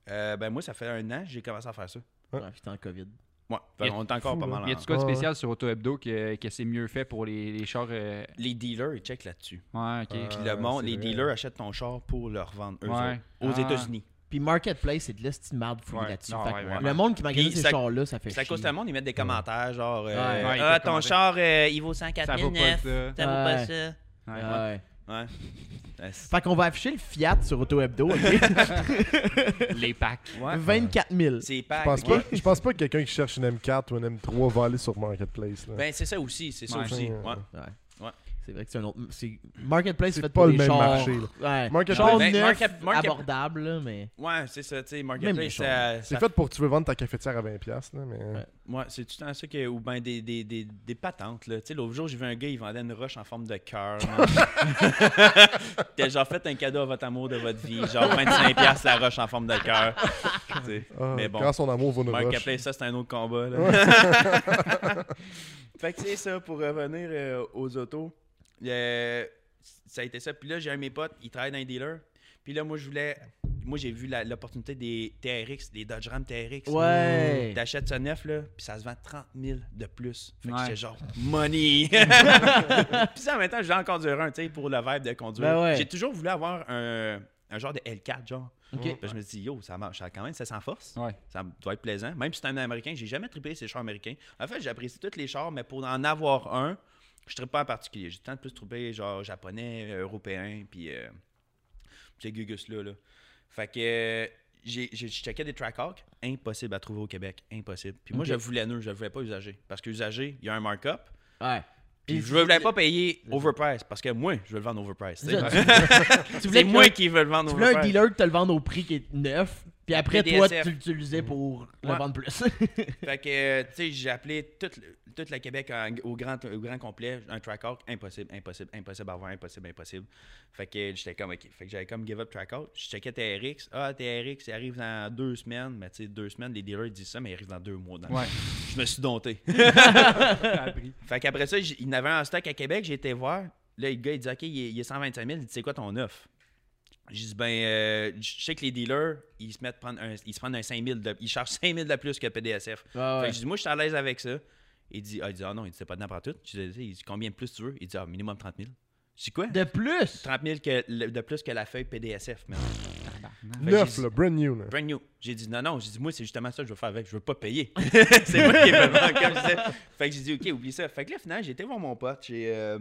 Euh, ben, moi, ça fait un an que j'ai commencé à faire ça.
Ouais, j'étais en COVID.
Ouais. Fait
Y a-
qu'on est encore
fou,
pas
là.
mal.
Il y a
en-
du quoi de
Ah ouais.
spécial sur Auto Hebdo que, que c'est mieux fait pour les, les chars. euh,
Les dealers, ils checkent là-dessus.
Ouais, ok.
Ah.
Puis le monde,
c'est
les
vrai.
dealers achètent ton char pour le revendre eux
Ouais.
autres, aux
Ah.
États-unis.
Puis Marketplace, c'est de l'estime marde fouillée
Ouais,
là-dessus.
non,
Fait
ouais,
que
vraiment.
le monde qui magasine
Ah, Puis
ces
ça-
chars-là, ça fait
Ça
chier.
coûte le monde, ils mettent des commentaires genre euh,
Ouais. Ouais,
ils
Ah,
peuvent
ton
commenter.
char, euh, il vaut 104
Ça vaut pas
900,
ça.
ça vaut pas
Ouais.
ça.
Ouais.
Ouais.
Ouais. Ben, Ouais.
Fait qu'on va afficher le Fiat sur Auto Hebdo, ok?
Les packs.
Ouais.
24 000.
C'est
Je
pas.
pense pas, je pense pas que quelqu'un qui cherche une M4 ou une M3 va aller sur Marketplace. Là.
Ben, c'est ça aussi, c'est ça
Ouais.
aussi.
Ouais.
Ouais.
Ouais.
Ouais.
C'est vrai que c'est un autre. c'est- Marketplace,
C'est
fait
pas
pour
le
les
même
chars-
marché,
Ouais.
Marketplace-
Chars
Ben,
neufs,
market- market-
abordables, là, mais.
Ouais, c'est ça, tu sais,
Même les
Marketplace, ça,
c'est
ça-
fait pour que tu veux vendre ta cafetière à 20$. Là, mais...
Ouais.
Ouais, c'est tout le temps ça que, ou ben des, des, des, des patentes, là. Tu sais, l'autre jour, j'ai vu un gars, il vendait une roche en forme de cœur. man. T'as genre fait un cadeau à votre amour de votre vie, genre 25$ piastres la roche en forme de cœur. Tu sais.
Ah,
Mais bon.
Quand son amour vaut nos roches.
Marketplace, ça, c'est un autre combat, là. fait que c'est ça, pour revenir euh, aux autos, euh, ça a été ça. Puis là, j'ai un de mes potes, il travaille dans un dealer. Puis là, moi, je voulais. Moi, j'ai vu la- l'opportunité des TRX, des Dodge Ram TRX.
Ouais.
T'achètes ce neuf, là, puis ça se vend 30 000 de plus. Fait que
Ouais.
j'étais genre, money! puis ça, en même temps, je voulais en conduire un, tu sais, pour le vibe de conduire.
Ben ouais.
J'ai toujours voulu avoir un, un genre de L4, genre.
Ok.
Puis je me suis dit, yo, ça marche, ça a quand même, ça s'en force.
Ouais.
Ça doit être plaisant. Même si c'est un américain, j'ai jamais trippé ces chars américains. En fait, j'apprécie tous les chars, mais pour en avoir un, je trippe pas en particulier. J'ai tant de plus trippé genre japonais, euh, européen, puis euh, ces gugus-là. Là. Fait que euh, j'ai j'ai- je checkais des Trackhawk, impossible à trouver au Québec, impossible. Puis moi,
Ok.
je voulais neuf, je le voulais pas usagé. Parce que usagé, il y a un markup.
Ouais.
Puis je voulais pas payer overprice parce que moi, je veux le vendre overprice. tu sais.
Ça, tu voulais
C'est
que-
moi qui veux le vendre
Tu voulais un
overprice.
dealer que te le vende au prix qui est neuf, puis après, toi,
PDSF.
tu l'utilisais pour le
Mm. Ouais.
vendre plus.
Fait que, euh, tu sais, j'ai appelé toute le- toute la Québec en- au, grand, au grand complet, un Trackhawk, impossible, impossible, impossible à avoir, impossible, impossible. Fait que j'étais comme, OK. Fait que j'avais comme give up Trackhawk. Je checkais TRX. Ah, TRX, il arrive dans deux semaines. Mais tu sais, deux semaines, les dealers ils disent ça, mais il arrive dans deux mois. Dans
Ouais.
Je me suis dompté. fait qu'après ça, j- il y en avait un en stock à Québec, j'ai été voir. Là, le gars, il dit, OK, il est, il est 125 000. Il dit, c'est quoi ton offre? J'ai dit, ben, euh, je sais que les dealers, ils se mettent prendre un, ils se prennent un 5000 de, ils chargent 5000 de plus que PDSF.
Ah
Fait
ouais.
que j'ai dit, moi, je suis à l'aise avec ça. Il dit, ah, il dit, ah non, il dit, c'est pas de n'importe tout. Je dis, il dit, combien de plus tu veux? Il dit, ah, minimum 30 000. Je dis, quoi?
De plus!
30 000 que, le- de plus que la feuille PDSF, man. Fait que
Neuf,
j'ai dit,
là, brand new. Là.
Brand new. J'ai dit, non, non, j'ai dit, moi, c'est justement ça que je veux faire avec, je veux pas payer. c'est moi qui ai vraiment, comme je disais. Fait que j'ai dit, OK, oublie ça. Fait que là, finalement, j'ai été voir mon pote, j'ai. euh,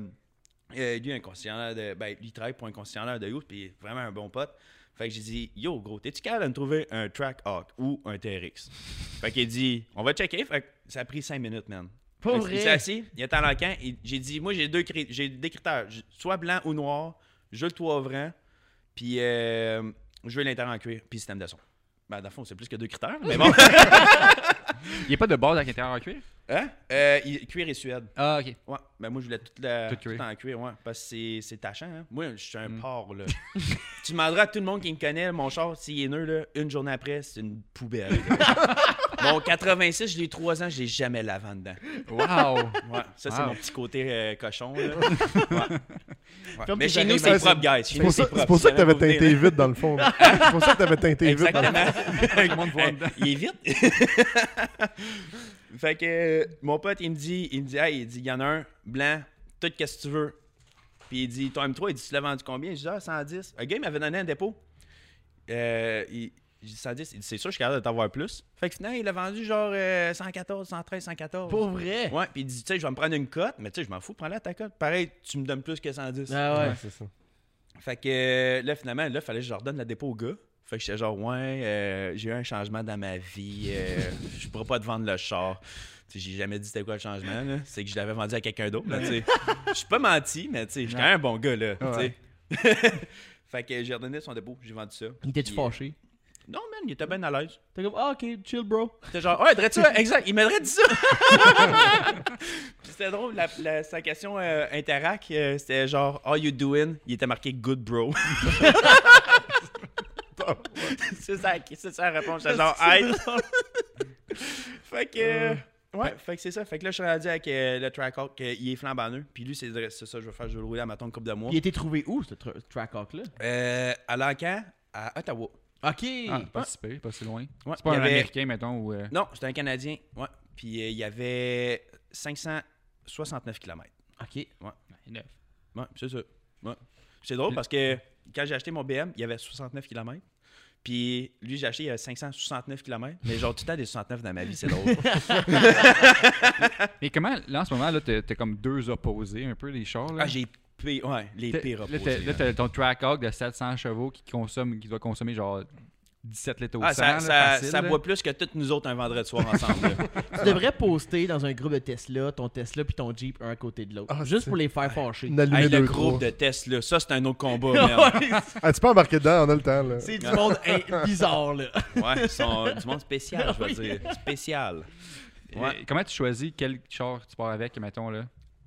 euh, lui, un concessionnaire de. Ben, lui, il travaille pour un concessionnaire de yacht, puis vraiment un bon pote. Fait que j'ai dit, yo, gros, t'es-tu capable de me trouver un Trackhawk ou un TRX? Fait qu'il dit, on va checker. Fait que ça a pris cinq minutes, man.
Pour
Fait que Il
vrai?
s'est assis, il était à l'encan. il- J'ai dit, moi, j'ai deux cri- j'ai des critères. J- Soit blanc ou noir, je le toit ouvrant, puis euh, je veux l'intérieur en cuir, puis système de son. Ben, dans le fond, c'est plus que deux critères, mais bon.
Il n'y a pas de bord avec intérieur en cuir?
hein? Euh, il- cuir et suède.
Ah, ok.
Ouais, ben moi je voulais tout, la,
Tout
tout,
cuir.
en cuir, ouais, parce que c'est- c'est tachant. Hein. Moi, je suis un porc, là. tu demanderas à tout le monde qui me connaît, mon char, s'il est nœud, là, une journée après, c'est une poubelle. là. mon 86, je l'ai 3 ans, je l'ai jamais lavé en dedans.
Wow!
Ouais, ça, c'est
Wow.
mon petit côté euh, cochon, là. Ouais. Ouais.
Ferme
Mais
tes
chez nous,
oreilles,
c'est
Vincent.
propre, guys. Chez
C'est
nous,
pour, ça-
propre.
c'est pour ça
Si
que t'avais
jamais vous
teinté
venez,
vite dans le fond. là. C'est pour ça que t'avais teinté vite. dans le-
Exactement.
Tout le monde voit en dedans.
Il est vite. fait que euh, mon pote, il me dit, il me dit, hey, il dit, il y en a un, blanc, tout qu'est-ce que tu veux. Puis il dit, ton M3, il dit, tu l'as vendu combien? Je dis, ah, 110. Un gars, il m'avait donné un dépôt. Euh, il, j'ai dit 110. Il dit, c'est sûr, je suis capable de t'avoir plus. Fait que finalement, il l'a vendu genre euh, 114, 113, 114.
Pour vrai!
Ouais, puis il dit, tu sais, je vais me prendre une cote, mais tu sais, je m'en fous, prends-la ta cote. Pareil, tu me donnes plus que 110.
Ah ouais.
Ouais, c'est ça.
Fait que euh, là, finalement, là, fallait que je leur donne la dépôt au gars. Fait que j'étais genre, ouais, euh, j'ai eu un changement dans ma vie. euh, je pourrais pas te vendre le char. Tu sais, J'ai jamais dit c'était quoi le changement. là. C'est que je l'avais vendu à quelqu'un d'autre. là, tu sais. Je suis pas menti, mais tu sais, j'étais
Ouais.
un bon gars. là. tu sais.
Ouais.
fait que j'ai redonné son dépôt. J'ai vendu ça.
Il était-tu
Yeah.
fâché?
Non, man, il était bien à l'aise.
T'es comme, ah, ok, chill, bro.
C'était genre, ouais, dirais-tu ça? Exact, il m'aurait dit ça. Puis c'était drôle, la, la- sa question euh, Interac, euh, c'était genre, How you doing? Il était marqué Good bro. c'est ça, c'est ça la réponse. J'étais genre, Hey. fait que. euh, Ouais, fait que c'est ça. Fait que là, je suis rendu avec euh, le Trackhawk, qu'il est flambant neuf. Puis lui, c'est c'est ça, je vais faire, je vais le rouler à ma tombe coupe de mois.
Il était trouvé où, ce tra- Trackhawk-là?
Euh, à l'encan, à Ottawa.
Ok!
Ah, pas si pire, pas si loin.
Ouais,
C'est pas
il y
un
avait-
américain, mettons, ou. euh,
Non, c'était un Canadien. Ouais. Puis euh, il y avait 569 km.
Ok.
neuf.
Ouais, c'est ça. Ouais. C'est drôle parce que quand j'ai acheté mon BM, il y avait 69 km. Puis lui, j'ai acheté euh, il y avait 569 km. Mais genre, tout le temps des 69 dans ma vie, c'est drôle.
Mais comment, là, en ce moment, là, t'es t'es comme deux opposés un peu, les chars, là?
ah, j'ai payé. Ouais, les
T'es-
pires
Là,
opposés,
t'as- là,
là.
t'as ton Trackhawk de 700 chevaux qui, consomme, qui doit consommer genre 17 litres au
Ah,
100,
ça,
là,
ça,
facile,
ça
là.
boit plus que toutes nous autres un vendredi soir ensemble. là.
Tu devrais poster dans un groupe de Tesla ton Tesla puis ton Jeep un à côté de l'autre.
Ah,
juste
c'est-
pour les faire fâcher.
Une allumée
Hey, le
deux, trois.
groupe de Tesla, ça, c'est un autre combat, man.
Ouais,
Ah, tu peux embarquer dedans, on a le temps. Là.
c'est du monde hein, bizarre, là.
Ouais, ils sont du monde spécial, je veux
Oui.
dire. Spécial.
Et
Ouais.
Euh, Comment tu choisis quel char tu pars avec, mettons, là?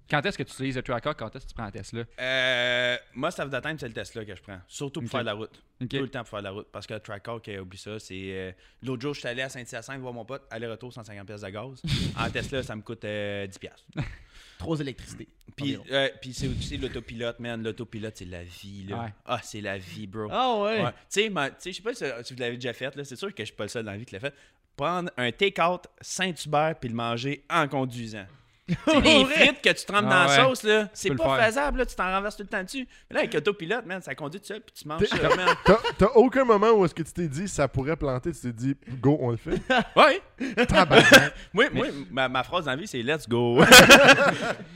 Quand est-ce que tu utilises le Trackhawk? Quand est-ce que tu prends un Tesla?
Euh, moi, ça veut d'atteindre, c'est le Tesla que je prends. Surtout pour
Ok.
faire de la route.
Ok.
Tout le temps pour faire de la route. Parce que Trackhawk, euh, oublie ça, c'est. euh, L'autre jour, je suis allé à Saint-Hyacinthe voir mon pote, aller-retour, 150$ piastres de gaz. en Tesla, ça me coûte euh, 10$. piastres.
Trop d'électricité.
Puis,
Environ.
euh, puis c'est aussi l'autopilote, man. L'autopilote, c'est la vie, là.
Ouais.
Ah, c'est la vie, bro.
Ah ouais.
Ouais. Tu sais, ma- tu sais, je sais pas si, si vous l'avez déjà fait, là. C'est sûr que je suis pas le seul dans la vie qui l'a fait. Prendre un take-out Saint-Hubert puis le manger en conduisant. Tu sais, les frites que tu trempes
Ah
dans
ouais.
la sauce, là, c'est
peux le
pas
faire.
faisable, là, tu t'en renverses tout le temps dessus. Mais là, avec autopilote, man, ça conduit tout seul puis tu manges
T'es-
ça, man.
T'as t'as aucun moment où est-ce que tu t'es dit ça pourrait planter, tu t'es dit go, on le fait.
Ouais.
Tabarnak.
Moi, moi, ma, ma phrase dans la vie, c'est let's go.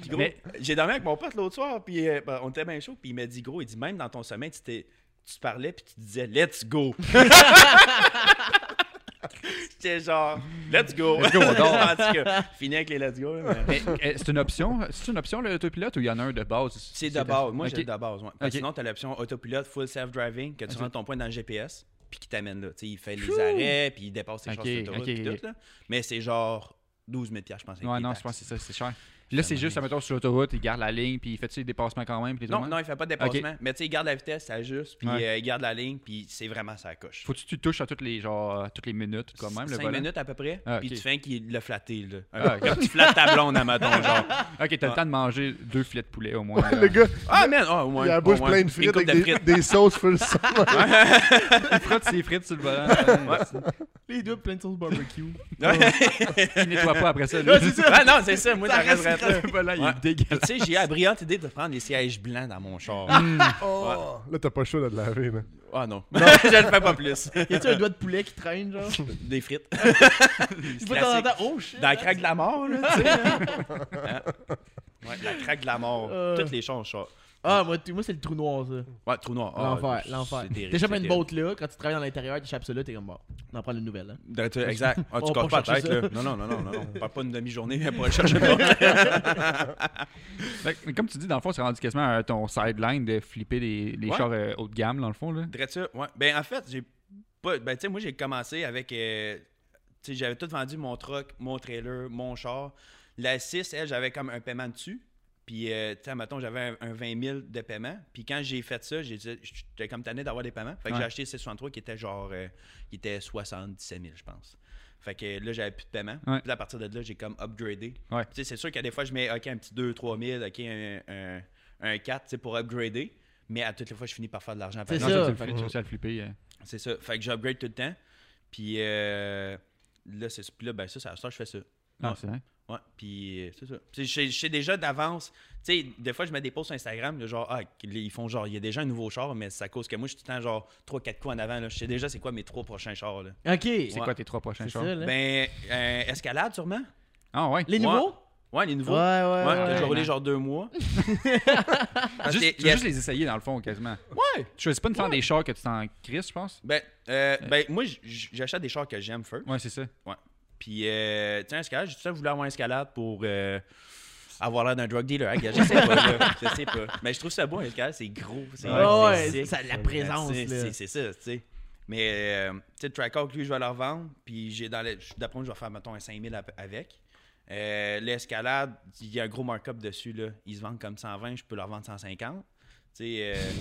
Puis gros,
Mais-
j'ai dormi avec mon pote l'autre soir, puis euh, ben, on était bien chaud, puis il m'a dit, gros, il dit, même dans ton sommeil, tu t'es. Tu te parlais puis tu disais let's go. J'étais genre let's go.
Let's go, on dort.
En tout cas, fini avec les let's go. là, mais-
Mais, euh, c'est une option, c'est une option l'autopilote ou il y en a un de base?
C'est de base. Moi,
Ok.
j'ai de base. ouais. Parce que
Ok.
Sinon, tu as l'option autopilote, full self-driving, que tu rentres ton point dans le GPS, puis qui t'amène là. Tu sais, il fait les arrêts, puis il dépasse les
Ok,
choses sur l'autoroute,
ok,
puis
ok.
tout. Là. Mais c'est genre 12 000 je pense. avec
Ouais,
les
non,
taxes.
je pense que c'est ça, c'est cher. Là, c'est juste, mettons, sur l'autoroute, il garde la ligne, puis il fait des dépassements quand même. puis les
Non,
autres,
non, il fait pas de dépassement. Mais tu sais, il garde la vitesse, ça ajuste, puis
Ouais.
euh, il garde la ligne, puis c'est vraiment ça coche.
Faut-tu que tu touches à toutes les, genre, euh, toutes les minutes, quand même, le
5
volant?
minutes à peu près,
Ah,
puis
ok.
tu fais qu'il l'a flatté, là.
Ah, ok.
Quand tu flattes ta blonde à matin, genre.
Ok, t'as le temps de manger deux filets de poulet au moins. là.
Le gars,
Ah, man, ah, ouais.
il a la
ouais,
bouche
ouais.
pleine de
Une
frites
coupe
avec
de
des, des sauces full sang.
Il frotte ses frites sur le volant.
Les doigts plein de sauce barbecue.
Il nettoie pas après ça.
Là, c'est ça.
Ah, non, c'est ça, moi,
Ça
ça
reste
resterait là.
Le volant, il
Ouais.
est dégueulasse.
Tu sais, j'ai eu la brillante idée de prendre les sièges blancs dans mon char.
Oh, Là, t'as pas le choix de le laver. Là.
Ah non, je le fais pas plus.
Y a-tu un doigt de poulet qui traîne, genre
Des frites.
Tu
C'est
vois, de temps en
classique.
temps, oh shit
Dans la craque de la mort, là, tu sais. là. Hein? Ouais, la craque de la mort.
Euh.
Toutes les choses, ça.
Ah, moi, tu- moi c'est le trou noir, ça.
Ouais, trou noir. Ah,
L'enfer,
c'est
l'enfer.
terrible,
Déjà,
c'est
une botte là, quand tu travailles dans l'intérieur, t'échappes ça là, t'es comme bon. On en prend une nouvelle. Hein.
De- tu- Exact. Ah,
On va
tu casses
pas
pas la tête,
chercher
là. Non, non, non, non, non. non. On part pas une demi-journée pour aller chercher le bord.
Fait que, Ben, comme tu dis, dans le fond, c'est rendu quasiment euh, ton sideline de flipper les, les
Ouais.
chars euh, haut de gamme, dans le fond. Là.
Drette ça, ouais. Ben, en fait, j'ai pas. Ben, tu sais, moi, j'ai commencé avec. euh, tu sais, j'avais tout vendu mon truck, mon trailer, mon char. La 6, elle, j'avais comme un paiement dessus. Puis, euh, tu sais, mettons, j'avais un, un 20 000 de paiement. Puis, quand j'ai fait ça, j'ai dit- j'étais comme tanné d'avoir des paiements. Fait que
Ouais.
j'ai acheté 663 qui était genre. euh, qui était 77 000, je pense. Fait que là, j'avais plus de paiement.
Ouais.
Puis, là, à partir de là, j'ai comme upgradé.
Ouais.
Tu sais, c'est sûr que des fois, je mets OK, un petit 2, 3 000, OK, un, un, un 4 tu sais, pour upgrader. Mais à toutes les fois, je finis par faire de l'argent.
C'est
Non,
ça.
tu le flippes, tu réussis à le flipper. euh.
C'est ça. Fait que j'upgrade tout le temps. Puis euh, là, c'est puis là, ben ça, c'est à la star, je fais ça.
Non,
Ouais.
c'est vrai.
Ouais, puis euh, c'est ça. Puis je sais- je sais déjà d'avance. Tu sais, des fois, je mets des posts sur Instagram, de genre, ah, ils font genre, il y a déjà un nouveau char, mais c'est à cause que moi, je suis tout le temps genre 3-4 coups en avant. Là. Je sais déjà c'est quoi mes trois prochains chars. Là.
Ok. C'est
C'est quoi tes trois prochains chars?
ça, là.
Ben, euh, escalade sûrement.
Ah ouais.
les
Ouais.
nouveaux
Ouais, les
Ouais,
nouveaux.
ouais. ouais,
Ouais, que
ouais.
je vais rouler genre deux mois. Parce que
Juste, tu
les-
veux juste les essayer, dans le fond, quasiment.
Ouais!
Tu choisis pas une faire des chars que tu t'en crises, je pense.
Ben, euh, ben moi, j- j- j'achète des chars que j'aime, feu.
Ouais, c'est ça.
Puis, euh, tu sais, un escalade, j'ai tout ça voulu avoir un escalade pour euh, avoir l'air d'un drug dealer. hein, gars, je sais pas, là, je sais pas. Mais je trouve ça beau, un escalade, c'est gros. C'est
Ah
c'est
ouais,
sick.
ça, la présence,
C'est-
là.
C'est c'est ça, tu sais. Mais, euh, tu sais, le Trackhawk, lui, je vais le revendre. Puis, j'ai dans le- d'après moi, je vais faire, mettons, un 5000 ap- avec. Euh, L'escalade, il y a un gros markup dessus, là. Ils se vendent comme 120, je peux leur vendre 150. Tu sais, euh,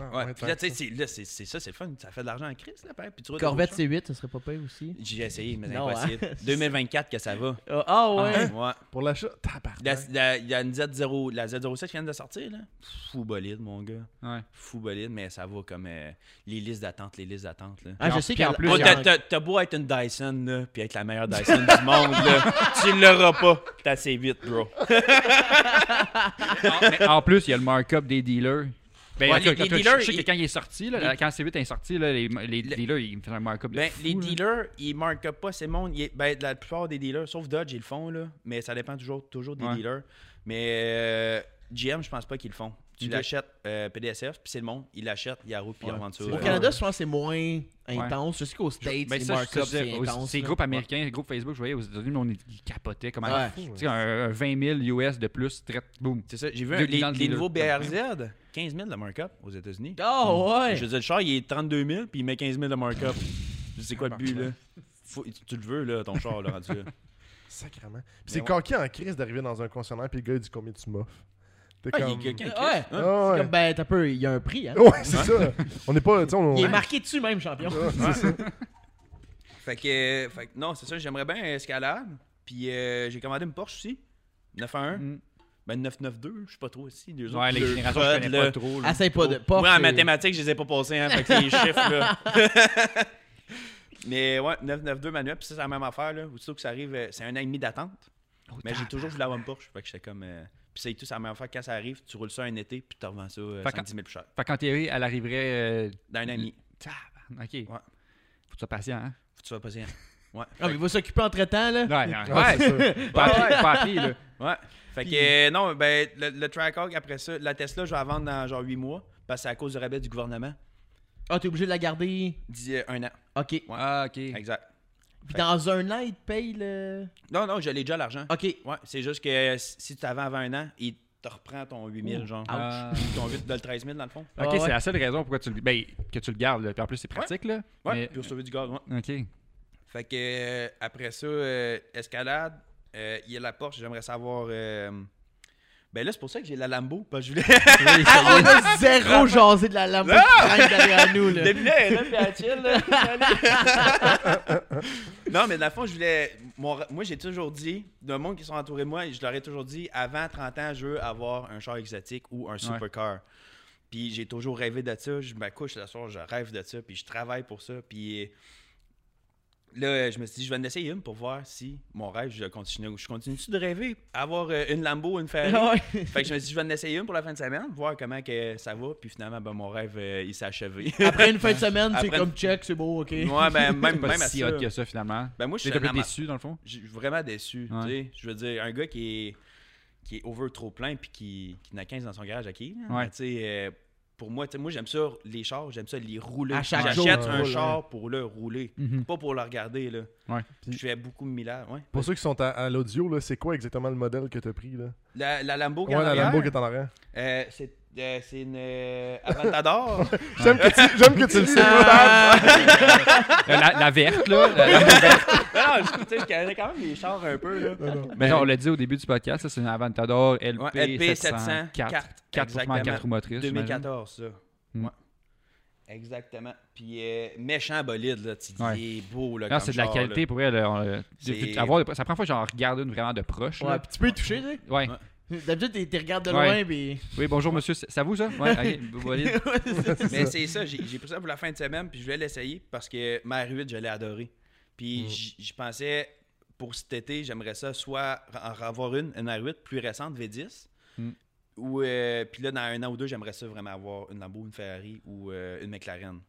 Ah,
ouais.
ouais,
Puis là, tu sais, c'est- là, c'est c'est ça, c'est le fun. Ça fait de l'argent en crise, là. pareil. Puis tu vois des beaux
Corvette
chars.
C8, ça serait pas payé aussi.
J'ai essayé, mais
Non,
impossible.
hein?
2024 que ça va.
Ah ah ouais.
Ouais.
Pour l'achat, tabarnak.
La, la, il y a une Z0, la Z07 qui vient de sortir, là. Fou bolide, mon gars.
Ouais.
Fou bolide, mais ça va comme euh, les listes d'attente, les listes d'attente, là.
Ah, je
Puis
sais
en
qu'en
plus,
Oh,
il y
t'as- t'as t'as beau être une Dyson, là, puis être la meilleure Dyson du monde, là, tu l'auras pas. T'as assez vite, bro.
Ah, Mais en plus, il y a le markup des dealers. Ben,
Ouais,
en tout cas,
les-
quand
les
toi,
dealers,
je sais que
ils-
quand il est sorti, là, quand C8 est sorti, là, les, les
Le-
dealers, ils me faisaient un markup de
Ben,
fou,
les
là.
dealers, ils marquent pas ces mondes. Ils- ben, la plupart des dealers, sauf Dodge, ils le font, là. Mais ça dépend toujours, toujours des
Ouais.
dealers. Mais euh, GM, je pense pas qu'ils le font. Tu
Ok.
l'achètes euh, PDSF, puis c'est le monde. Ils l'achètent, ils la roulent, puis ils
Ouais.
revendent ça.
Au
Au
euh,
Canada, je pense que c'est moins intense. Je sais qu'aux States,
Ben,
les
ça, je- ça,
markups,
je
c'est
disais, aux-
intense.
ces
là.
groupes américains, les groupes Facebook, je voyais aux États-Unis, on est- ils capotaient. Comment
Ouais.
Fou, ouais.
Tu sais, un, un 20 000 US de plus, traite, boum.
C'est ça. J'ai vu
De-
un-
dans
les,
le
les
dealer.
nouveaux BRZ, 15 000 de markup aux États-Unis.
Ah ouais.
Je veux dire, le char, il est 32 000, puis il met 15 000 de markup. C'est quoi le but, là? Faut- tu le veux, là, ton char, là, rendu là.
Sacrement. Puis
Mais
c'est
ouais.
coquille en crise d'arriver dans un concessionnaire, puis le gars, il dit combien tu m'offres. T'es
Ah, il y a
comme...
quelqu'un qui-
Ouais.
Hein?
Ah,
C'est
ouais. Oh,
Comme, ben, t'as peu, il y a un prix. Hein.
Ouais, c'est ça. On n'est pas. tu sais, On,
Il est
on-
marqué dessus, même, champion.
Fait que, euh, fait que non, c'est ça, j'aimerais bien un escalade. Puis euh, j'ai commandé une Porsche aussi, 911.
Mm.
Ben 992, je sais pas trop aussi. Les
Ouais, les générations, je connais pas trop. là.
Essaye pas de. Pas
Moi, Oh. en mathématiques, je les ai pas passés, hein, fait que les chiffres, là. Mais ouais, 992 manuel, puis ça, c'est la même affaire, là. Aussitôt que ça arrive, euh, c'est un an et demi d'attente. Mais j'ai toujours voulu avoir une Porsche, fait que j'étais comme... euh, Puis c'est tout, c'est la même affaire. Quand ça arrive, tu roules ça un été, puis tu revends ça euh,
Fait que-
110 000 plus cher.
Fait qu'en théorie, elle arriverait. euh,
Dans un an et demi.
tabarnak, OK. Faut que tu sois patient, hein?
Faut que tu sois patient. Ouais.
Ah, mais il va s'occuper entre temps, là.
Ouais, non,
Ouais, c'est ça.
Pas à pied- pas à pied, là.
Ouais. Fait que euh, non, ben le, le Trackhawk après ça, la Tesla, je vais la vendre dans genre 8 mois parce que c'est à cause du rabais du gouvernement.
Ah, t'es obligé de la garder.
Dis euh, un an.
Ok.
Ah, OK.
Exact.
Puis dans un an, il te paye le.
Non, non, je l'ai déjà l'argent.
Ok.
Ouais, c'est juste que euh, si tu avant un an, il te reprend ton 8000 genre.
Ah.
Ton 8 de le 13000 dans le fond.
Ok,
Ah ouais.
c'est la seule raison pourquoi tu le, ben, que tu le gardes. là. Puis en plus, c'est pratique. Là.
Ouais,
Mais-
puis pour sauver du gaz, ouais.
Ok.
Fait que euh, après ça, euh, escalade, euh, Euh, il y a la Porsche, j'aimerais savoir. euh, Ben là, c'est pour ça que j'ai la Lambo. Parce que je voulais.
Ah, on a zéro jasé de la lampe derrière nous. Là.
Depuis là, elle est là, puis elle chill, là. non, mais dans le fond, je voulais. mon ra- moi, j'ai toujours dit, de monde qui sont entourés de moi, je leur ai toujours dit, avant 30 ans, je veux avoir un char exotique ou un supercar. Puis j'ai toujours rêvé de ça. Je m'accouche le soir, je rêve de ça, puis je travaille pour ça. Puis là, je me suis dit, je vais en essayer une pour voir si mon rêve, je continue. Je continue-tu de rêver? Avoir euh, une Lambo, une Ferrari?
Ouais.
Fait que je me suis dit, je vais en essayer une pour la fin de semaine, voir comment que ça va. Puis finalement, ben, mon rêve, euh, il s'est achevé.
Après une fin de semaine, c'est
Après-
comme check, c'est beau, ok.
Ouais, ben,
C'est
même,
pas
même à
si
ça.
hot que ça finalement.
Ben, moi, je
J'ai
suis
un peu
un ama-
déçu dans le fond.
je suis vraiment déçu.
Ouais.
tu sais. Je veux dire, un gars qui est, qui est over trop plein puis qui, qui n'a 15 dans son garage à qui. là.
Ouais.
Mais tu sais, euh, pour moi, tu sais, moi j'aime ça les chars, j'aime ça les rouler.
À chaque
J'achète
jour, tu
un
roules,
char pour le rouler,
Mm-hmm.
Mhm.
pas pour le regarder. Là.
Ouais.
Je fais beaucoup de millage. Ouais.
Pour ceux qui sont à, à l'audio, là, c'est quoi exactement le modèle que t'as pris là
La, la Lambo,
Ouais,
qu'en
la
arrière,
Lambo qui est en arrière.
euh, c'est euh, c'est une euh, Aventador.
J'aime que tu, j'aime que tu le sais.
Ah.
La, la- la verte, là. la- la-
non, non, je- tu sais, je connais quand même les chars un peu. Là.
Mais genre, on l'a dit au début du podcast, ça, c'est une Aventador LP,
Ouais, LP 700,
4,
quatre,
4,
exactement.
roues motrices. j'imagine.
2014, ça.
Hmm.
Ouais. Exactement. Puis euh, méchant bolide, là. Tu dis,
Ouais.
il est beau, là.
Non,
comme
c'est de la
char,
qualité
là.
pour elle. là, on l'a-
C'est-
avoir de- C'est la première fois que j'en regarde une vraiment de proche.
Ouais,
là.
puis tu peux y toucher, tu
Ouais.
Ouais.
sais. D'habitude, t'es- t'es regardes de
Ouais.
loin, puis.
Oui, bonjour monsieur, c'est c'est à vous ça? Ouais, ok, bon, valide.
Mais c'est ça, j'ai j'ai pris ça pour la fin de semaine, puis je voulais l'essayer parce que ma R8, je l'ai adoré. Puis j- je pensais, pour cet été, j'aimerais ça soit en avoir une, une R8 plus récente, V10.
Hmm.
Ou, euh, puis là, dans un an ou deux, j'aimerais ça vraiment avoir une Lambo, une Ferrari ou euh, une McLaren.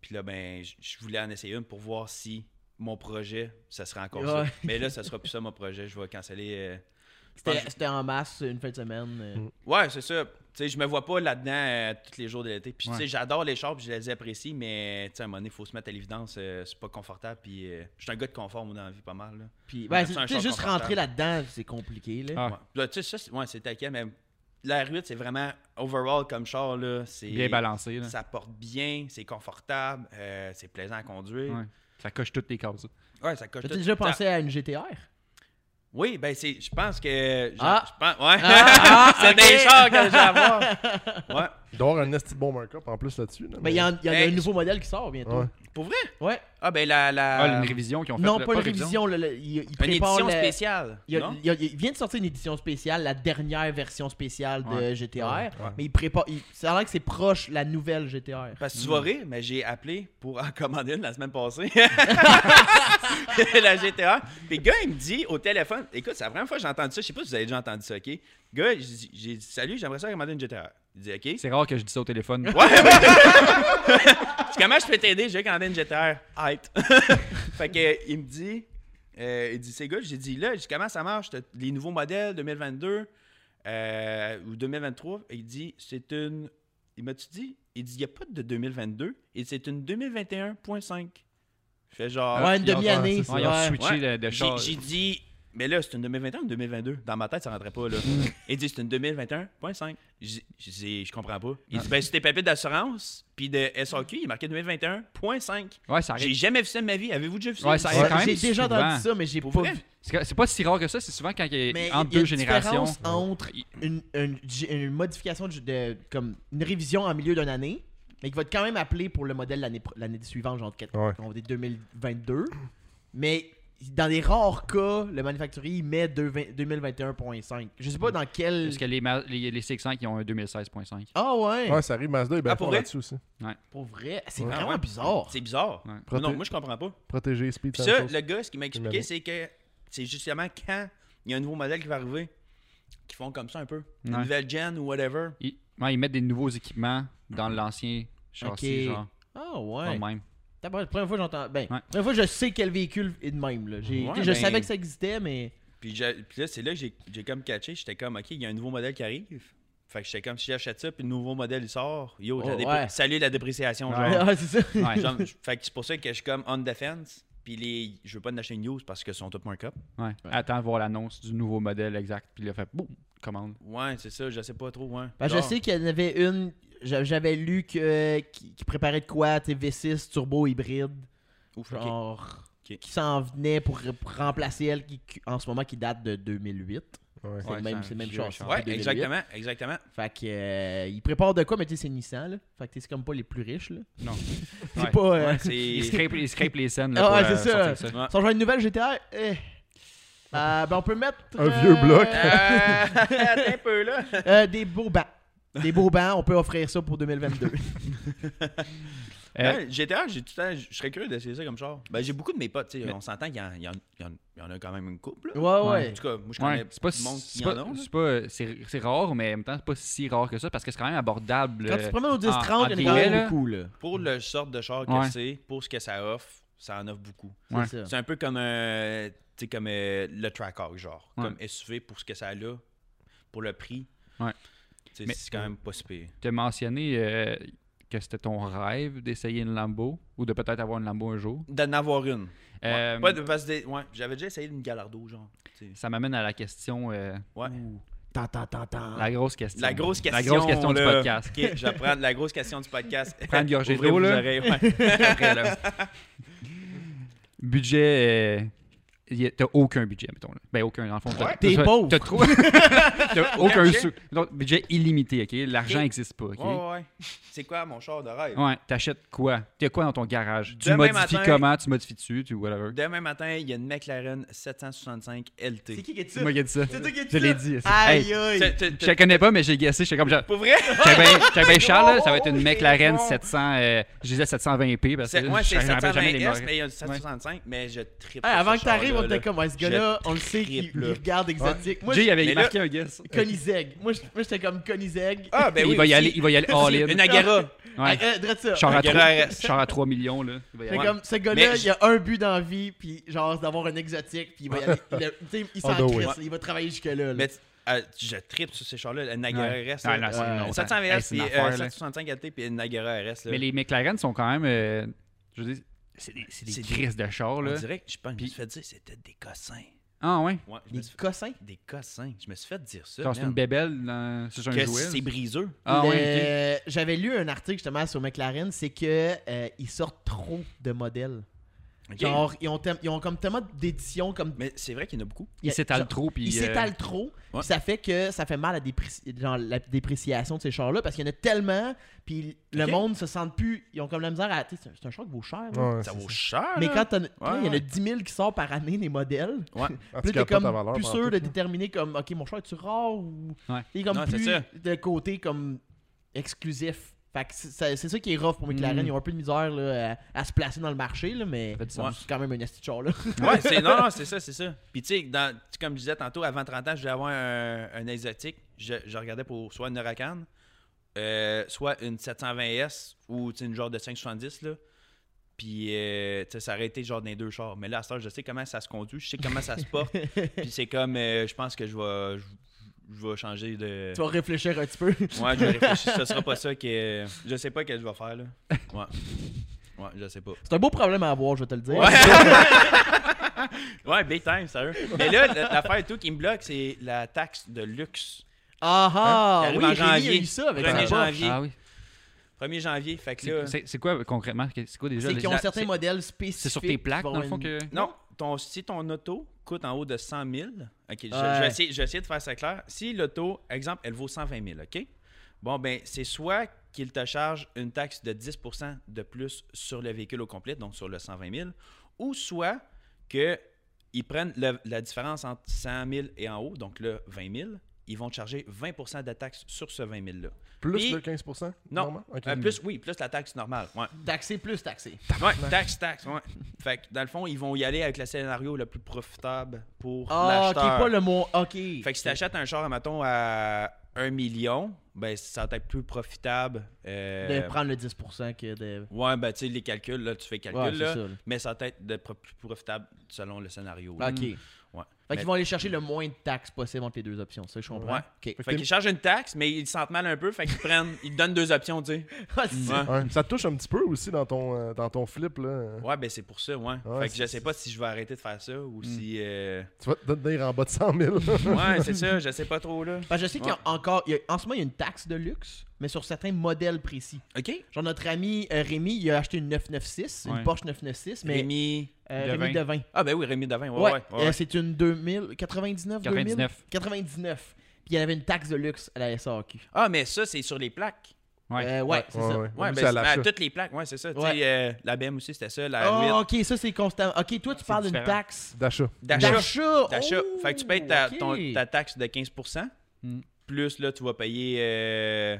Puis là, ben, j- je voulais en essayer une pour voir si mon projet, ça serait encore ça.
Ouais.
Mais là, ça sera plus ça mon projet. Je vais canceller. euh, je Mm. pense
C'était c'était en masse une fin de semaine. euh.
Ouais, c'est ça. Tu sais, je me vois pas là-dedans euh, tous les jours de l'été. Puis, tu
Ouais.
sais, j'adore les chars, puis je les apprécie, mais, tu sais, à un moment donné, il faut se mettre à l'évidence. euh, c'est pas confortable, puis euh, je suis un gars de confort, moi, dans la vie, pas mal, là.
Puis,
Ouais,
ben,
c'est
c'est-
un
tu sais,
choix
juste
confortable.
rentrer là-dedans, c'est compliqué, là.
Ah.
Ouais. Là, tu sais, ça, c'est- ouais, c'est taquet, mais la R8, c'est vraiment, overall, comme char, là, c'est...
Bien balancé. Là. Ça...
Ça porte bien, c'est confortable, euh, c'est plaisant à conduire.
Ouais. coche toutes les cases.
Ouais, ça coche
T'as-tu
tout-
déjà
ça-
pensé à une GTR?
Oui, ben, c'est... Je pense que... je-
Ah!
je pense- ouais.
Ah,
c'est
ok.
des chars que je vais avoir. Ouais.
Il doit y avoir un esti de bon markup en plus là-dessus. là,
Ben, il y, en- il y en a
Hey,
un nouveau modèle qui sort bientôt.
Ouais.
Pour vrai?
Ouais.
Ah, ben, la... la...
Ah, une révision qu'ils ont fait.
Non,
là,
pas une révision, là, là, il, il
Une
prépare
édition
la-
spéciale,
Il, y a-
non?
il y a- il vient de sortir une édition spéciale, la dernière version spéciale de
Ouais.
GTR,
Ouais.
mais il prépare. il- ça a l'air que c'est proche la nouvelle GTR.
Parce que tu vas rire, mais j'ai appelé pour en commander une la semaine passée. la GTA. Puis le gars, il me dit au téléphone, écoute, c'est la première fois que j'ai entendu ça. Je sais pas si vous avez déjà entendu ça, OK? Le Gars, j'ai dit- j'ai dit, salut, j'aimerais ça commander une GTA. Il dit, OK.
C'est rare que je dise ça au téléphone.
Ouais, ouais. Puis comment je peux t'aider? J'ai commandé une GTR. Hype. fait que, il me dit, euh, il dit, c'est good. J'ai dit, là, j'ai dit, comment ça marche? T'as Les nouveaux modèles 2022 euh, ou 2023. Il dit, c'est une. Il m'a-tu dit? Il dit, il n'y a pas de 2022. Il dit, c'est une 2021.5. Je fais genre.
ouais, une
ils ont-
demi-année.
ouais,
c'est-
Ouais, ils ont
ouais.
switché
Ouais.
de- de
J'ai
char.
j'ai dit, mais là, c'est une 2021 ou 2022? Dans ma tête, ça rentrait pas, là.
Mm.
Il dit, c'est une 2021.5. J'ai j'ai dit, je comprends pas.
Ah.
Il dit, ben, sur tes papiers d'assurance, puis de SAQ, il marquait 2021.5.
Ouais, ça
J'ai
arrive.
jamais vu ça de ma vie. Avez-vous déjà vu ça?
Ouais, ça arrive
Ouais.
quand même.
J'ai déjà
souvent.
entendu ça, mais j'ai pas
Pour
vu.
vrai?
C'est que- C'est pas si rare que ça, c'est souvent quand
Mais
il y a
il y a
entre deux
une
générations.
différence entre une, une- une modification de, de- comme une révision en milieu d'une année, mais qui va quand même appeler pour le modèle l'année pro- l'année suivante, genre quatre-
Ouais.
on va dire 2022. Mais dans les rares cas, le manufacturier il met deux vingt- 2021.5. Je sais pas dans quel.
Parce que les, ma- les, les CX5 ils ont un 2016.5.
Ah ouais,
Ouais, ça arrive, Mazda est bien
Ah, pour
fort
vrai?
là-dessus aussi.
Pour vrai, c'est
Ah
vraiment
ouais.
bizarre.
C'est bizarre.
Ouais.
Moi, Non, moi, je comprends pas.
Protéger Speed.
Puis
c'est la
ça,
même chose.
le gars, ce qu'il m'a expliqué,
Numéro.
c'est que c'est justement quand il y a un nouveau modèle qui va arriver, qui font comme ça un peu. Une
Ouais.
nouvelle gen ou whatever.
Ils, ouais, ils mettent des nouveaux équipements dans l'ancien châssis,
Ok.
genre.
Ah
pas
ouais.
de même.
T'as pas- la première fois que j'entends. Ben,
Ouais.
la première fois que je sais quel véhicule est de même. Là. J'ai-
Ouais,
tu sais, je
ben-
savais que ça existait, mais.
Puis, je- puis là, c'est là que j'ai j'ai comme catché. J'étais comme, OK, il y a un nouveau modèle qui arrive. Fait que j'étais comme, si j'achète ça, puis le nouveau modèle, il sort. Yo, la
Oh,
dépr-
ouais.
salut la dépréciation, genre.
Ouais.
Ah, c'est ça.
Ouais.
Genre, je- fait que c'est pour ça que je suis comme on defense. Puis les, je veux pas en acheter une news parce que sont top markup.
Ouais. Attends de voir l'annonce du nouveau modèle exact, puis là, fait boum, commande.
Ouais, c'est ça, je sais pas trop. Ouais.
Ben, je
Genre,
sais qu'il y en avait une, j'a- j'avais lu que, qui, qui préparait de quoi, tu sais, V6 turbo hybride.
Ouf, ok.
Genre.
Ok.
qui s'en venait pour, pour remplacer elle qui, qui- en ce moment qui date de 2008.
Ouais.
C'est
Ouais,
le
c'est
même,
un
c'est le même
vieux
char.
char.
c'est
en
Ouais,
depuis 2008.
exactement, exactement.
Fait que euh, il prépare de quoi, mais tu sais, c'est Nissan, là. Fait que t'es comme pas les plus riches, là.
Non.
C'est
Ouais.
pas. euh,
Ouais,
Il
c'est.
scrape, il scrape les scènes. Là,
Ah
pour,
ouais,
euh,
c'est ça.
sortir
Ouais.
Si on joue à une nouvelle GTA, eh. Euh, ben on peut mettre.
Un vieux bloc.
Euh, attends un peu là.
euh, des beaux bancs. Des beaux bancs, on peut offrir ça pour 2022.
Euh,
Ouais, GTA, j'ai tout le temps- je serais curieux d'essayer ça comme char. Ben, j'ai beaucoup de mes potes, tu sais, on s'entend qu'il y, en- il y en- il y en- il y en a quand même une couple. là.
Ouais, ouais.
En tout cas, moi je connais
Ouais, c'est pas,
du monde qui
c'est
en
pas,
a. là.
c'est pas- euh, c'est- c'est rare, mais en même temps, c'est pas si rare que ça parce que c'est quand même abordable.
Quand tu
euh,
te promènes au
en- en
10-30, il y en a quand
guillemets,
même
là.
beaucoup, là.
Pour le sorte de char que
Ouais.
c'est, pour ce que ça offre, ça en offre beaucoup.
C'est
Ouais.
ça.
C'est un peu comme, euh, tu sais, comme euh, le Trackhawk, genre.
Ouais.
Comme SUV pour ce que ça a, pour le prix.
Ouais.
Tu sais,
Mais-
C'est quand même pas si pire.
Tu as mentionné euh, que c'était ton rêve d'essayer une Lambo ou de peut-être avoir une Lambo un jour.
D'en avoir une. Ouais.
Euh,
Pas de- parce que des- ouais, j'avais déjà essayé une Galardo, genre. tu sais.
Ça m'amène à la question, euh,
Ouais.
Tant, tant, tant, tant.
la grosse question.
Ah. La grosse
La
question,
grosse question du
là.
podcast.
Ok, je vais prendre la grosse question du podcast.
Prends une gorgée
Ouvrez
d'eau,
vos
là.
oreilles, ouais.
Après, là. budget. euh, y a- T'as aucun budget, mettons. Là. Ben, aucun, dans le fond. t'as-
Ouais.
T'es
t'as-
pauvre.
T'as trop- t'as aucun
budget.
sou. Donc, budget illimité, OK? L'argent
Ok.
n'existe pas, OK?
Ouais, ouais, ouais. C'est quoi mon char de rêve?
Ouais, t'achètes quoi? T'as quoi dans ton garage? Tu
Demain
modifies
matin-
comment? Tu modifies dessus? Tu whatever.
Demain matin, il y a une McLaren 765 LT.
C'est qui qui est ça?
Tu m'as dit ça.
C'est toi qui as dit
Je l'ai
ça?
dit. ça. Hey,
Aïe,
Tu-
aïe.
tu-
je
tu-
la connais pas, mais j'ai guessé. J'étais comme genre.
Pour vrai?
J'avais bien j'étais bien Charles, là, ça va être une
Oh,
McLaren
c'est bon.
700. euh, je disais 720p parce que
C'est- Ouais,
je
c'est
me rappelle jamais les
720S,
marques.
mais il y a du 765, mais je tripe.
Hey,
sur
avant
ce
que t'arrives,
char-là,
on était
là.
comme, ouais, ce gars-là,
Je
on le sait qu'il
triple, là.
il regarde exotique. Moi,
Jay
je-
avait
mais
marqué un guess.
Koenigsegg. Moi, je- moi, j'étais comme Koenigsegg.
Ah, ben
il,
oui.
va y
aussi.
aller, il va y aller all-in.
Une Agara.
Ah,
Ouais.
euh, drette ça.
Char, à
Agara
trois-
RS.
char à 3 millions, là. Il va y
Fait
aller.
Ouais.
comme, ce gars-là,
Mais
il a un but dans la vie, puis genre, c'est d'avoir un exotique, puis il va y aller. Il, a- tu sais, il s'en
On the way.
crisse, là, il va travailler jusque-là. là.
Mais tu- euh, je tripe sur ces chars-là. Une Agara
Ouais.
RS.
Ouais,
là.
non, c'est
Ouais.
non, ça-
700 VS,
hey, c'est
puis
une
euh,
affaire, là.
765 LT, puis une Agara RS. là.
Mais les McLaren sont quand même. euh, je veux dire, c'est des, c'est des
C'est-
grises de char,
On
là.
dirait que je pense que je me
Puis-
suis fait dire c'était des cossins.
Ah, ouais.
Ouais, je me
Des
suis fait-
cossins.
des cossins. Je me suis fait dire ça.
Genre, c'est
man.
une bébelle. dans- C'est un
Que
jouet.
c'est
là.
briseux.
Ah,
Le-
ouais. ok.
J'avais lu un article justement sur McLaren, c'est que euh, ils sortent trop de modèles.
Ok.
Genre, ils ont, tem- ils ont comme tellement d'éditions comme
Mais c'est vrai qu'il y en a beaucoup.
il y a-
Il s'étale
genre,
trop. puis,
Ils
euh,
s'étalent trop, puis
ouais.
ça fait que ça fait mal à dépréci- genre, la dépréciation de ces chars-là parce qu'il y en a tellement, puis le
Ok.
monde se sent plus. Ils ont comme la misère à. tu sais, C'est un- c'est un char qui vaut cher. là.
Ouais,
Ça
c'est
vaut cher.
Mais
là.
quand t'en- quand il y en a
ouais.
10 000 qui sortent par année des modèles,
Ouais.
Ah, tu
plus t'es
captes pas
comme
ta valeur
plus
pendant
sûr
tout,
de
là.
déterminer comme ok mon choix est-tu rare ou
Ouais.
t'es comme
Non, c'est
plus
ça.
de côté comme exclusif. Fait que c'est- c'est c'est ça qui est rough pour McLaren,
Mm.
ils ont un peu de misère là, à, à se placer dans le marché là, mais
Ça fait du
Ouais.
sens.
c'est quand même un esti de char là.
Ouais, c'est, non, non, c'est ça, c'est ça. Puis tu sais, dans- tu- comme je disais tantôt, avant 30 ans, je voulais avoir un, un exotique. Je, je regardais pour soit une Huracan, euh, soit une 720S ou tu sais, une genre de 570. Là. Puis euh, tu sais, ça aurait été genre des deux chars. Mais là, à ce je sais comment ça se conduit, je sais comment ça se porte. Puis c'est comme, euh, je pense que je vais, je, je vais changer de...
tu vas réfléchir un petit peu.
Ouais, je vais réfléchir. Ce sera pas ça que... Je sais pas que je vais faire, là. Ouais. Ouais, je sais pas.
C'est un beau problème à avoir, je vais te le dire.
Ouais, big time, sérieux. Mais là, l- l'affaire et tout qui me bloque, c'est la taxe de luxe.
Ah ah,
Qui
oui,
Hein? arrive en
Rémi a
janvier.
eu ça avec
Premier
sa Porsche.
janvier.
Ah, oui.
1er janvier, fait que là...
C'est- C'est c'est quoi euh, concrètement que- C'est quoi déjà
C'est
les-
qu'ils ont
la-
certains
c'est-
modèles spécifiques.
C'est sur tes plaques,
qui vont
dans le fond
une-
que.
Non, ton, si ton auto coûte en haut de 100 000, OK, je, je
Ouais.
vais essayer, je vais essayer de faire ça clair. Si l'auto, exemple, elle vaut 120 000, OK? Bon, ben, c'est soit qu'il te charge une taxe de 10 de plus sur le véhicule au complet, donc sur le 120 000, ou soit qu'ils prennent le- la différence entre 100 000 et en haut, donc le 20 000, ils vont te charger 20 de taxe sur ce 20 000-là.
Plus
Puis-
de 15%?
Non.
normal? Ok.
Euh, plus, oui, plus la taxe normale. Ouais.
Taxé plus taxé.
Ouais, taxe, taxe, ouais. Fait que dans le fond, ils vont y aller avec le scénario le plus profitable pour
Ah, ok,
l'acheteur.
pas le mot. Ok.
Fait que si t'achètes un char, mettons, à 1 million, ben ça va être plus profitable. euh,
De prendre le 10% que de.
Ouais, ben tu sais, les calculs, là, tu fais calcul,
Ouais, c'est
là,
ça, là.
mais ça va être de pro- plus profitable selon le scénario. là.
Ok.
Mm. Ouais.
Hmm. Fait
Mais-
qu'ils vont aller chercher le moins de taxes possible entre les deux options, c'est ça que je comprends.
Ouais.
Ok.
Fait que
Fait qu'ils chargent une taxe, mais ils se sentent mal un peu, fait qu'ils prennent, ils te donnent deux options, tu sais.
Ah, c'est-
Ouais.
Ouais. Ça te touche un petit peu aussi dans ton, euh, dans ton flip. Là.
Ouais, ben c'est pour ça, ouais.
Ouais,
fait que
c'est-
je sais pas si je vais arrêter de faire ça ou
Hmm.
si. euh,
Tu vas te tenir en bas de 100 000.
Ouais, c'est ça, je sais pas trop, là.
Parce que je sais qu'il y a
Ouais.
encore. il y a- en ce moment, il y a une taxe de luxe, mais sur certains modèles précis.
OK.
Genre, notre ami euh, Rémi, il a acheté une 996,
Ouais.
une Porsche 996, mais Rémi,
Rémi.
euh,
Devin.
Rémi Devin.
Ah, ben oui, Rémi Davin, ouais,
Ouais,
ouais. ouais,
euh,
ouais.
c'est une 2000, 99,
99.
2000? 99. Puis il y avait une taxe de luxe à la SAQ.
Ah, mais ça, c'est sur les plaques.
Ouais.
Euh, ouais, c'est
Ouais, ouais.
ça.
Ouais,
Lui,
ben,
c'est à
c'est-
l'achat.
ben, toutes les plaques, ouais, c'est ça. Tu sais,
Ouais.
euh, la BM aussi, c'était ça, la
Ah,
8
ok, ça c'est constant. Ok, toi tu parles d'une
différent.
taxe
D'achat.
d'achat.
d'achat.
D'achat.
Oh,
fait que tu payes ta, ton-
ok. Hmm.
ta taxe de 15
Mm.
plus là, tu vas payer euh,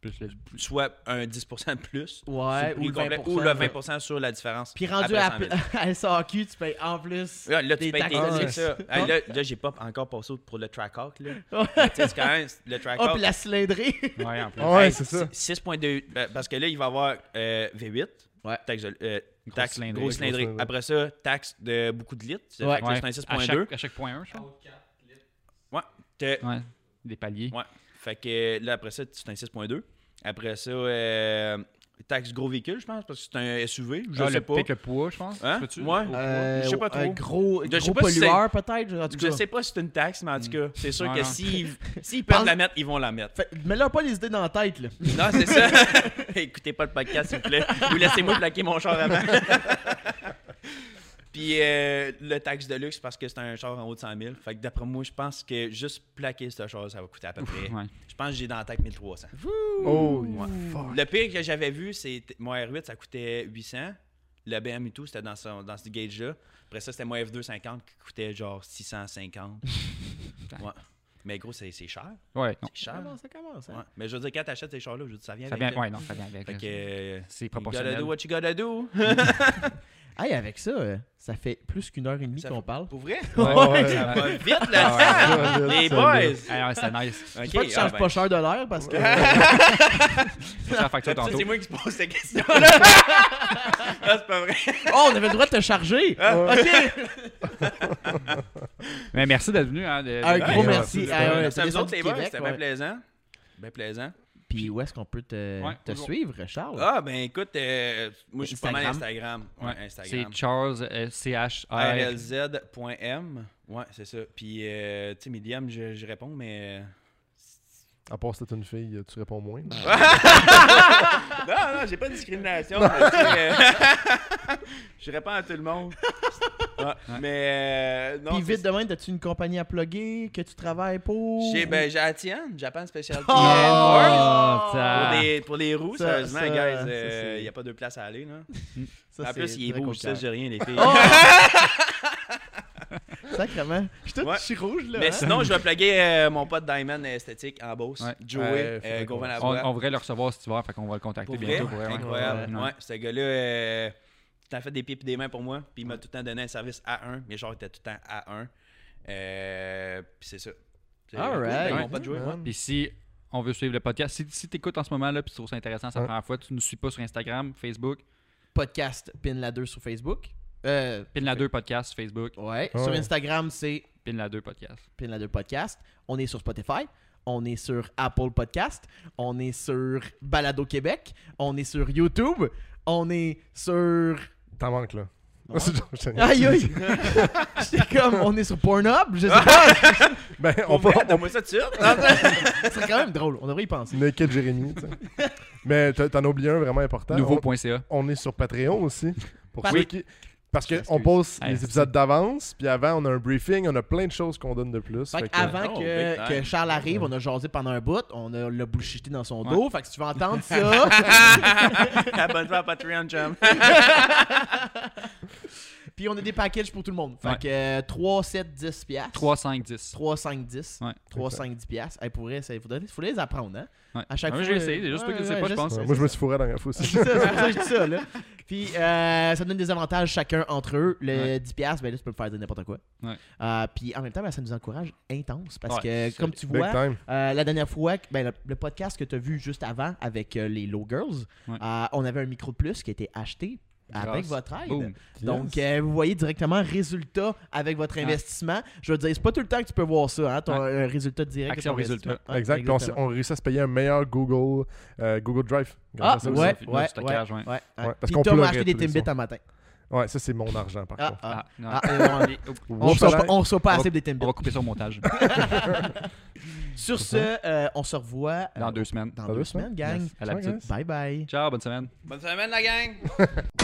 Plus le-
soit un 10 de plus sur
Ouais,
le prix
ou le 20%.
complet, ou le
ouais.
20 sur la différence.
Puis rendu
après
à,
100 000.
à SAQ, tu payes en plus.
Ouais, là, tu
des
payes tes
taxes de
c'est
luxe.
ça. Hey, là, là, j'ai pas encore passé au- pour le track hawk. Là.
Ouais.
Tu sais, c'est quand même le track
Ah,
hawk.
puis la cylindrée.
Ouais, en plus.
Ouais,
hey,
c'est ça.
6.2. ben, parce que là, il va y avoir euh, V8.
Ouais.
Taxe de- euh,
Grosse
taxe-
cylindrée.
grosse cylindrée.
cylindrée.
Après ça, taxe de beaucoup de litres.
Ouais.
Fait que là, c'est un
À
6.2.
chaque, à chaque point 1, je crois.
T'as-
Ouais. Des paliers.
Ouais. Fait que euh, là, après ça, c'est un 6.2. Après ça, euh, taxe gros véhicule, je pense, parce que c'est un SUV. Je
Ah,
sais
le-
pas.
Peut-être le poids, je pense.
Hein?
Peux-tu?
Ouais.
Au-
Euh,
Je sais pas
Un
trop.
gros,
Je sais
gros
pas si c'est-
pollueur, peut-être. En tout
Je
cas.
sais pas si c'est une taxe, mais en tout cas, c'est sûr
Mm. Non,
que
non.
s'ils s'ils peuvent
Parle-
la mettre, ils vont la mettre.
Fait- Mets-leur pas les idées dans la tête, là.
Non, c'est ça. Écoutez pas le podcast, s'il vous plaît. Ou laissez-moi plaquer mon char avant. Puis euh, le taxe de luxe, parce que c'est un char en haut de 100 000. Fait que d'après moi, je pense que juste plaquer ce char, ça va coûter à peu près.
Ouais.
Je pense que j'ai dans la tête 1300.
Oh, fuck.
Le pire que j'avais vu, c'est mon R8, ça coûtait 800. Le BM et tout, c'était dans, son- dans ce gauge-là. Après ça, c'était mon F250 qui coûtait genre 650. ouais. Mais gros, c'est c'est cher.
Ouais, non.
C'est cher.
ça commence. hein?
Ouais. Mais je veux dire, quand t'achètes ces chars-là, je veux dire, ça vient
Ça
avec.
vient, ouais, non, ça vient avec.
Fait
là.
que. euh,
C'est
You gotta
proportionnel.
do what you gotta do.
Hey, avec ça, euh, ça fait plus qu'une heure et demie
Ça
qu'on
fait-
parle.
Pour vrai?
Ouais, ouais.
Ça va vite,
Ah
là!
ouais.
Les
Ça
boys!
Ah ouais, c'est nice.
Ok,
J'espère que tu
ah
changes
ben,
pas cher de l'air parce que.
C'est la facture
ça,
tantôt.
c'est moi qui pose cette question-là. Ah, c'est pas vrai.
Oh, on avait le droit de te charger!
Ah.
ok!
Mais merci d'être venu. Hein, de-
Un
de-
gros
ouais,
merci.
c'est
Ah, ouais,
Merci à vous
descendre
autres,
du
les boys.
Québec,
C'était
ouais.
bien plaisant. Bien plaisant.
Puis où est-ce qu'on peut te,
Ouais,
te
bonjour.
suivre, Charles?
Ah, ben écoute, euh, moi, je suis pas mal Instagram. Ouais,
Ouais, c'est
Instagram.
Charles euh, CH
RLZ.m. Ouais, c'est ça. Puis, euh, tu sais, Medium, je, je réponds, mais. euh,
À part si t'es une fille, tu réponds moins.
Non, non, j'ai pas de discrimination. mais c'est, euh, je réponds à tout le monde. Ouais, Mais euh, non.
Puis
c'est
vite demain, as-tu une compagnie à plugger que tu travailles pour?
J'ai ben, j'ai la tienne, Japan Special
Oh!
Pour,
Oh,
les, pour les roues,
Ça,
sérieusement,
ça, ça,
guys, il
c'est-
n'y a pas de place à aller. Là.
Ça,
en
c'est
plus, il est
très Oh!
rouge, ça,
concret.
j'ai rien, les filles.
Sacrement. Je suis tout-
Ouais.
je suis rouge, là.
Mais
hein?
sinon, je vais plugger euh, mon pote Diamond Esthétique en Beauce,
Ouais.
Joey,
Ouais,
euh,
faut
Gauvin
qu'on-
on,
Lavoie.
on voudrait le recevoir cet hiver, fait qu'on va le contacter
Pour vrai,
bientôt. pour vrai, ouais.
incroyable.
Ouais.
Ouais, ce gars-là, euh, tout le temps fait des pieds et des mains pour moi, puis il m'a tout le temps donné un service à 1. Mes genres étaient tout le temps à 1. Euh, puis c'est ça. C'est- ben,
Alright.
Mon pote Joey, ouais.
Puis si on veut suivre le podcast, si, si tu écoutes en ce moment là, puis tu trouves ça intéressant, c'est la
Hein?
Ouais.
première fois, tu nous suis pas sur Instagram, Facebook,
Podcast Pin la 2 sur Facebook. Euh,
Pin la 2 podcast, Facebook,
ouais.
Ouais.
Sur Instagram, c'est
Pin la 2 podcast.
Pin la 2 Podcast. On est sur Spotify. On est sur Apple Podcast. On est sur Balado Québec. On est sur YouTube. On est sur.
T'en manques, là.
Ouais.
Je te-
Aïe aïe! J'étais comme, on est sur Pornhub? Je sais pas!
Ben,
Pour
on peut.
vrai, donne-moi ça tout de suite. Non, non.
C'est quand même drôle, on devrait y penser.
Naked Jérémy, tu sais. Mais t'en t'en as oublié un vraiment important. On-
Nouveau.ca.
on est sur Patreon aussi. Pour
Pat-
ceux qui. Parce
Je
qu'on
m'excuse.
pose
Ouais,
les
c'est
épisodes d'avance, puis avant, on a un briefing, on a plein de choses qu'on donne de plus.
Fait
Fait que-
avant
Oh,
que,
big time.
que Charles arrive, on a jasé pendant un bout, on a le bullshité dans son dos. Fait que si tu veux entendre ça,
Abonne-toi à Patreon, chum.
puis on a des packages pour tout le monde. Fait
Ouais.
que euh, 3, 7, 10 piastres.
3, 5, 10.
3, 5, 10.
Ouais.
3, 5, 10 piastres. Hey, pour vrai, ça, il faudrait, faudrait les apprendre, hein?
Ouais. Ah,
À chaque
Ouais,
fois.
J'ai essayé, juste
Ouais,
que tu sais
ouais,
pas, je
je
pense.
Ouais, moi, je me suis fourré la dernière fois aussi.
C'est ça, c'est pour ça que je dis ça, là. Puis euh, ça donne des avantages chacun entre eux. Le
Ouais.
10$, piastres, ben là, tu peux le faire dire n'importe quoi.
Ouais.
Euh, puis en même temps, ben, ça nous encourage intense parce
Ouais,
que, comme tu
Big
vois,
time.
Euh, la dernière fois, que- ben, le, le podcast que tu as vu juste avant avec euh, les Low Girls,
Ouais.
euh, on avait un micro de plus qui a été acheté avec votre aide.
Boom.
Donc, euh, vous voyez directement résultat avec votre
Ah.
investissement. Je veux dire, c'est pas tout le temps que tu peux voir ça, hein, ton euh, résultat direct. de
Action
ton
résultat.
investissement. Ah,
exact. Puis on, s'est-
exactement.
on réussit à se payer un meilleur Google, euh, Google Drive.
Ah,
grâce à ça aussi.
ouais,
c'est- le
ouais,
stockage,
ouais,
ouais.
ouais.
parce
Puis
qu'on
Tom a
pleurait
acheté des
tous les
Timbits
soirs.
un matin.
Ouais, ça, c'est mon argent, par
Ah,
contre.
ah.
Ah, non.
Ah, euh, on- on
Rouge
reçoit
soleil.
pas- on reçoit pas
On va-
assez des Timbits.
On va couper ça au montage
Sur ce, euh, on se revoit euh,
dans deux semaines.
dans deux semaines, gang.
Yes, à la
Ouais,
petite.
guys.
Bye bye.
Ciao, bonne semaine.
Bonne semaine, la gang!